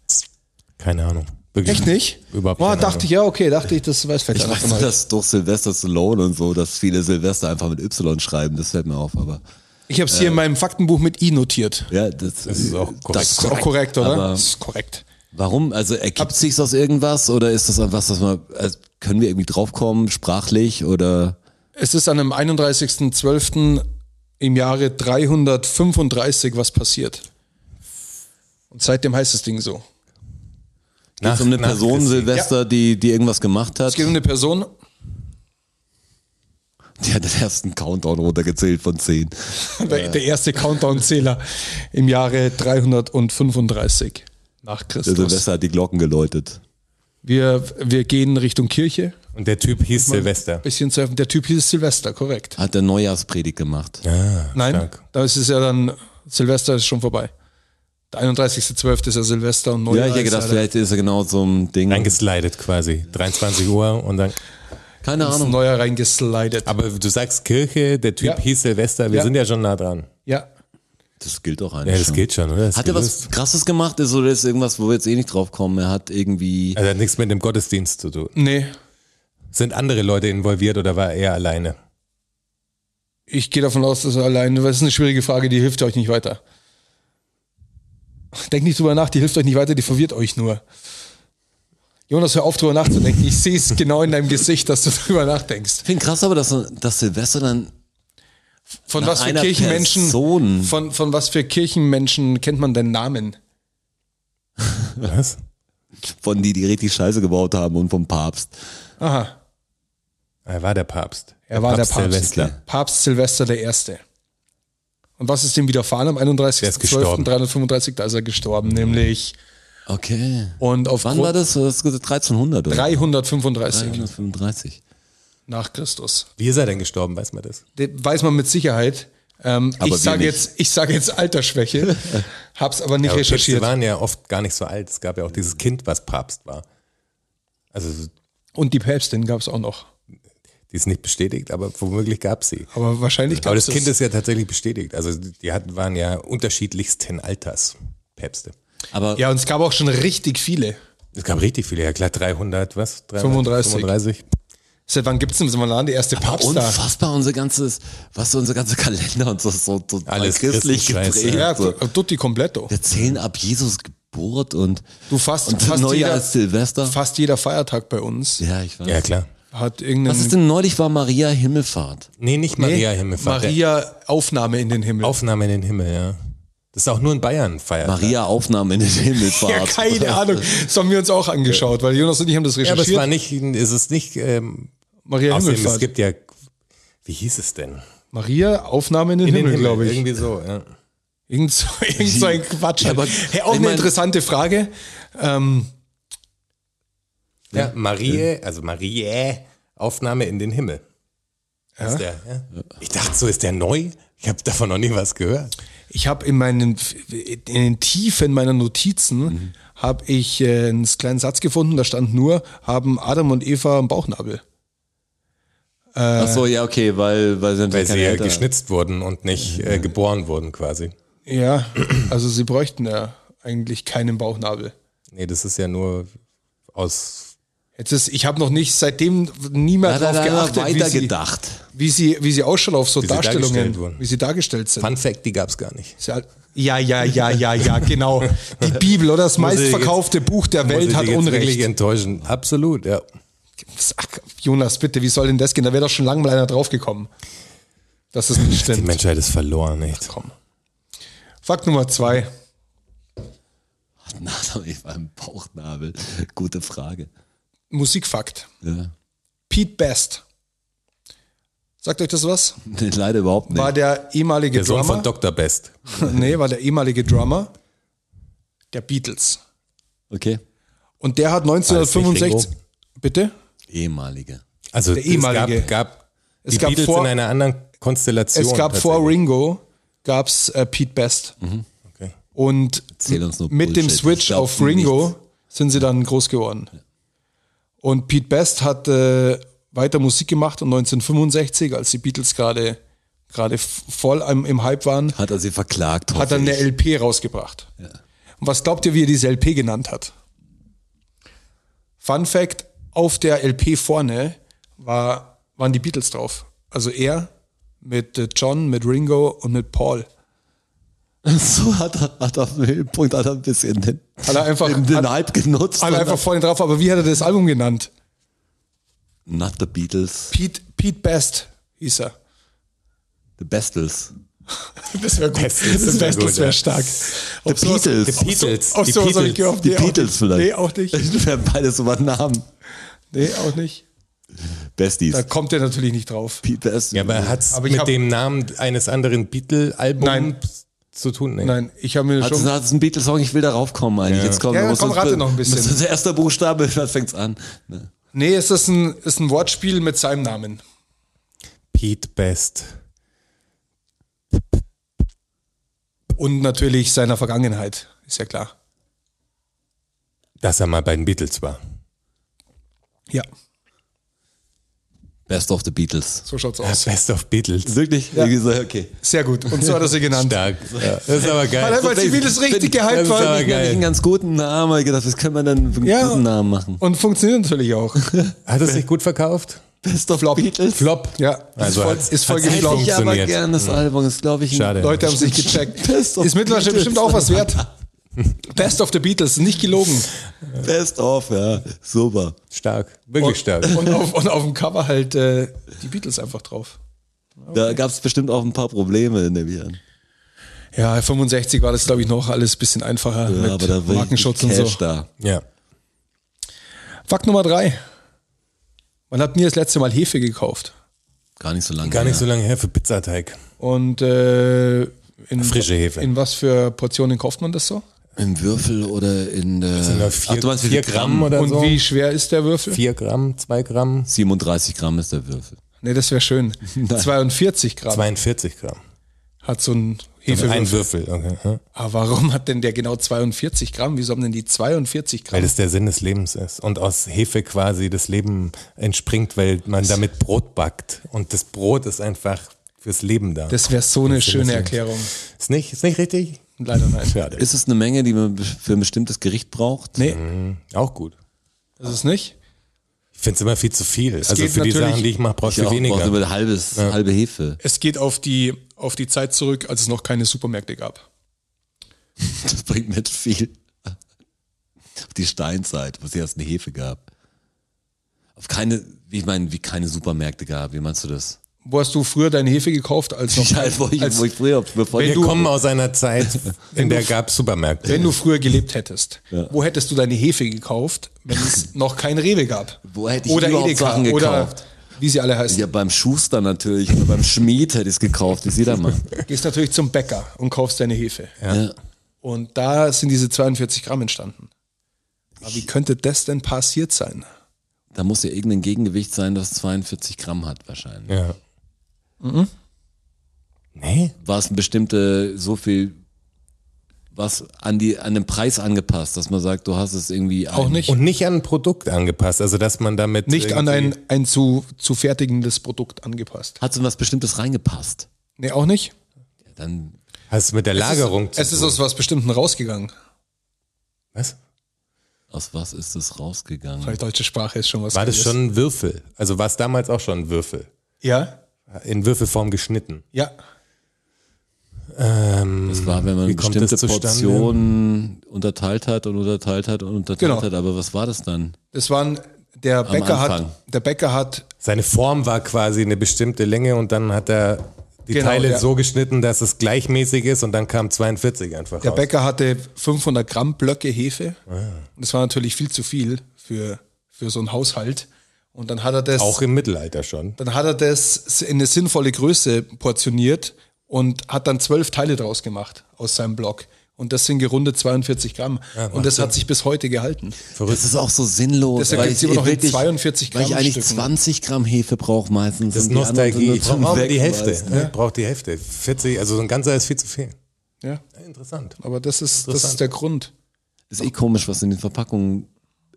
S3: Keine Ahnung. Wirklich
S2: Echt nicht?
S3: Überhaupt
S2: oh,
S3: keine
S2: dachte ich, ja, okay, dachte ich, das weiß vielleicht
S4: Ich
S2: einer
S4: weiß
S2: von
S4: nur,
S2: euch.
S4: dass durch Silvester Stallone und so, dass viele Silvester einfach mit Y schreiben, das fällt mir auf, aber
S2: Ich habe es hier in meinem Faktenbuch mit I notiert.
S4: ja, das,
S3: Das ist auch
S2: Das
S3: korrekt.
S2: ist auch korrekt, oder?
S4: Aber-
S2: das ist korrekt.
S4: Warum? Also ergibt sich's aus irgendwas oder ist das was, dass man also können wir irgendwie draufkommen sprachlich oder
S2: Es ist an dem 31.12. im Jahre 335 was passiert. Und seitdem heißt das Ding so.
S4: Geht's um eine
S3: nach
S4: Person
S3: Christi.
S4: Silvester, die die irgendwas gemacht hat?
S2: Es geht um eine Person,
S4: Die hat den ersten Countdown runtergezählt von 10.
S2: der, der erste Countdown-Zähler im Jahre 335 nach
S4: Der
S2: Christus.
S4: Silvester hat die Glocken geläutet.
S2: Wir, wir gehen Richtung Kirche.
S3: Und der Typ hieß Silvester.
S2: Bisschen surfen. Der Typ hieß Silvester, korrekt.
S4: Hat der Neujahrspredigt gemacht.
S2: Nein,
S3: stark.
S2: da ist es ja dann, Silvester ist schon vorbei. Der 31.12. ist ja Silvester und
S4: Ja,
S2: Neujahr.
S4: ich hätte
S2: ist
S4: gedacht,
S2: ja
S4: vielleicht ist er genau so ein Ding.
S3: Reingeslidet quasi. 23 Uhr und dann.
S4: Keine
S2: dann
S4: Ahnung.
S2: Neujahr reingeslidet.
S3: Aber du sagst Kirche, der Typ
S2: Ja.
S3: hieß Silvester, wir
S2: Ja.
S3: sind ja schon nah dran.
S2: Ja,
S4: Das gilt doch eigentlich.
S3: Ja, das
S4: schon.
S3: geht schon, oder? Das
S4: Hat er
S3: gelöst.
S4: was krasses gemacht ist oder ist irgendwas, wo wir jetzt eh nicht drauf kommen? Er hat irgendwie.
S3: Also hat nichts mit dem Gottesdienst zu tun.
S2: nee,
S3: Sind andere Leute involviert oder war er alleine?
S2: Ich gehe davon aus, dass er allein, weil das ist eine schwierige Frage, die hilft euch nicht weiter. Denkt nicht drüber nach, die hilft euch nicht weiter, die verwirrt euch nur. Jonas, hör auf, drüber nachzudenken. Ich sehe es genau in deinem Gesicht, dass du drüber nachdenkst.
S4: Ich finde krass aber, dass, dass Silvester dann.
S2: Von
S4: Nach
S2: was für
S4: einer
S2: Kirchenmenschen,
S4: Person.
S2: von, von was für Kirchenmenschen kennt man denn Namen?
S3: Was?
S4: Von die, die richtig Scheiße gebaut haben und vom Papst.
S2: Aha.
S3: Er war der Papst.
S2: Er war der Papst.
S3: Silvester.
S2: Papst Silvester der Erste. Und was ist dem widerfahren? Am
S3: ist gestorben.
S2: 31.12.335, da ist er gestorben, nämlich.
S4: Okay.
S2: Und auf
S4: Wann war das? Du hast gesagt 1300 oder?
S2: 335
S4: 335.
S2: nach Christus.
S3: Wie ist er denn gestorben, weiß man das?
S2: De- Weiß man mit Sicherheit. Ähm,
S4: wir
S2: ich sage
S4: nicht.
S2: jetzt, ich sage jetzt Altersschwäche, hab's aber nicht
S3: aber Päpste
S2: recherchiert.
S3: waren ja oft gar nicht so alt. Es gab ja auch dieses Kind, was Papst war. Also,
S2: Und die Päpstin gab's auch noch.
S3: die ist nicht bestätigt, aber womöglich gab es sie.
S2: Aber wahrscheinlich
S3: Aber
S2: gab's
S3: das Kind ist ja tatsächlich bestätigt. Also die hatten, waren ja unterschiedlichsten Alters Päpste.
S4: Aber
S2: Ja, und es gab auch schon richtig viele.
S3: Es gab richtig viele, ja klar, 300, was?
S2: 35.
S3: 35.
S2: Seit wann gibt's denn so mal an die erste Papststar?
S4: unfassbar, unser ganzes, was so unser ganzer Kalender und so, so, so
S3: Alles
S4: christlich
S3: Christenscheiße.
S4: geprägt.
S2: Ja,
S3: Also-
S4: so.
S2: tutti completo.
S4: Wir zählen ab Jesus Geburt und,
S2: Du fast,
S4: und
S2: fast,
S4: Neujahr
S2: jeder,
S4: ist Silvester.
S2: fast jeder Feiertag bei uns
S4: ja, ich weiß.
S3: Ja, klar.
S2: hat irgendeinen
S4: Was ist denn neulich war Maria Himmelfahrt?
S3: Nee, nicht
S2: Nee,
S3: Maria Himmelfahrt.
S2: Maria Aufnahme in den Himmel.
S3: Aufnahme in den Himmel, ja. Das ist auch nur in Bayern feiert.
S4: Maria Aufnahme in den Himmelfahrt.
S2: ja, keine Ahnung. Das haben wir uns auch angeschaut, weil Jonas und ich haben das
S3: Ja, aber
S2: recherchiert.
S3: es war nicht, ist es nicht, ähm,
S2: Maria
S3: außerdem, es
S2: Himmelfahrt.
S3: gibt ja, wie hieß es denn?
S2: Maria Aufnahme in den Himmel, glaube ich.
S3: Irgendwie so, ja.
S2: Irgend so, irgend so ein Quatsch.
S4: Ja, aber-
S2: hey, auch
S4: ich
S2: eine
S4: mein-
S2: interessante Frage. Ähm,
S3: Ja, Marie, also Marie, Aufnahme in den Himmel. Ist der, ja? Ich dachte so, ist der neu? Ich habe davon noch nie was gehört.
S2: ich habe in meinen in den Tiefen meiner Notizen
S3: Mhm.
S2: habe ich äh, einen kleinen Satz gefunden. Da stand nur: Haben Adam und Eva einen Bauchnabel?
S4: Ach so, ja, okay, weil, weil sie
S3: Weil
S4: natürlich
S3: sie
S4: keine
S3: ja
S4: Eltern-
S3: geschnitzt wurden und nicht
S2: Mhm.
S3: äh, geboren wurden quasi.
S2: Ja, also sie bräuchten ja eigentlich keinen Bauchnabel.
S3: Nee, das ist ja nur aus.
S2: Jetzt ist, ich habe noch nicht seitdem nie mehr
S4: Hat er
S2: drauf
S4: da
S2: geachtet, wie sie,
S4: weitergedacht.
S2: wie sie, wie sie ausschaut auf so
S3: sie dargestellt
S2: Darstellungen,
S3: wurden.
S2: wie sie dargestellt sind.
S3: Fun Fact, die gab's gar nicht.
S2: Ist ja alt- Ja, ja, ja, ja, ja, genau. Die Bibel oder das
S3: Muss ich jetzt-
S2: meistverkaufte Buch der
S3: Muss
S2: Welt
S3: ich
S2: hat
S3: dich jetzt Wirklich
S2: Unrecht.
S3: enttäuschen. Absolut, ja.
S2: Ach, Jonas, bitte, wie soll denn das gehen? Da wäre doch schon lange mal einer draufgekommen. Das ist nicht
S3: Die
S2: stimmt.
S3: Menschheit ist verloren, nicht? Komm.
S2: Fakt Nummer zwei.
S4: Na, ich war im Bauchnabel. Gute Frage.
S2: Musikfakt.
S4: Ja.
S2: Pete Best. Sagt euch das was?
S4: Nee, leider überhaupt nicht.
S2: War der ehemalige
S3: Der Sohn
S2: Drummer.
S3: von Dr. Best.
S2: nee, war der ehemalige Drummer der Beatles.
S4: Okay.
S2: Und der hat
S3: nicht
S2: 1965.
S3: Ringo?
S2: Bitte?
S4: Ehemalige.
S3: Also
S2: Der ehemalige.
S3: es gab, gab
S2: Es
S3: die
S2: gab
S3: Beatles
S2: vor-
S3: in einer anderen Konstellation.
S2: Es gab vor
S3: tatsächlich. Mhm,
S2: Ringo, gab's äh, Pete Best.
S3: Okay.
S2: Und
S4: Erzähl uns nur
S2: mit dem
S4: Bullshit. Ich
S2: Switch
S4: glaub
S2: auf Ringo
S4: nichts.
S2: sind sie dann groß geworden. Und Pete Best hat äh, weiter Musik gemacht und 1965, als die Beatles gerade gerade f- voll im, im Hype waren,
S4: Hat er sie verklagt?
S2: hat
S4: hoffe
S2: er eine
S4: ich.
S2: LP rausgebracht. Und was glaubt ihr, wie er diese LP genannt hat? Fun Fact: Auf der LP vorne war, waren die Beatles drauf. Also er mit äh, John, mit Ringo und mit Paul.
S4: So hat er, hat er am Höhepunkt hat er ein bisschen den,
S2: Hat er einfach-
S4: den, den
S2: hat-
S4: Hype genutzt.
S2: Alle
S4: und
S2: einfach vorne drauf, aber wie hat er das Album genannt?
S4: hat- Not the Beatles,
S2: Pete, Pete Best hieß er.
S4: the Bestles.
S2: Das wäre gut.
S3: Bestes
S2: das
S3: wär
S2: Bestes
S3: gut,
S2: wäre
S3: ja.
S2: stark. Auf
S4: The Beatles.
S3: Die Beatles.
S2: Auf
S3: die
S2: sowas habe ich
S3: Beatles.
S2: gehofft.
S4: Die
S2: Nee, auch
S4: Beatles
S2: nicht.
S4: vielleicht.
S2: Nee, auch nicht.
S4: Das wären beides über Namen.
S2: Nee, auch nicht. Da
S4: Besties.
S2: kommt er natürlich nicht drauf.
S4: Pete Best.
S3: Ja, aber hat es
S2: Mhm. Aber ich
S3: mit
S2: hab-
S3: dem Namen eines anderen
S2: Nein.
S3: Beatle-Albums zu tun? Nee.
S2: Nein, ich habe mir
S4: hat es
S2: schon.
S4: hat es einen Beatles-Song? Ich will da raufkommen eigentlich. Jetzt kommen
S2: Ja,
S4: wir müssen
S2: komm,
S4: uns
S2: rate
S4: be-
S2: noch ein bisschen.
S4: müssen uns der erste Buchstabe, dann fängt's an. Ne.
S2: Nee, es ist ein, ist ein Wortspiel mit seinem Namen.
S3: Pete Best.
S2: Und natürlich seiner Vergangenheit, ist ja klar.
S3: Dass er mal bei den Beatles war.
S2: Ja,
S4: Best of the Beatles.
S2: so schaut's aus.
S3: Best of Beatles.
S4: Wirklich? Ja. Wie gesagt, okay.
S2: Sehr gut. Und so hat er sie genannt.
S3: Stark. Das ist aber
S2: Weil
S3: geil.
S2: einfach die Beatles richtig
S3: das
S2: gehypt
S3: ist aber
S2: waren.
S3: Ah, geil.
S4: Eigentlich einen ganz guten Namen. Ich hab gedacht, was können wir denn für einen
S2: Ja.
S4: guten Namen machen?
S2: Und funktioniert natürlich auch.
S3: Hat es sich gut verkauft?
S4: Best of Beatles.
S3: Flop.
S2: Ja,
S3: Also
S2: ist voll,
S3: hat's-
S2: ist voll
S3: hat's nicht
S2: gefloppt.
S4: Ich aber
S3: Funktioniert.
S4: gerne das Album. Ist, glaube ich, ein-
S3: Schade.
S2: Leute haben es nicht gecheckt.
S4: Best of
S2: Ist mittlerweile
S4: Beatles.
S2: bestimmt auch was wert. Best of the Beatles, nicht gelogen.
S4: Best of, ja. Super.
S3: Stark. Wirklich stark.
S2: Und auf, und auf dem Cover halt äh, die Beatles einfach drauf.
S4: Da gab es bestimmt auch ein paar Probleme, nehme ich an.
S2: Ja, 65 war das, glaube ich, noch alles ein bisschen einfacher
S4: Ja,
S2: mit
S4: aber da war
S2: Markenschutz und
S4: Cash
S2: so.
S4: da.
S3: Ja.
S2: Fakt Nummer drei. Man hat mir das letzte Mal Hefe gekauft.
S4: Gar nicht so lange.
S3: Gar nicht so
S4: her.
S3: lange her für Pizzateig.
S2: Und äh, in,
S3: Frische Hefe.
S2: In was für Portionen kauft man das so?
S4: Im Würfel oder in der.
S3: Sind da
S4: Ach,
S3: vier,
S4: du meinst, wie
S3: vier
S4: viel
S3: Gramm oder
S2: Und
S3: so?
S2: wie schwer ist der Würfel?
S3: Also Vier Gramm, zwei Gramm,
S4: 37 Gramm ist der Würfel.
S2: Nee, das wäre schön. 42 Gramm
S3: 42 Gramm.
S2: hat so ein
S3: Ein
S2: Hefewürfel.
S3: Würfel, okay. ja.
S2: Aber warum hat denn der genau 42 Gramm? Wieso haben denn die 42
S3: Weil
S2: Gramm?
S3: das der Sinn des Lebens ist. Und aus Hefe quasi das Leben entspringt, weil man damit Brot backt. Und das Brot ist einfach fürs Leben da.
S2: Das wäre so eine
S3: Das ist
S2: schöne
S3: das-
S2: Erklärung.
S3: ist, nicht, ist nicht richtig?
S2: Leider nein.
S3: Schade. Ist
S4: Ist es eine Menge, die man be- für ein bestimmtes Gericht braucht?
S2: Nee,
S3: auch gut.
S2: das ist nicht.
S3: Ich finde es immer viel zu viel. also
S2: geht
S3: für die
S2: natürlich-
S3: Sachen, die ich mache, brauchst
S4: Ich
S3: du
S4: braucht
S3: weniger.
S4: über halbes, halbe Hefe.
S2: Es geht auf die, auf die Zeit zurück, als es noch keine Supermärkte gab.
S4: Das bringt nicht viel. Auf die Steinzeit, wo es erst eine Hefe gab. Auf keine, wie ich meine, wie keine Supermärkte gab. Wie meinst du das?
S2: Wo hast du früher deine Hefe gekauft, als noch
S4: Ich halt, wo ich,
S2: als,
S4: wo ich früher, bevor
S2: wenn
S4: ich
S3: Wir
S2: du-
S3: kommen aus einer Zeit, in der gab es Supermärkte.
S2: wenn du früher gelebt hättest? Wo hättest du deine Hefe gekauft, wenn es noch kein Rewe gab?
S4: Wo hätte ich
S2: oder
S4: überhaupt
S2: Edeka
S4: Sachen
S2: oder
S4: gekauft?
S2: wie sie alle heißen.
S4: Ja, beim Schuster natürlich oder beim Schmied hätte ich es gekauft, wie sieht er mal.
S2: Gehst natürlich zum Bäcker und kaufst deine Hefe.
S4: Ja.
S2: Und da sind diese 42 Gramm entstanden. Aber wie könnte das denn passiert sein?
S4: Da muss ja irgendein Gegengewicht sein, das 42 Gramm hat wahrscheinlich.
S3: Ja.
S2: Mhm.
S3: Nee?
S4: War es ein bestimmte, so viel, was an, die, an den Preis angepasst, dass man sagt, du hast es irgendwie.
S2: Auch
S4: ein-
S2: nicht.
S3: Und nicht an ein Produkt angepasst. Also, dass man damit.
S2: nicht an
S3: irgendwie-
S2: ein, ein zu, zu fertigendes Produkt angepasst.
S4: Hat es in was Bestimmtes reingepasst?
S2: Nee, auch nicht.
S4: Ja, dann
S3: Hast du mit der Lagerung
S2: Es ist, es
S3: zu
S2: ist
S3: tun.
S2: aus was Bestimmten rausgegangen.
S3: Was?
S4: Aus was ist es rausgegangen?
S2: Weil deutsche Sprache ist schon was.
S3: War das
S2: Geiles.
S3: schon ein Würfel? Also, war es damals auch schon ein Würfel?
S2: Ja,
S3: In Würfelform geschnitten. Ähm,
S2: ja.
S4: Das war, wenn man
S3: Wie kommt das
S4: bestimmte
S3: zustande?
S4: Portionen unterteilt hat und unterteilt hat und unterteilt
S2: Genau.
S4: hat. Aber was war das dann?
S2: Das waren der Bäcker
S4: Anfang.
S2: hat der Bäcker hat
S3: Seine Form war quasi eine bestimmte Länge und dann hat er die
S2: Genau,
S3: Teile
S2: ja.
S3: so geschnitten, dass es gleichmäßig ist und dann kam 42 einfach
S2: der
S3: raus.
S2: Bäcker hatte 500 Gramm Blöcke Hefe.
S4: Ah,
S2: Und das war natürlich viel zu viel für für so einen Haushalt. Und dann hat er das
S3: Auch im Mittelalter schon.
S2: dann hat er das in eine sinnvolle Größe portioniert und hat dann zwölf Teile draus gemacht aus seinem Block. Und das sind gerundet 42 Gramm. und das hat sich bis heute gehalten.
S4: Das ist auch so sinnlos.
S2: Das ergibt
S4: weil ich
S2: sich immer noch in
S4: wirklich-
S2: 42
S4: Weil ich eigentlich
S2: Gramm Stücken.
S4: 20 Gramm Hefe brauche meistens.
S3: ne? Das ist
S4: und die anderen
S3: Nostalgie.
S4: sind
S3: Ich
S4: dann
S3: brauche
S4: weg, ne?
S3: die Hälfte.
S4: weißt du.
S3: Ich brauche die Hälfte. 40, also so ein ganzer ist viel zu viel.
S2: Ja,
S3: Interessant.
S2: aber das ist, das
S3: Interessant.
S2: ist der Grund.
S4: Ist eh komisch, was in den Verpackungen,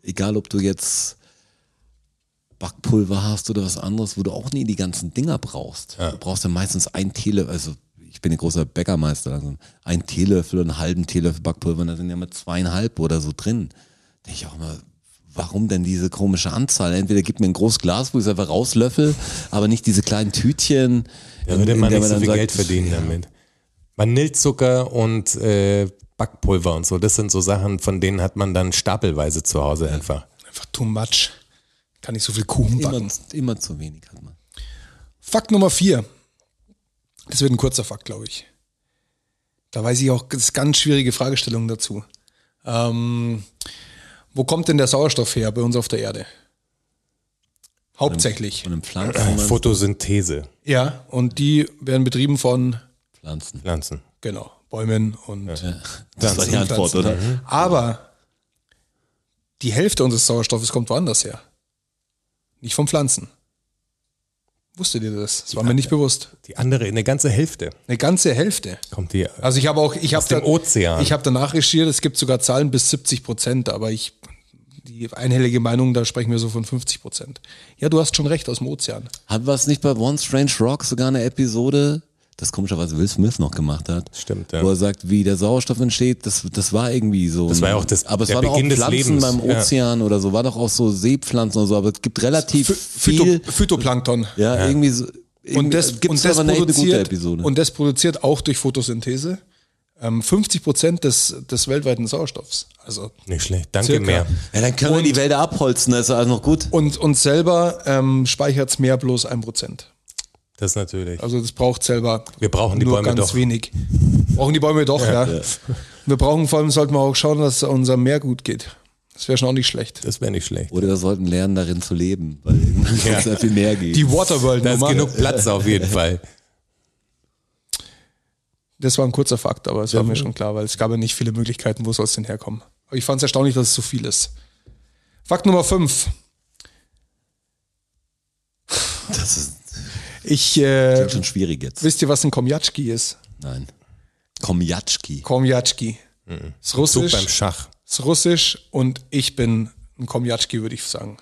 S4: egal ob du jetzt Backpulver hast oder was anderes, wo du auch nie die ganzen Dinger brauchst. Du brauchst ja meistens ein Teelöffel, also ich bin ein großer Bäckermeister, also ein Teelöffel und einen halben Teelöffel Backpulver und da sind ja mal zweieinhalb oder so drin. Denke ich auch mal, warum denn diese komische Anzahl? Entweder gib mir ein großes Glas, wo ich es einfach rauslöffel, aber nicht diese kleinen Tütchen.
S3: Da
S4: in-
S3: würde
S4: in
S3: man
S4: der
S3: nicht so
S4: dann
S3: viel
S4: sagt,
S3: Geld verdienen damit. Vanillezucker und äh, Backpulver und so, das sind so Sachen, von denen hat man dann stapelweise zu Hause einfach.
S2: Einfach too much. Kann nicht so viel Kuchen backen.
S4: Immer, immer zu wenig hat man.
S2: Fakt Nummer vier. Das wird ein kurzer Fakt, glaube ich. Da weiß ich auch das ist ganz schwierige Fragestellungen dazu. Ähm, wo kommt denn der Sauerstoff her bei uns auf der Erde? Hauptsächlich.
S4: Von den Pflanzen, man-
S3: Photosynthese,
S2: Ja, und die werden betrieben von,
S4: Pflanzen.
S3: Pflanzen.
S2: genau, Bäumen und Mhm.
S4: Das war die Antwort, oder?
S2: Aber die Hälfte unseres Sauerstoffes kommt woanders her. Nicht von Pflanzen. Wusstet ihr das? Das war mir nicht bewusst.
S3: Die andere, eine ganze Hälfte
S2: Eine ganze Hälfte.
S3: kommt die
S2: Also ich habe auch, ich habe
S3: dem Ozean.
S2: ich habe danach recherchiert, es gibt sogar Zahlen bis 70 Prozent, aber ich, die einhellige Meinung, da sprechen wir so von 50 Prozent. Ja, du hast schon recht, aus dem Ozean.
S4: Hat was nicht bei One Strange Rock sogar eine Episode, das komischerweise Will Smith noch gemacht hat?
S3: Stimmt, ja.
S4: Wo er sagt, wie der Sauerstoff entsteht, das, das war irgendwie so. Das
S3: war ja auch das-
S4: aber es
S3: der
S4: war doch
S3: Beginn
S4: auch
S3: des
S4: Pflanzen
S3: Lebens,
S4: beim
S3: ja.
S4: Ozean oder so, war doch auch so Seepflanzen oder so, aber es gibt relativ
S2: Phy-
S4: viel.
S2: Phyto, Phytoplankton.
S4: Ja, irgendwie so. Irgendwie,
S2: Und das,
S4: gibt's
S2: und, das
S4: aber eine echt gute
S2: produziert,
S4: Episode.
S2: und das produziert auch durch Photosynthese ähm, 50 Prozent des, des weltweiten Sauerstoffs. Also
S3: nicht schlecht. Danke
S2: circa.
S3: mehr.
S4: ja, dann können wir die Wälder abholzen, das ist alles noch gut.
S2: Und uns selber ähm, speichert's mehr bloß ein Prozent.
S3: Das natürlich.
S2: Also das braucht selber
S3: Wir brauchen die
S2: nur
S3: Bäume
S2: ganz
S3: doch.
S2: wenig. Brauchen die Bäume doch, ja. Wir brauchen vor allem, sollten wir auch schauen, dass es unserem Meer gut geht. Das wäre schon auch nicht schlecht.
S3: Das wäre nicht schlecht.
S4: Oder wir sollten lernen, darin zu leben, weil es ja. da viel mehr geht.
S2: Die Waterworld,
S3: Da ist
S2: Nummer.
S3: genug Platz auf jeden Fall.
S2: das war ein kurzer Fakt, aber es war mir schon klar, weil es gab ja nicht viele Möglichkeiten, wo soll es denn herkommen. Aber ich fand es erstaunlich, dass es so viel ist. Fakt Nummer 5.
S4: Das ist
S2: Ich, äh,
S4: schon schwierig jetzt.
S2: wisst ihr, was ein Komjatschki ist?
S4: Nein. Komjatschki.
S2: Komjatschki. Ist
S3: So
S2: russisch.
S3: Mhm. beim Schach.
S2: ist russisch und ich bin ein Komjatschki, würde ich sagen.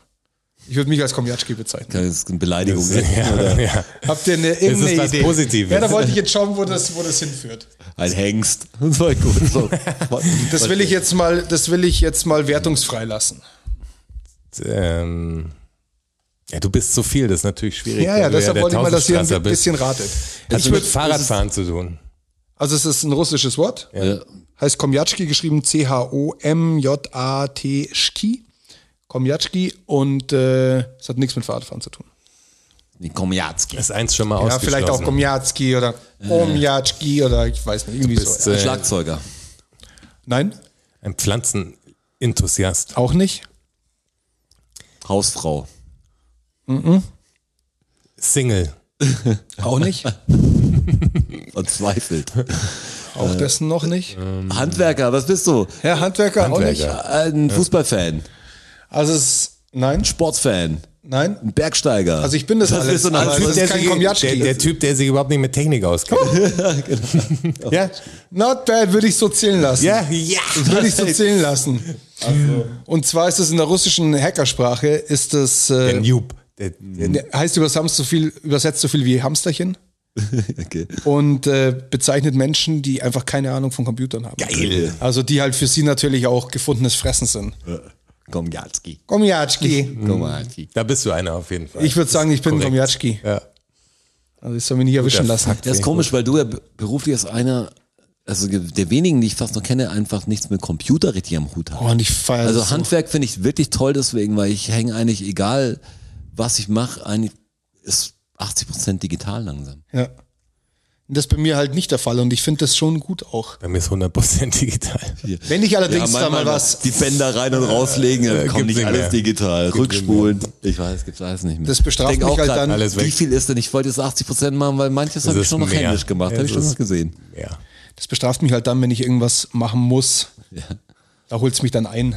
S2: Ich würde mich als Komjatschki bezeichnen.
S4: Das ist eine Beleidigung.
S3: Ja, ja.
S2: Habt ihr eine
S3: ist
S2: irgendeine
S3: was
S2: Idee?
S3: Positives.
S2: Ja, da wollte ich jetzt schauen, wo das, wo das hinführt.
S4: Ein Hengst. Das war gut. So.
S2: Das will ich jetzt mal, das will ich jetzt mal wertungsfrei lassen.
S3: Ähm, ja, du bist so viel, das ist natürlich schwierig.
S2: Ja,
S3: weil
S2: ja,
S3: du
S2: deshalb
S3: der
S2: wollte ich mal, dass ihr ein
S3: Tausendstrasser bist.
S2: bisschen ratet.
S3: Hast
S2: Ich
S3: du mit
S2: würd,
S3: Fahrradfahren zu tun?
S2: also es ist ein russisches Wort. Heißt Komjatschki, geschrieben C-H-O-M-J-A-T-Schki. Komjatschki und äh, es hat nichts mit Fahrradfahren zu tun.
S4: Die Komjatschki.
S3: Ist eins schon mal
S2: Ja,
S3: ausgeschlossen.
S2: vielleicht auch Komjatski oder Komjatschki oder ich weiß nicht, irgendwie
S3: bist,
S2: so.
S3: äh,
S4: Schlagzeuger.
S2: Nein,
S3: Ein Pflanzenenthusiast.
S2: auch nicht.
S4: Hausfrau.
S3: Single.
S2: Auch nicht.
S4: Verzweifelt.
S2: Auch dessen noch nicht.
S4: Handwerker, was bist du?
S2: Ja, Handwerker, auch nicht.
S3: Handwerker.
S4: Ein Fußballfan.
S2: Also es ist, nein,
S4: Sportsfan.
S2: nein.
S4: Ein Bergsteiger.
S2: Also ich bin das alles,
S4: bist du
S2: aber
S4: ein
S2: Also, das
S4: Typ, der
S2: ist kein
S3: sich,
S2: Komjatschki.
S3: der, der Typ, der sich überhaupt nicht mit Technik auskennt.
S2: Ja, not bad, würde ich so zählen lassen.
S3: ja, ja.
S2: Würde ich so zählen lassen. Und zwar ist es in der russischen Hackersprache, ist es,
S3: Der
S2: äh,
S3: Noob. Der, der,
S2: ne- heißt übersetzt so viel, übersetzt so viel wie Hamsterchen
S4: okay.
S2: und äh, bezeichnet Menschen, die einfach keine Ahnung von Computern haben.
S3: geil.
S2: Also die halt für sie natürlich auch gefundenes Fressen sind.
S4: Komjatschki.
S2: Komjatschki.
S4: Komjatschki.
S3: Da bist du einer auf jeden Fall.
S2: Ich würde sagen, ich bin
S3: korrekt.
S2: Komjatschki.
S3: Ja.
S2: Also ich soll mich nicht erwischen lassen.
S4: Das ist komisch, weil du ja be- beruflich als einer, also ge- der wenigen, die ich fast noch kenne, einfach nichts mit Computer richtig am Hut hat.
S2: Oh, und ich feiere
S4: also
S2: das so.
S4: Handwerk finde ich wirklich toll deswegen, weil ich hänge eigentlich, egal was ich mache, eigentlich ist 80% digital langsam.
S2: Ja. Und Das ist bei mir halt nicht der Fall und ich finde das schon gut auch.
S3: Bei mir ist 100% digital.
S2: Wenn ich allerdings da mal was.
S4: Die Bänder rein und rauslegen, dann kommt
S3: gibt's
S4: Äh, nicht
S3: nicht
S4: alles
S3: mehr.
S4: digital. Rückspulen. Ich weiß, gibt's alles nicht mehr.
S2: Das bestraft
S4: Ich denk
S2: mich
S4: auch
S2: halt
S4: grad,
S2: dann-
S3: Alles weg.
S4: Wie viel ist denn? Ich wollte jetzt 80% machen, weil manches habe ich
S3: ist
S4: schon noch
S3: mehr.
S4: händisch gemacht. Habe
S3: Es
S4: ich schon
S3: ist-
S4: noch gesehen.
S3: Ja.
S2: Das bestraft mich halt dann, wenn ich irgendwas machen muss. Da holt es mich dann ein.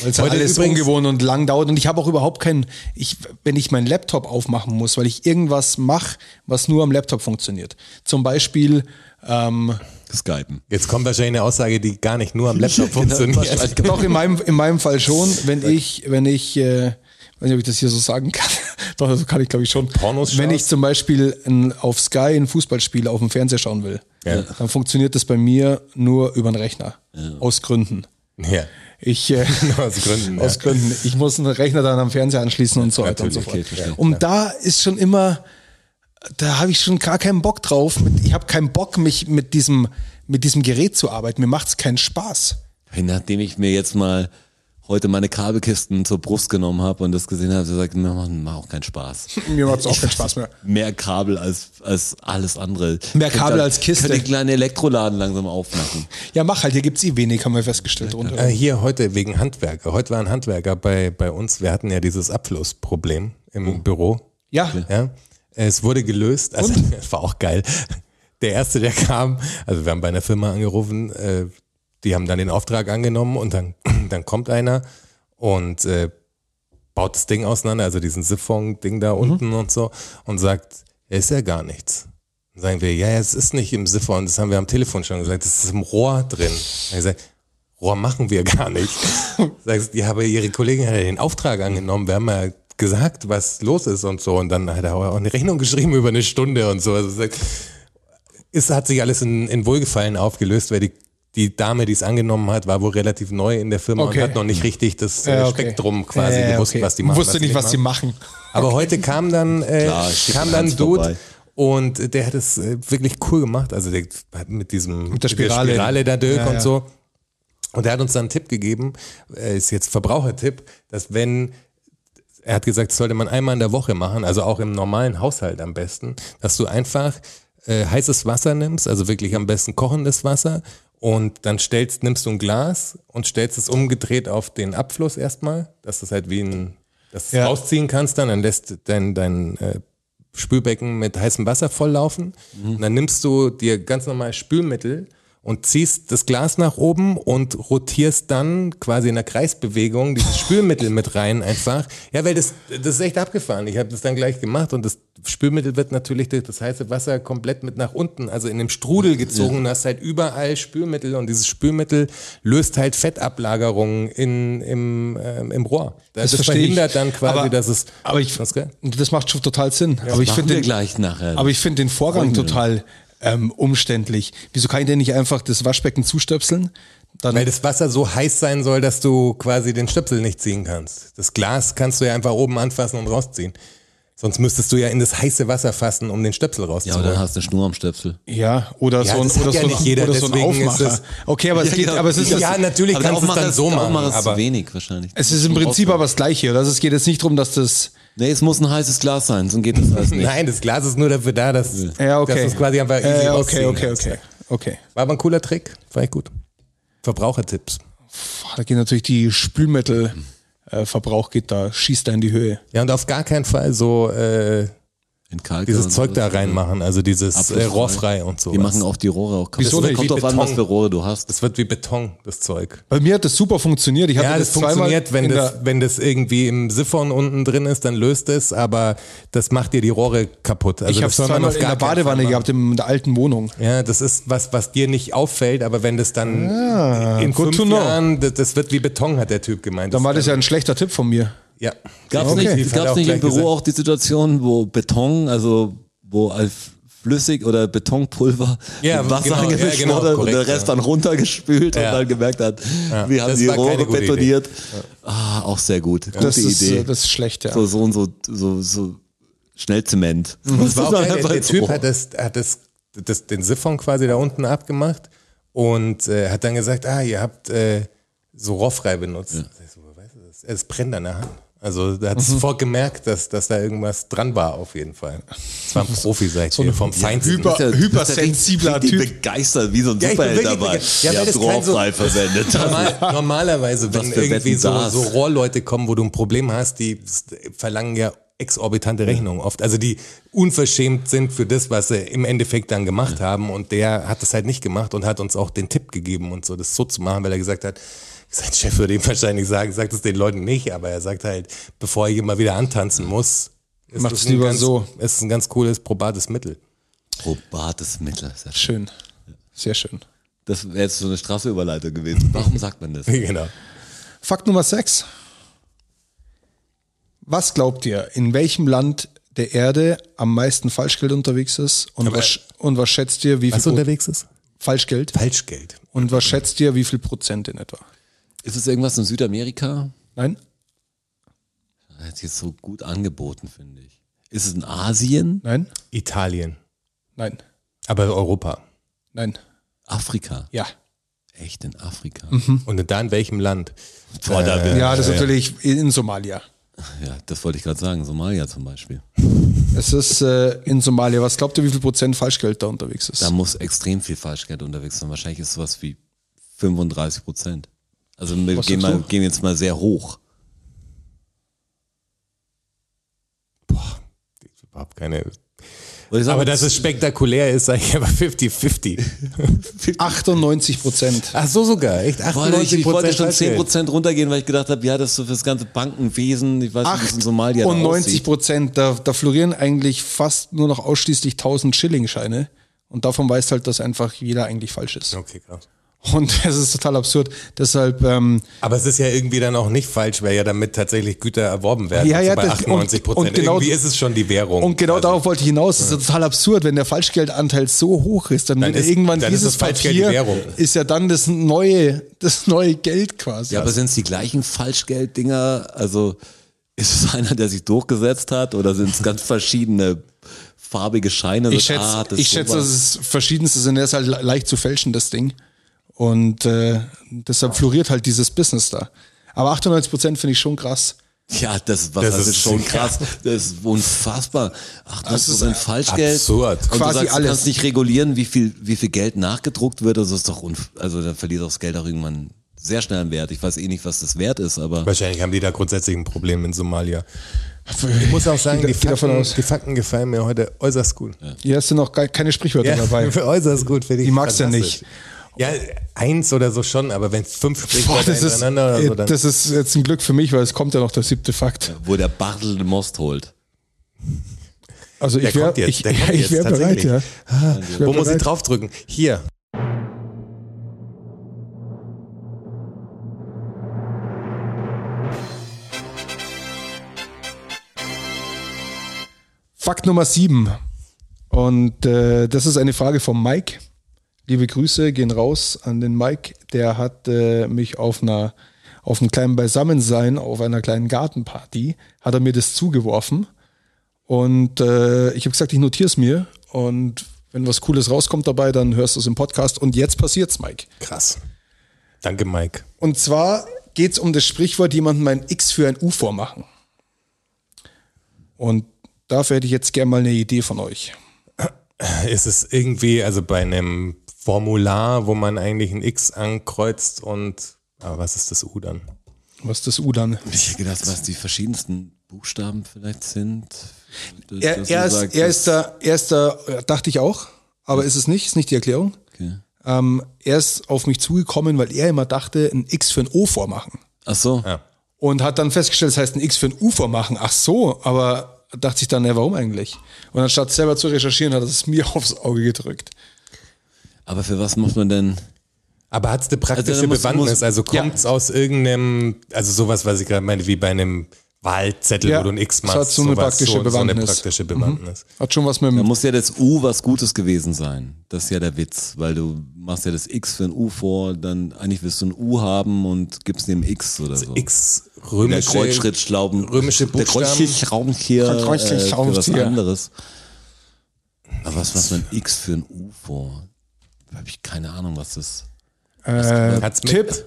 S2: Weil es halt
S3: Heute
S2: alles
S3: übrigens-
S2: ungewohnt und lang dauert. Und ich habe auch überhaupt keinen, ich, wenn ich meinen Laptop aufmachen muss, weil ich irgendwas mache, was nur am Laptop funktioniert. Zum Beispiel, ähm,
S4: Skypen.
S3: Jetzt kommt wahrscheinlich eine Aussage, die gar nicht nur am Laptop funktioniert.
S4: Genau.
S2: doch in meinem, in meinem Fall schon, wenn ich, wenn ich, äh, weiß nicht, ob ich das hier so sagen kann. Doch, das kann ich glaube ich schon.
S3: Pornos schaust?
S2: wenn ich zum Beispiel ein, auf Sky ein Fußballspiel auf dem Fernseher schauen will,
S3: Ja.
S2: dann funktioniert das bei mir nur über den Rechner. Aus Gründen.
S3: Ja.
S2: Ich, äh,
S3: Aus Gründen.
S2: aus
S3: ja.
S2: Gründen. Ich muss einen Rechner dann am Fernseher anschließen und so weiter und so
S3: Natürlich,
S2: fort.
S3: okay, verstehe.
S2: und da ist schon immer, da habe ich schon gar keinen Bock drauf. Ich habe keinen Bock, mich mit diesem, mit diesem Gerät zu arbeiten. Mir macht es keinen Spaß.
S4: Hey, Nachdem ich mir jetzt mal heute meine Kabelkisten zur Brust genommen habe und das gesehen habe, habe ich gesagt, na, Mann, macht auch keinen Spaß.
S2: Mir macht es auch keinen Spaß mehr.
S4: Mehr Kabel als, als alles andere.
S2: Mehr
S4: Könnt
S2: Kabel
S4: ihr-
S2: als Kiste.
S4: Könnt den kleinen Elektroladen langsam aufmachen.
S2: Ja, mach halt, hier gibt's eh wenig, haben wir festgestellt. Und,
S3: Äh, hier heute wegen Handwerker. Heute war ein Handwerker bei, bei uns. Wir hatten ja dieses Abflussproblem im Büro.
S2: ja,
S3: Ja. Es wurde gelöst. Also,
S2: Und?
S3: das war auch geil. Der erste, der kam, also wir haben bei einer Firma angerufen, äh, die haben dann den Auftrag angenommen und dann, dann kommt einer und äh, baut das Ding auseinander, also diesen Siphon-Ding da unten und so und sagt, ja, ist ja gar nichts. Dann sagen wir, ja, ja, es ist nicht im Siphon, das haben wir am Telefon schon gesagt, das ist im Rohr drin. Er sagt, Rohr machen wir gar nicht. Sagst, ja, aber ihre Kollegin hat ja den Auftrag angenommen, wir haben ja gesagt, was los ist und so und dann hat er auch eine Rechnung geschrieben über eine Stunde und so. Also sagt, es hat sich alles in, in Wohlgefallen aufgelöst, weil die, die Dame, die es angenommen hat, war wohl relativ neu in der Firma
S2: Okay.
S3: und hat noch nicht richtig das äh,
S2: Ja, okay.
S3: Spektrum quasi
S2: Ja, ja,
S3: gewusst,
S2: okay.
S3: was die machen.
S2: Wusste nicht, was die
S3: machen.
S2: machen.
S3: Aber heute kam dann, äh,
S4: Klar, steht
S3: kam
S4: mit
S3: dann
S4: Hans vorbei.
S3: Dude und äh, der hat es äh, wirklich cool gemacht. Also der hat mit diesem mit
S2: der Spirale.
S3: Spirale da Dirk
S2: Ja,
S3: und
S2: ja.
S3: so. Und er hat uns dann einen Tipp gegeben, äh, ist jetzt Verbrauchertipp, dass wenn er hat gesagt, das sollte man einmal in der Woche machen, also auch im normalen Haushalt am besten, dass du einfach äh, heißes Wasser nimmst, also wirklich am besten kochendes Wasser Und dann stellst, nimmst du ein Glas und stellst es umgedreht auf den Abfluss erstmal, dass du es halt wie ein, dass du es
S2: Ja.
S3: rausziehen kannst dann, dann lässt dein, dein äh, Spülbecken mit heißem Wasser volllaufen.
S2: Mhm.
S3: Und dann nimmst du dir ganz normal Spülmittel und ziehst das Glas nach oben und rotierst dann quasi in der Kreisbewegung dieses Spülmittel mit rein einfach. Ja, weil das, das ist echt abgefahren. Ich habe das dann gleich gemacht und das Spülmittel wird natürlich durch das heiße Wasser komplett mit nach unten, also in dem Strudel gezogen. Du hast halt überall Spülmittel und dieses Spülmittel löst halt Fettablagerungen in, im, ähm, im Rohr. Das, das
S2: verstehe ich.
S3: verhindert dann quasi,
S2: Aber-
S3: dass es...
S2: Aber ich,
S3: Was, gell?
S2: das macht schon total Sinn. aber ich
S4: Machen
S2: finde
S4: wir
S2: den,
S4: gleich nachher.
S2: aber ich finde den Vorgang total ähm, umständlich. Wieso kann ich denn nicht einfach das Waschbecken zustöpseln? Dann
S3: Weil das Wasser so heiß sein soll, dass du quasi den Stöpsel nicht ziehen kannst. Das Glas kannst du ja einfach oben anfassen und rausziehen. Sonst müsstest du ja in das heiße Wasser fassen, um den Stöpsel
S4: ja, aber dann
S3: rauszuholen.
S4: hast du eine Schnur am Stöpsel.
S2: ja oder
S3: Ja,
S2: so ein
S3: das hat
S2: oder
S3: ja
S2: so
S3: nicht
S2: ein,
S3: jeder,
S2: oder so ein
S3: deswegen ist
S2: Aufmacher.
S3: das-
S2: okay, aber es geht, aber es ist
S3: Ja, natürlich
S4: aber der
S3: kannst du es dann
S4: Aufmacher ist-
S3: so
S4: der
S3: machen,
S4: Aufmacher ist
S3: aber-
S4: zu wenig wahrscheinlich.
S2: es ist im Prinzip aber das Gleiche, oder? Also Es geht jetzt nicht darum, dass das
S4: Nee, es muss ein heißes Glas sein, sonst geht das alles nicht.
S3: Nein, das Glas ist nur dafür da, dass,
S2: ja okay,
S3: dass du es quasi einfach easy
S2: äh, okay,
S3: rausziehen
S2: okay,
S3: kannst.
S2: okay, okay.
S3: War aber ein cooler Trick. War ich gut. Verbrauchertipps.
S2: Boah, Ah, da geht natürlich die
S3: Mhm.
S2: Spülmittelverbrauch geht da schießt da in die Höhe.
S3: Ja, und auf gar keinen Fall so äh,
S4: In Kalk
S3: dieses
S4: und
S3: Zeug da
S4: sowas.
S3: reinmachen, also dieses äh,
S4: Abflussfrei.
S3: rohrfrei und so.
S4: Die machen auch die Rohre auch kaputt.
S2: Wieso
S4: Das
S2: nicht?
S4: Kommt
S2: Wie
S4: drauf an,
S3: Beton.
S4: was für Rohre du hast.
S3: Das wird wie Beton, das Zeug.
S2: Bei mir hat das super funktioniert. Ich hatte
S3: Ja, das,
S2: zweimal
S3: funktioniert, wenn
S2: in
S3: das,
S2: der-
S3: wenn das irgendwie im Siphon unten drin ist, dann löst es, aber das macht dir die Rohre kaputt. Also
S2: ich habe
S3: das soll man
S2: zweimal
S3: auf
S2: in
S3: gar
S2: der
S3: keinen Fall
S2: Badewanne
S3: machen.
S2: gehabt in der alten Wohnung.
S3: Ja, das ist was, was dir nicht auffällt, aber wenn das dann in
S2: Ah, good
S3: fünf
S2: to know.
S3: Jahren, das, das wird wie Beton, hat der Typ gemeint.
S2: Dann war das ja ein schlechter Tipp von mir.
S3: ja.
S4: Gab's
S3: Definitiv,
S4: nicht,
S3: hat er
S4: gab's
S3: auch
S4: nicht im
S3: gleich
S4: Büro
S3: gesagt.
S4: auch die Situation, wo Beton, also wo als flüssig oder Betonpulver
S3: Ja,
S4: mit Wasser
S3: genau, ja,
S4: angemischt
S3: genau,
S4: wurde und
S3: korrekt,
S4: der Rest
S3: ja.
S4: dann runtergespült
S3: Ja.
S4: und dann gemerkt hat, wir haben
S3: das
S4: die
S3: war keine
S4: Rohre
S3: gute Idee.
S4: betoniert. Ah, auch sehr gut. Gute
S2: Das ist,
S4: Idee.
S2: äh, das ist schlecht, ja.
S4: so, so und so, so, so Schnellzement. Das
S3: Mhm. war auch
S4: ist
S3: geil, der,
S4: einfach
S3: der
S4: so.
S3: Typ hat, das, hat das, das, den Siphon quasi da unten abgemacht und äh, hat dann gesagt, ah, ihr habt äh, so rohrfrei benutzt. Ich so, "Wo weißt du das? Es brennt an der Hand. Also da hat es sofort gemerkt, dass, dass da irgendwas dran war auf jeden Fall. Es war ein Profi, sag ich dir, vom Feinsten.
S2: Hyper-
S4: Das ist ja- das ist ja
S2: hypersensibler
S4: richtig
S2: Typ.
S4: begeistert, wie so ein
S3: Ja, ich bin
S4: Superheld
S3: wirklich-
S4: dabei.
S3: ja, weil
S4: Ihr habt
S3: das kein so-
S4: Rohrfrei verwendet.
S3: Normal, normalerweise, wenn
S4: für
S3: irgendwie
S4: Wetten
S3: so,
S4: das?
S3: so Rohrleute kommen, wo du ein Problem hast, die verlangen ja exorbitante Rechnungen oft. Also die unverschämt sind für das, was sie im Endeffekt dann gemacht haben. Und der hat das halt nicht gemacht und hat uns auch den Tipp gegeben und so, das so zu machen, weil er gesagt hat, sein Chef würde ihm wahrscheinlich sagen, sagt es den Leuten nicht, aber er sagt halt, bevor ich immer wieder antanzen muss, ist
S2: Macht's
S3: das ein
S2: lieber
S3: ganz,
S2: so.
S3: Ist ein ganz cooles, probates Mittel.
S4: Probates Mittel. Sehr schön.
S2: Schön. Sehr schön.
S4: Das wäre jetzt so eine Straßeüberleitung gewesen. Warum sagt man das?
S3: genau.
S2: Fakt Nummer 6. Was glaubt ihr, in welchem Land der Erde am meisten Falschgeld unterwegs ist? Und, was, sch- und was schätzt ihr, wie viel
S3: Was
S2: Pro-
S3: unterwegs ist?
S2: Falschgeld?
S3: Falschgeld.
S2: Und was schätzt ihr, wie viel Prozent in etwa?
S4: Ist es irgendwas in Südamerika?
S2: Nein?
S4: Das hat jetzt so gut angeboten, finde ich. Ist es in Asien?
S2: Nein?
S3: Italien.
S2: Nein?
S3: Aber Europa.
S2: Nein?
S4: Afrika.
S2: Ja.
S4: Echt in Afrika.
S3: Und da in welchem Land?
S4: Boah, da
S3: Äh,
S4: bin-
S2: Ja, das ist natürlich in Somalia.
S4: ja, das wollte ich gerade sagen. Somalia zum Beispiel.
S2: Es ist äh, in Somalia. Was glaubt ihr, wie viel Prozent Falschgeld da unterwegs ist?
S4: Da muss extrem viel Falschgeld unterwegs sein. Wahrscheinlich ist sowas wie 35 Prozent. Also wir
S2: Was
S4: gehen,
S2: sagst
S4: mal,
S2: du?
S4: gehen jetzt mal sehr hoch.
S3: überhaupt keine.
S4: Wollte ich sagen,
S3: Aber dass es spektakulär ist, sage ich aber 50-50.
S2: 98 Prozent.
S3: Ach so, sogar. Echt?
S4: Wollte ich,
S3: 98
S4: ich wollte schon
S3: Falschgeld.
S4: 10% runtergehen, weil ich gedacht habe, ja, das ist so fürs ganze Bankenwesen, ich weiß nicht, wie es in Somalia da
S2: und 90
S4: aussieht.
S2: Prozent. Da, da florieren eigentlich fast nur noch ausschließlich 1000 Schilling-Scheine. Und davon weiß halt, dass einfach jeder eigentlich falsch ist.
S3: Okay, krass.
S2: Und das ist total absurd. Deshalb, ähm,
S3: Aber es ist ja irgendwie dann auch nicht falsch, weil ja damit tatsächlich Güter erworben werden.
S2: Ja,
S3: Also
S2: ja,
S3: bei
S2: das-
S3: 98
S2: und- und
S3: Prozent.
S2: genau-
S3: Irgendwie ist es schon die Währung. Also
S2: und genau darauf wollte ich hinaus. Das ist total absurd, wenn der Falschgeldanteil so hoch ist, dann,
S3: Dann
S2: wird
S3: ist-
S2: irgendwann
S3: dann ist
S2: dieses
S3: das Falschgeld die
S2: Papier
S3: Währung.
S2: ist ja dann das neue, das neue Geld quasi.
S4: Ja, aber sind es die gleichen Falschgelddinger? Also ist es einer, der sich durchgesetzt hat oder sind es ganz verschiedene farbige Scheine?
S2: ich
S4: Das-
S2: schätze,
S4: ah, das
S2: ich
S4: ist
S2: schätze,
S4: sowas.
S2: dass es verschiedenste sind. Der ist halt le- leicht zu fälschen, das Ding. Und äh, deshalb floriert halt dieses Business da. Aber 98 Prozent finde ich schon krass.
S4: Ja, das, was
S3: Das
S4: das ist,
S3: ist-
S4: schon krass. Das ist unfassbar. Ach, das
S2: ist
S4: ist ein Falschgeld.
S3: absurd.
S4: Und
S2: Quasi
S4: du sagst,
S2: alles.
S4: du kannst nicht regulieren, wie viel, wie viel Geld nachgedruckt wird. Also, ist doch unf also dann verliert auch das Geld auch irgendwann sehr schnell an Wert. Ich weiß eh nicht, was das wert ist, aber
S3: Wahrscheinlich haben die da grundsätzlich ein Problem in Somalia. Ich muss auch sagen, die
S2: Geh davon
S3: Fakten,
S2: aus.
S3: die Fakten gefallen mir heute äußerst gut.
S2: Hier hast du noch ge- keine Sprichwörter dabei.
S3: äußerst gut. Finde ich
S2: Die magst du ja
S3: fantastisch. Ja, eins oder so schon, aber wenn fünf
S2: Boah,
S3: Sprichwörter
S2: das, ist,
S3: hintereinander oder so, dann
S2: das ist jetzt ein Glück für mich, weil es kommt ja noch der siebte Fakt.
S4: wo der Bartel den Most holt.
S2: Also
S3: Der
S2: ich wäre
S3: kommt jetzt,
S2: ich,
S3: der kommt
S2: ich wär
S3: jetzt,
S2: bereit, ja. Ich wär
S3: Wo muss ich
S2: bereit.
S3: draufdrücken? Hier.
S2: Fakt Nummer sieben. Und äh, das ist eine Frage von Mike. Liebe Grüße gehen raus an den Mike. Der hat äh, mich auf einer auf einem kleinen Beisammensein, auf einer kleinen Gartenparty, hat er mir das zugeworfen. Und äh, ich habe gesagt, ich notiere es mir. Und wenn was Cooles rauskommt dabei, dann hörst du es im Podcast. Und jetzt passiert's, Mike.
S3: Krass. Danke, Mike.
S2: Und zwar geht's um das Sprichwort, jemandem ein X für ein U vormachen. Und dafür hätte ich jetzt gerne mal eine Idee von euch.
S3: Ist es irgendwie, also bei einem Formular, wo man eigentlich ein X ankreuzt und, aber was ist das U dann?
S2: Was ist das U dann?
S4: Ich hätte gedacht, was die verschiedensten Buchstaben vielleicht sind.
S2: Er,
S4: Dass
S2: er,
S4: du
S2: ist,
S4: sagst,
S2: er ist da, er ist da, äh, dachte ich auch, aber ist es nicht, ist nicht die Erklärung.
S4: okay.
S2: Ähm, er ist auf mich zugekommen, weil er immer dachte, ein X für ein O vormachen.
S4: Ach so.
S3: Ja.
S2: Und hat dann festgestellt, das heißt ein X für ein U vormachen. Ach so, aber dachte ich dann, ja, warum eigentlich? Und anstatt selber zu recherchieren, hat er es mir aufs Auge gedrückt.
S4: Aber für was muss man denn?
S3: Aber hat's eine praktische
S4: Also dann muss-
S3: Bewandtnis?
S4: muss-
S3: also kommt's aus irgendeinem, also sowas, was ich gerade meine, wie bei einem Wahlzettel,
S2: Ja,
S3: wo du ein X
S2: es hat
S3: machst.
S2: so eine
S3: sowas,
S2: praktische
S3: so eine
S2: Bewandtnis. Mhm.
S3: praktische Bewandtnis.
S2: Hat schon was mit
S4: Da
S2: dem
S4: muss ja das U was Gutes gewesen sein. Das ist ja der Witz, weil du machst ja das X für ein U vor, dann eigentlich willst du ein U haben und gibst dem X oder so.
S3: X
S4: der
S3: römische
S4: Kreuzschrittschrauben.
S3: römische
S4: Der
S3: Buchstaben.
S4: Kreuzschrittschraubenzieher. Äh,
S2: Der
S4: für was
S2: Kreuzschrittschraubenzieher.
S4: anderes. Aber was macht man X für ein U vor? Da habe ich keine Ahnung, was das
S2: äh,
S3: Hat's mit,
S2: Tipp.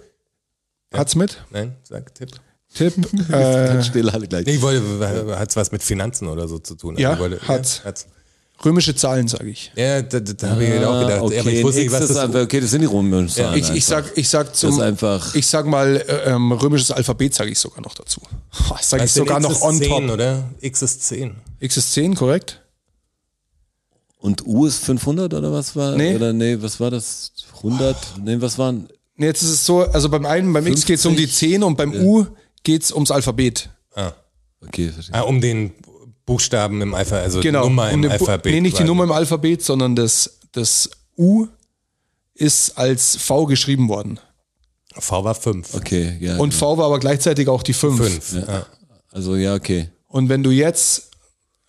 S2: Hat's mit?
S3: Nein, sag Tipp.
S2: Tipp. äh,
S4: Still alle gleich.
S3: Nee, ich wollte, hat's was mit Finanzen oder so zu tun? Also
S2: Ja,
S3: ich wollte,
S2: hat's.
S3: Ja, hat's.
S2: römische Zahlen, sage ich.
S3: Ja, da, da, da habe ich auch gedacht.
S4: Ah,
S2: Ah,
S4: okay,
S3: aber ich wusste
S4: ein X
S3: nicht, was
S4: ist
S3: das
S4: einfach, okay, das sind die römischen Zahlen.
S2: Ich, ich
S4: einfach.
S2: sag, ich sag zum,
S4: ist einfach-
S2: ich sag mal äh, ähm, römisches Alphabet sage ich sogar noch dazu. Oh, sage ich
S3: Also
S2: sogar
S3: X
S2: noch
S3: ist
S2: on
S3: 10,
S2: top.
S3: oder? X ist 10.
S2: X ist 10, korrekt?
S4: Und U ist 500 oder was war?
S2: Nee.
S4: Oder nee, was war das? 100? Nee, was waren?
S2: Nee, jetzt ist es so, also beim einen, beim X geht es um die 10 und beim U geht es ums Alphabet.
S4: Okay, verstehe.
S3: Ah, um den Buchstaben im Alphabet, also
S2: Genau.
S3: die Nummer
S2: um
S3: im
S2: den Bu-
S3: Alphabet.
S2: Nee, nicht die
S3: quasi.
S2: Nummer im Alphabet, sondern das, das U ist als V geschrieben worden.
S3: V war 5.
S4: Okay, ja.
S2: Und V war aber gleichzeitig auch die 5.
S3: 5. Ja.
S4: also ja, okay.
S2: Und wenn du jetzt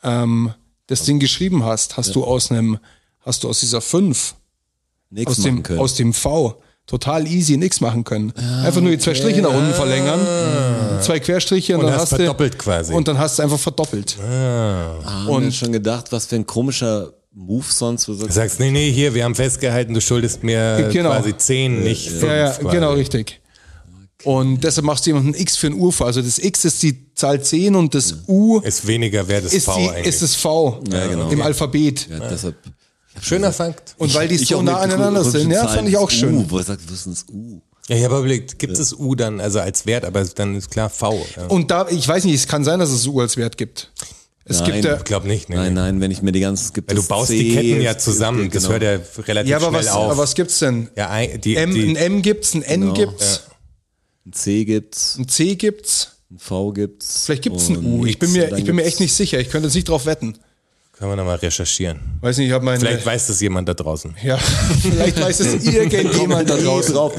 S2: ähm, das Ding geschrieben hast, hast du aus einem, hast du aus dieser 5
S4: Nichts
S2: aus
S4: machen
S2: dem,
S4: können.
S2: aus dem V total easy ein X machen können. einfach nur die zwei Striche nach unten verlängern, zwei Querstriche und,
S3: Und
S2: dann
S3: hast
S2: hast du
S3: verdoppelt quasi.
S2: Und dann hast du einfach verdoppelt. Ah,
S4: haben wir schon gedacht, was für ein komischer Move sonst. wo du
S3: Du
S4: sagst,
S3: sagst, nee, nee, hier, wir haben festgehalten, du schuldest mir
S2: Genau.
S3: quasi 10, nicht 5.
S2: ja, ja,
S3: quasi.
S2: genau richtig. Und deshalb machst du jemanden ein X für ein U vor. Also das X ist die Zahl 10 und das U ist,
S3: Ist weniger wert, ist V
S2: die,
S3: eigentlich.
S2: ist das V
S4: genau.
S2: im Alphabet.
S4: Ja, deshalb.
S3: Schöner Fakt.
S2: Und weil die
S4: Ich
S2: so
S4: auch
S2: nah
S4: mit
S2: aneinander
S4: größeren
S2: sind, ja,
S4: Zahlen
S2: fand ich auch
S4: das
S2: schön.
S4: U, wo er sagt, wir sind das U.
S3: Ja, ich habe überlegt, gibt es U dann, also als Wert, aber dann ist klar V. Ja.
S2: Und da, ich weiß nicht, es kann sein, dass es U als Wert gibt. Es
S4: Nein.
S2: gibt ja,
S3: Ich glaube nicht, nee.
S4: Nein,
S3: nee.
S4: nein, wenn ich mir die ganzen. es Gibt
S3: Weil du
S4: das
S3: baust
S4: C,
S3: die Ketten ja
S4: es gibt-
S3: zusammen, das
S4: genau.
S3: hört ja relativ
S2: ja aber
S3: schnell
S2: was,
S3: auf.
S2: aber was gibt's denn?
S3: ja, ein- die,
S2: M,
S3: die,
S2: ein M gibt's, ein
S4: Genau,
S2: N gibt's.
S4: Ein C gibt's,
S2: Ein C gibt's.
S4: ein V gibt's.
S2: Vielleicht gibt's ein
S4: und
S2: U. Ich bin
S4: X,
S2: mir,
S4: dann
S2: ich bin mir echt
S4: gibt's-
S2: nicht sicher. Ich könnte jetzt nicht drauf wetten.
S3: können wir nochmal recherchieren.
S2: Weiß nicht, ich habe meine.
S3: Vielleicht weiß das jemand da draußen.
S2: ja, vielleicht weiß es irgendjemand da
S4: Nie
S2: draußen.
S4: drauf.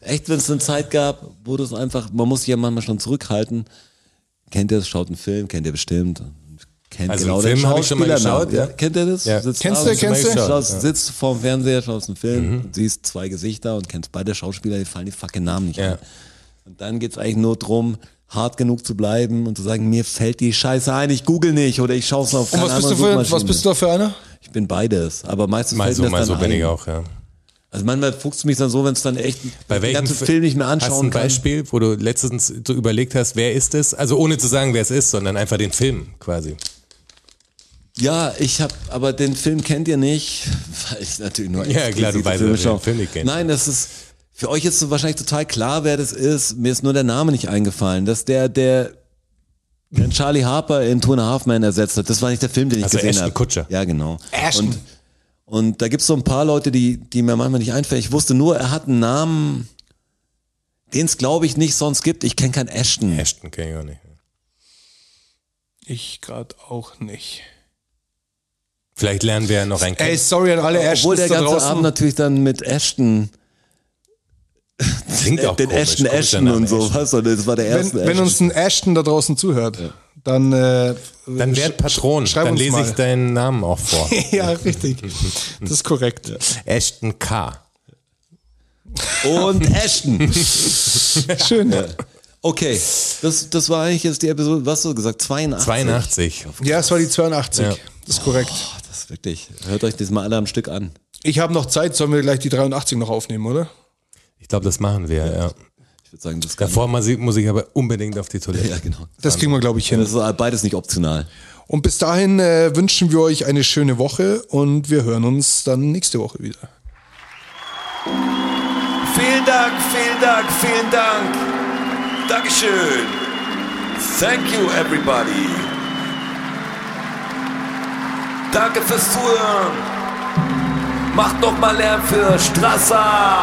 S4: Echt, wenn es eine Zeit gab, wo das einfach, man muss sich ja manchmal schon zurückhalten. Kennt ihr das? Schaut einen Film, kennt ihr bestimmt. Kennt genau
S3: Also einen Film hab ich schon mal
S4: Schauspielernamen.
S3: geschaut, ja.
S4: Kennt ihr das?
S3: Ja.
S2: Kennst
S4: da,
S2: du,
S4: sitzt-
S2: kennst du?
S4: Schaust, Sitzt vorm Fernseher, schaust einen Film,
S3: Mhm.
S4: und siehst zwei Gesichter und kennst beide Schauspieler, die fallen die fucking Namen nicht
S3: Ja.
S4: ein. Und dann geht's eigentlich nur drum, hart genug zu bleiben und zu sagen, mir fällt die Scheiße ein, ich google nicht oder ich schaue es auf
S2: Und was bist, du für, was bist du da für einer?
S4: Ich bin beides, aber meistens
S3: Mal
S4: fällt
S3: so,
S4: mir das
S3: mal
S4: dann
S3: so bin
S4: ein.
S3: ich auch, ja.
S4: Also manchmal fuchst du mich dann so, wenn es dann echt
S3: Bei
S4: den
S3: welchem
S4: ganzen Film nicht mehr
S3: Hast du
S4: anschauen
S3: ein
S4: kann.
S3: Beispiel, wo du letztens so überlegt hast, wer ist es? Also ohne zu sagen, wer es ist, sondern einfach den Film quasi.
S4: Ja, ich habe, aber den Film kennt ihr nicht, weil ich natürlich nur
S3: Ja, klar, du
S4: explizite
S3: weißt, dass wir den
S4: schaue.
S3: Film nicht kennen.
S4: Nein, das ist für euch ist so wahrscheinlich total klar, wer das ist. Mir ist nur der Name nicht eingefallen, dass der der den Charlie Harper in Two and a Half Men ersetzt hat. Das war nicht der Film, den ich
S3: Also
S4: gesehen
S3: Ashton
S4: habe.
S3: Kutcher.
S4: Ja, genau. Ashton. Und, und da gibt's so ein paar Leute, die die mir manchmal nicht einfallen. Ich wusste nur, er hat einen Namen, den es glaube ich nicht sonst gibt. Ich kenne keinen Ashton.
S3: Ashton kenne ich auch nicht.
S2: Ich gerade auch nicht.
S3: Vielleicht lernen wir ja noch einen
S2: Ey,
S3: kennen.
S2: sorry an alle
S4: Obwohl
S2: Ashtons
S4: der
S2: da
S4: ganze Abend
S2: draußen.
S4: natürlich dann mit Ashton
S3: Klingt auch
S4: den
S3: komisch,
S4: Ashton
S3: komischer
S4: Ashton
S3: Name,
S4: und so,
S3: Ashton.
S4: weißt du, das war der
S2: Wenn,
S4: erste
S2: wenn uns
S4: Ashton.
S2: ein Ashton da draußen zuhört, dann, äh,
S3: Dann
S2: sch-
S3: werd Patron,
S2: sch- schreib
S3: dann
S2: uns
S3: lese
S2: mal.
S3: ich deinen Namen auch vor.
S2: Ja, richtig. Das ist korrekt.
S3: Ashton K.
S4: Und Ashton.
S2: Schön. Ja,
S4: Okay, das, das war eigentlich jetzt die Episode, was hast du gesagt, 82.
S3: 82.
S2: es war die 82.
S3: Ja.
S2: Das ist korrekt.
S4: Oh, das ist wirklich, hört euch das mal alle am Stück an.
S2: Ich habe noch Zeit, sollen wir gleich die 83 noch aufnehmen, oder?
S3: Ich glaube, das machen wir, ja.
S4: Ich würde sagen, das kann
S3: Davor muss ich- muss ich aber unbedingt auf die
S4: Ja,
S3: Toilette.
S4: genau.
S2: Das kriegen wir, glaube ich, hin.
S4: Das ist beides nicht optional.
S2: Und bis dahin äh, wünschen wir euch eine schöne Woche und wir hören uns dann nächste Woche wieder.
S5: Vielen Dank, vielen Dank, vielen Dank. Dankeschön. Thank you, everybody. Danke fürs Zuhören. Macht noch mal Lärm für Strasser.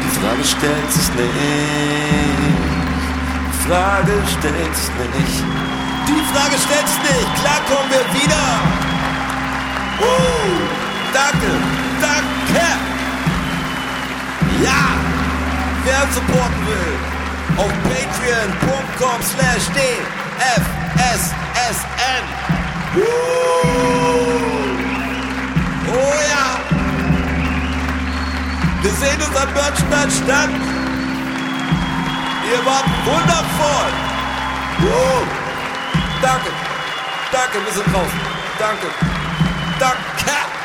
S5: Die Frage stellt sich nicht. Die Frage stellt sich nicht. Die Frage stellt sich nicht. Klar kommen wir wieder. Uh, danke, danke. Ja, wer uns supporten will, auf patreon.com slash dfssn. Uh, oh ja. Wir sehen uns am Börnstein statt. Ihr wart wundervoll. Uh, danke, danke, wir sind draußen. Danke. Danke.